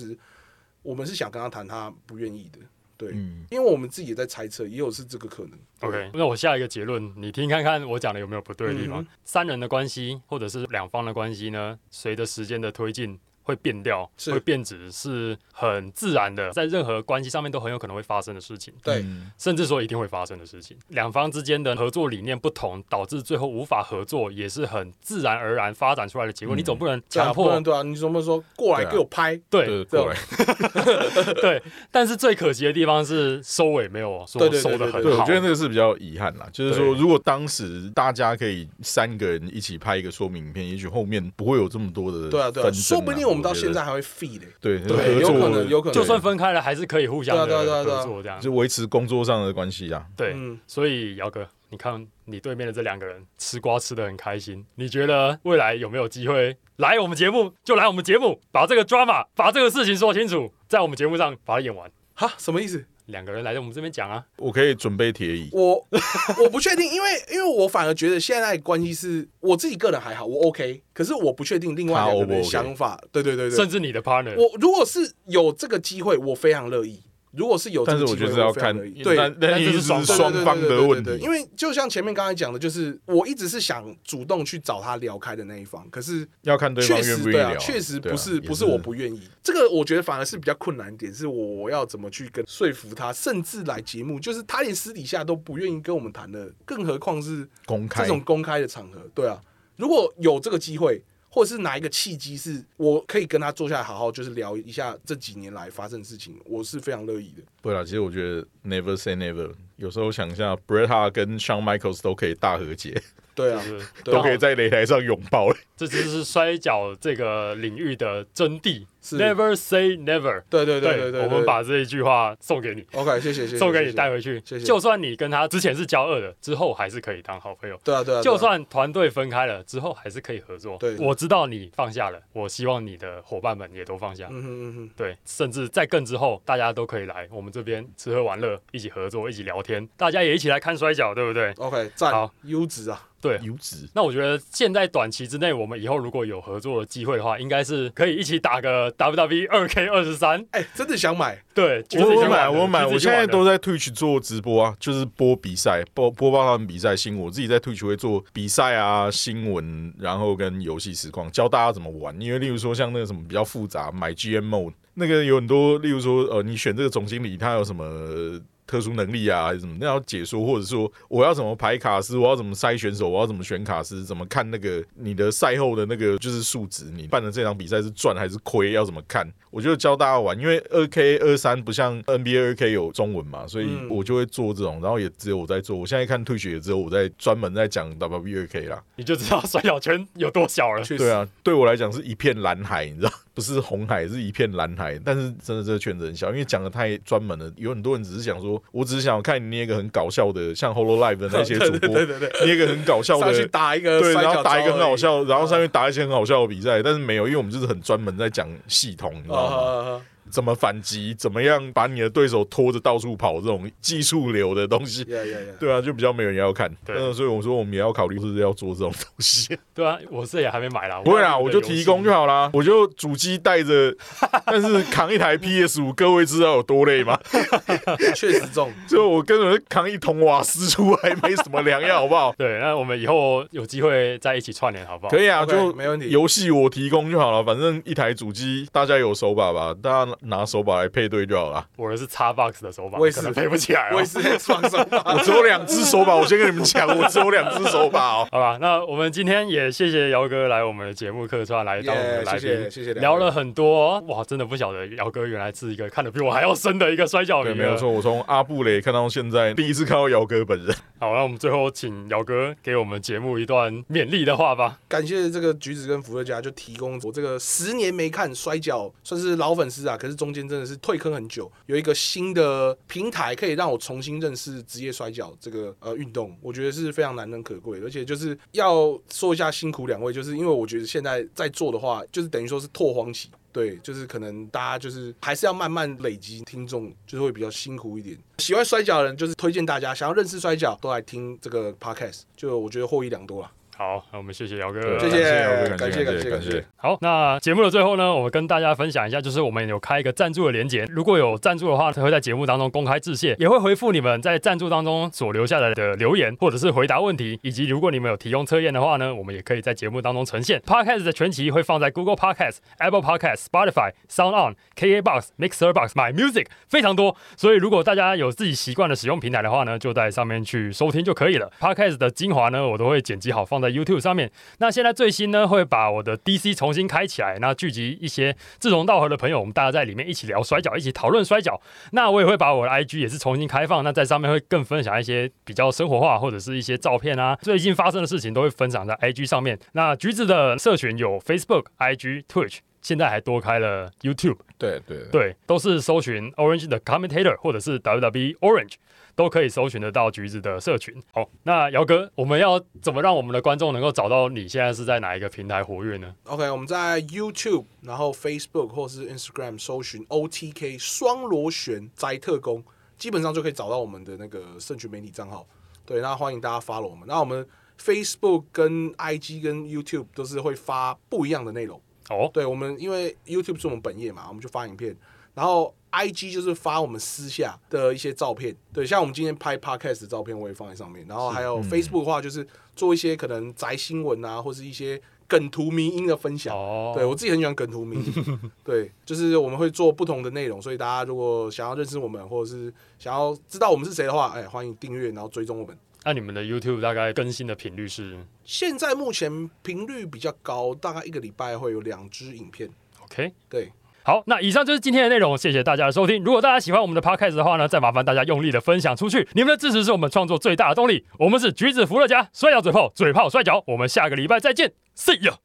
Speaker 3: 我们是想跟他谈，他不愿意的。对，
Speaker 2: 嗯
Speaker 3: 因为我们自己也在猜测，也有是这个可能。
Speaker 1: OK，那我下一个结论，你听看看我讲的有没有不对的地方。
Speaker 3: 嗯
Speaker 1: 三人的关系或者是两方的关系呢，随着时间的推进会变调，
Speaker 3: 是
Speaker 1: 会变质，是很自然的，在任何关系上面都很有可能会发生的事情，
Speaker 3: 对，啊
Speaker 2: 嗯
Speaker 1: 甚至说一定会发生的事情。两方之间的合作理念不同，导致最后无法合作，也是很自然而然发展出来的结果。
Speaker 2: 嗯
Speaker 1: 你总不能
Speaker 3: 对啊
Speaker 1: 强
Speaker 3: 不
Speaker 1: 迫
Speaker 3: 然对啊，你怎么说过来
Speaker 2: 对啊
Speaker 3: 给我拍？
Speaker 1: 对
Speaker 2: 对，过来，
Speaker 1: 对，但是最可惜的地方是收尾没有说
Speaker 3: 对对对
Speaker 1: 收的
Speaker 3: 对
Speaker 1: 很
Speaker 2: 对，我
Speaker 1: 好
Speaker 2: 觉。得那个是比较遗憾啦。就是说，
Speaker 1: 对
Speaker 2: 如果当时大家可以三个人一起拍一个说明影片，也许后面不会有这么多的
Speaker 3: 对啊，对啊，
Speaker 2: 纷争
Speaker 3: 说不定我们到
Speaker 2: 觉得
Speaker 3: 现在还会 feed 嘞、
Speaker 2: 对
Speaker 3: 对，有可能，有
Speaker 2: 可
Speaker 3: 可能。
Speaker 1: 就算分开了，还是可以互相的
Speaker 3: 对啊对啊对啊对啊
Speaker 1: 合作这样。
Speaker 2: 就维持工作上的关系啊。
Speaker 1: 对，
Speaker 3: 嗯
Speaker 1: 所以姚哥，你看你对面的这两个人吃瓜吃的很开心，你觉得未来有没有机会来我们节目？就来我们节目，把这个 drama，把这个事情说清楚，在我们节目上把它演完。
Speaker 3: 哈，什么意思？
Speaker 1: 两个人来到我们这边讲啊，
Speaker 2: 我可以准备铁椅，
Speaker 3: 我 我不确定，因为因为我反而觉得现在的关系是我自己个人还好，我 OK，可是我不确定另外两
Speaker 2: 他 O
Speaker 3: 个人
Speaker 2: 不
Speaker 3: 的
Speaker 2: OK？
Speaker 3: 想法。对对对对，
Speaker 1: 甚至你的 partner，
Speaker 3: 我如果是有这个机会，我非常乐意。如果是有这
Speaker 2: 但
Speaker 3: 个
Speaker 2: 是
Speaker 3: 机
Speaker 2: 我
Speaker 3: 会，
Speaker 2: 觉得要
Speaker 3: 非常
Speaker 2: 看
Speaker 3: 乐意，对。
Speaker 2: 那那
Speaker 1: 但
Speaker 2: 一
Speaker 1: 这
Speaker 2: 定
Speaker 1: 是
Speaker 2: 是
Speaker 1: 双
Speaker 3: 对
Speaker 2: 双方的问
Speaker 3: 对对对对对对
Speaker 2: 题，
Speaker 3: 因为就像前面刚才讲的，就是我一直是想主动去找他聊开的那一方，可是
Speaker 2: 要看对方
Speaker 3: 确
Speaker 2: 愿
Speaker 3: 实
Speaker 2: 不愿
Speaker 3: 对
Speaker 2: 意
Speaker 3: 啊，
Speaker 2: 聊。
Speaker 3: 确实
Speaker 2: 对啊
Speaker 3: 不是
Speaker 2: 也
Speaker 3: 不是我不愿意，这个我觉得反而是比较困难点，是我要怎么去跟说服他，甚至来节目，就是他连私底下都不愿意跟我们谈的，更何况是
Speaker 2: 公
Speaker 3: 这
Speaker 2: 开
Speaker 3: 种公开的场合，对啊，如果有这个机会。或者是哪一个契机是我可以跟他坐下来好好就是聊一下这几年来发生的事情，我是非常乐意的。
Speaker 2: 对啦，其实我觉得 never say never。有时候想一下，Bret Hart 跟 Shawn Michaels 都可以大和解，
Speaker 3: 对啊，
Speaker 1: 就是
Speaker 3: 对啊
Speaker 2: 都可以在擂台上拥抱了。
Speaker 1: 这就是摔跤这个领域的真谛
Speaker 3: 是
Speaker 1: ，never say never。
Speaker 3: 对对对对对，
Speaker 1: 我们把这一句话送给你，
Speaker 3: OK，谢谢谢谢，
Speaker 1: 送给
Speaker 3: 谢
Speaker 1: 你
Speaker 3: 谢
Speaker 1: 带回去。
Speaker 3: 谢谢
Speaker 1: 就算你跟他之前是交恶的，之后还是可以当好朋友。
Speaker 3: 对啊对啊，对啊
Speaker 1: 就算团队分开了之后，还是可以合作。
Speaker 3: 对
Speaker 1: 我知道你放下了，我希望你的伙伴们也都放下。
Speaker 3: 嗯哼嗯哼，
Speaker 1: 对，甚至在更之后，大家都可以来我们这边吃喝玩乐，一起合作，一起聊天，大家也一起来看摔跤，对不对？
Speaker 3: OK，赞
Speaker 1: 好，
Speaker 3: 优质啊，
Speaker 1: 对。
Speaker 2: 油脂
Speaker 1: 那我觉得现在短期之内，我们以后如果有合作的机会的话，应该是可以一起打个 WWE 二 K 二十三。
Speaker 3: 哎、真的想买，
Speaker 1: 对，橘子已
Speaker 2: 我
Speaker 1: 经
Speaker 2: 我买
Speaker 1: 完了
Speaker 2: 我买，
Speaker 1: 橘子
Speaker 2: 我
Speaker 1: 已经
Speaker 2: 现在
Speaker 1: 完了
Speaker 2: 都在 Twitch 做直播啊，就是播比赛，播播报他们比赛新闻。我自己在 Twitch 会做比赛啊、新闻，然后跟游戏实况，教大家怎么玩。因为例如说像那个什么比较复杂，买 GM mode 那个有很多，例如说呃，你选这个总经理他有什么。特殊能力啊，还是什么？那要解说，或者说我要怎么排卡司，我要怎么筛选手，我要怎么选卡司，怎么看那个你的赛后的那个就是数值，你办的这场比赛是赚还是亏，要怎么看？我就教大家玩，因为二 K 二三不像 NBA 二 K 有中文嘛，所以
Speaker 3: 嗯
Speaker 2: 我就会做这种，然后也只有我在做。我现在看退学也只有我在专门在讲 WB 二 K 啦。
Speaker 1: 你就知道摔跤圈有多小了。
Speaker 3: 确实，
Speaker 2: 对啊，对我来讲是一片蓝海，你知道，不是红海，是一片蓝海。但是真的这个圈子很小，因为讲的太专门了，有很多人只是想说，我只是想看你捏一个很搞笑的，像 Holo Live 的那些主播
Speaker 3: 对对对对，
Speaker 2: 捏一个很搞笑
Speaker 3: 上去
Speaker 2: 的。
Speaker 3: 打一呃个，
Speaker 2: 对，然后打一个很好
Speaker 3: 好笑，
Speaker 2: 笑，然后上面打一些很好笑的比赛，但是没有，因为我们就是很专门在讲系统，你知道
Speaker 3: 啊
Speaker 2: 吗？
Speaker 3: 啊啊
Speaker 2: 怎么反击，怎么样把你的对手拖着到处跑这种技术流的东西。
Speaker 3: 呀呀呀！
Speaker 2: 对啊，就比较没有人要看，
Speaker 1: 对
Speaker 2: 嗯，所以我说我们也要考虑是不是要做这种东西。
Speaker 1: 对啊，我是也还没买啦，
Speaker 2: 不会啦，我就提供就
Speaker 1: 好。
Speaker 2: 好啦，我就主机带 着，但是扛一台 PS 五，各位知道有多累 吗？
Speaker 3: 确实中。
Speaker 2: 就我根本是扛一桶瓦斯出来，没什么良药，好不 好？
Speaker 1: 对，那我们以后有机会再一起串联，好不好？
Speaker 2: 可以啊，
Speaker 3: OK，
Speaker 2: 就
Speaker 3: 没问题
Speaker 2: 游戏我提供就好了，反正一台主机大家有手把吧，大家拿手把来配对就好 了。
Speaker 1: 我的是 Xbox 的手把，
Speaker 3: 我也是
Speaker 1: 可能配不起来、哦。
Speaker 3: 我也是双手吧。
Speaker 2: 我只有两只手把，我先跟你们讲，我只有两只手把 哦。
Speaker 1: 好吧，那我们今天也谢谢姚哥来我们的节目客串来当我们的
Speaker 3: Yeah，
Speaker 1: 来宾
Speaker 3: 哎谢谢谢谢
Speaker 1: 聊
Speaker 3: 聊
Speaker 1: 了很多哇，真的不晓得姚哥原来是一个看得比我还要深的一个摔跤啊迷
Speaker 2: 对，
Speaker 1: 了
Speaker 2: 没有错，我从阿布雷看到现在，第一次看到姚哥本人。
Speaker 1: 好，那我们最后请姚哥给我们节目一段勉励的话吧。
Speaker 3: 感谢这个橘子跟福特家就提供我这个十年没看摔跤，算是老粉丝啊，可是中间真的是退坑很久，有一个新的平台可以让我重新认识职业摔跤这个呃运动，我觉得是非常难能可贵的，而且就是要说一下辛苦两位，就是因为我觉得现在在做的话，就是等于说是拓荒期。对，就是可能大家就是还是要慢慢累积听众，就是会比较辛苦一点。喜欢摔跤的人，就是推荐大家想要认识摔跤，都来听这个 podcast，就我觉得获益良多啦。
Speaker 1: 好，那我们谢谢姚哥，
Speaker 3: 谢
Speaker 2: 感谢
Speaker 3: 谢感谢
Speaker 2: 姚哥，感谢
Speaker 3: 感谢
Speaker 2: 感
Speaker 3: 感
Speaker 2: 谢
Speaker 3: 谢。
Speaker 1: 好，那节目的最后呢，我们跟大家分享一下，就是我们有开一个赞助的连接，如果有赞助的话，会在节目当中公开致谢，也会回复你们在赞助当中所留下来的留言，或者是回答问题，以及如果你们有提供测验的话呢，我们也可以在节目当中呈现。Podcast 的全集会放在 Google Podcast、Apple Podcast、Spotify、Sound On、KKBox、Mixer Box、My Music 非常多，所以如果大家有自己习惯的使用平台的话呢，就在上面去收听就可以了。Podcast 的精华呢，我都会剪辑好放在 YouTube 上面，那现在最新呢，会把我的 DC 重新开起来，那聚集一些志同道合的朋友，我们大家在里面一起聊摔跤，一起讨论摔跤。那我也会把我的 IG 也是重新开放，那在上面会更分享一些比较生活化或者是一些照片啊，最近发生的事情都会分享在 IG 上面。那橘子的社群有 Facebook、IG、Twitch。现在还多开了 YouTube，
Speaker 2: 对对
Speaker 1: 对，都是搜寻 Orange 的 Commentator 或者是 WWE Orange 都可以搜寻得到橘子的社群。好，那姚哥，我们要怎么让我们的观众能够找到你现在是在哪一个平台活跃呢？
Speaker 3: OK，我们在 YouTube，然后 Facebook 或是 Instagram 搜寻 OTK 双螺旋斋特工，基本上就可以找到我们的那个社群媒体账号。对，那欢迎大家 follow 我们。那我们 Facebook 跟 IG 跟 YouTube 都是会发不一样的内容。
Speaker 1: 哦，
Speaker 3: 对我们，因为 YouTube 是我们本业嘛，我们就发影片，然后 IG 就是发我们私下的一些照片，对，像我们今天拍 Podcast 的照片，我也放在上面，然后还有 Facebook 的话，就是做一些可能宅新闻啊，或是一些梗图迷音的分享。
Speaker 1: 哦
Speaker 3: 对我自己很喜欢梗图迷，对，就是我们会做不同的内容，所以大家如果想要认识我们，或者是想要知道我们是谁的话，哎，欢迎订阅，然后追踪我们。
Speaker 1: 那你们的 YouTube 大概更新的频率是
Speaker 3: 现在目前频率比较高，大概一个礼拜会有两支影片。
Speaker 1: OK？
Speaker 3: 对，
Speaker 1: 好，那以上就是今天的内容，谢谢大家的收听。如果大家喜欢我们的 Podcast 的话呢，再麻烦大家用力的分享出去，你们的支持是我们创作最大的动力。我们是橘子福乐家，摔跤嘴炮，嘴炮摔跤，我们下个礼拜再见，See you。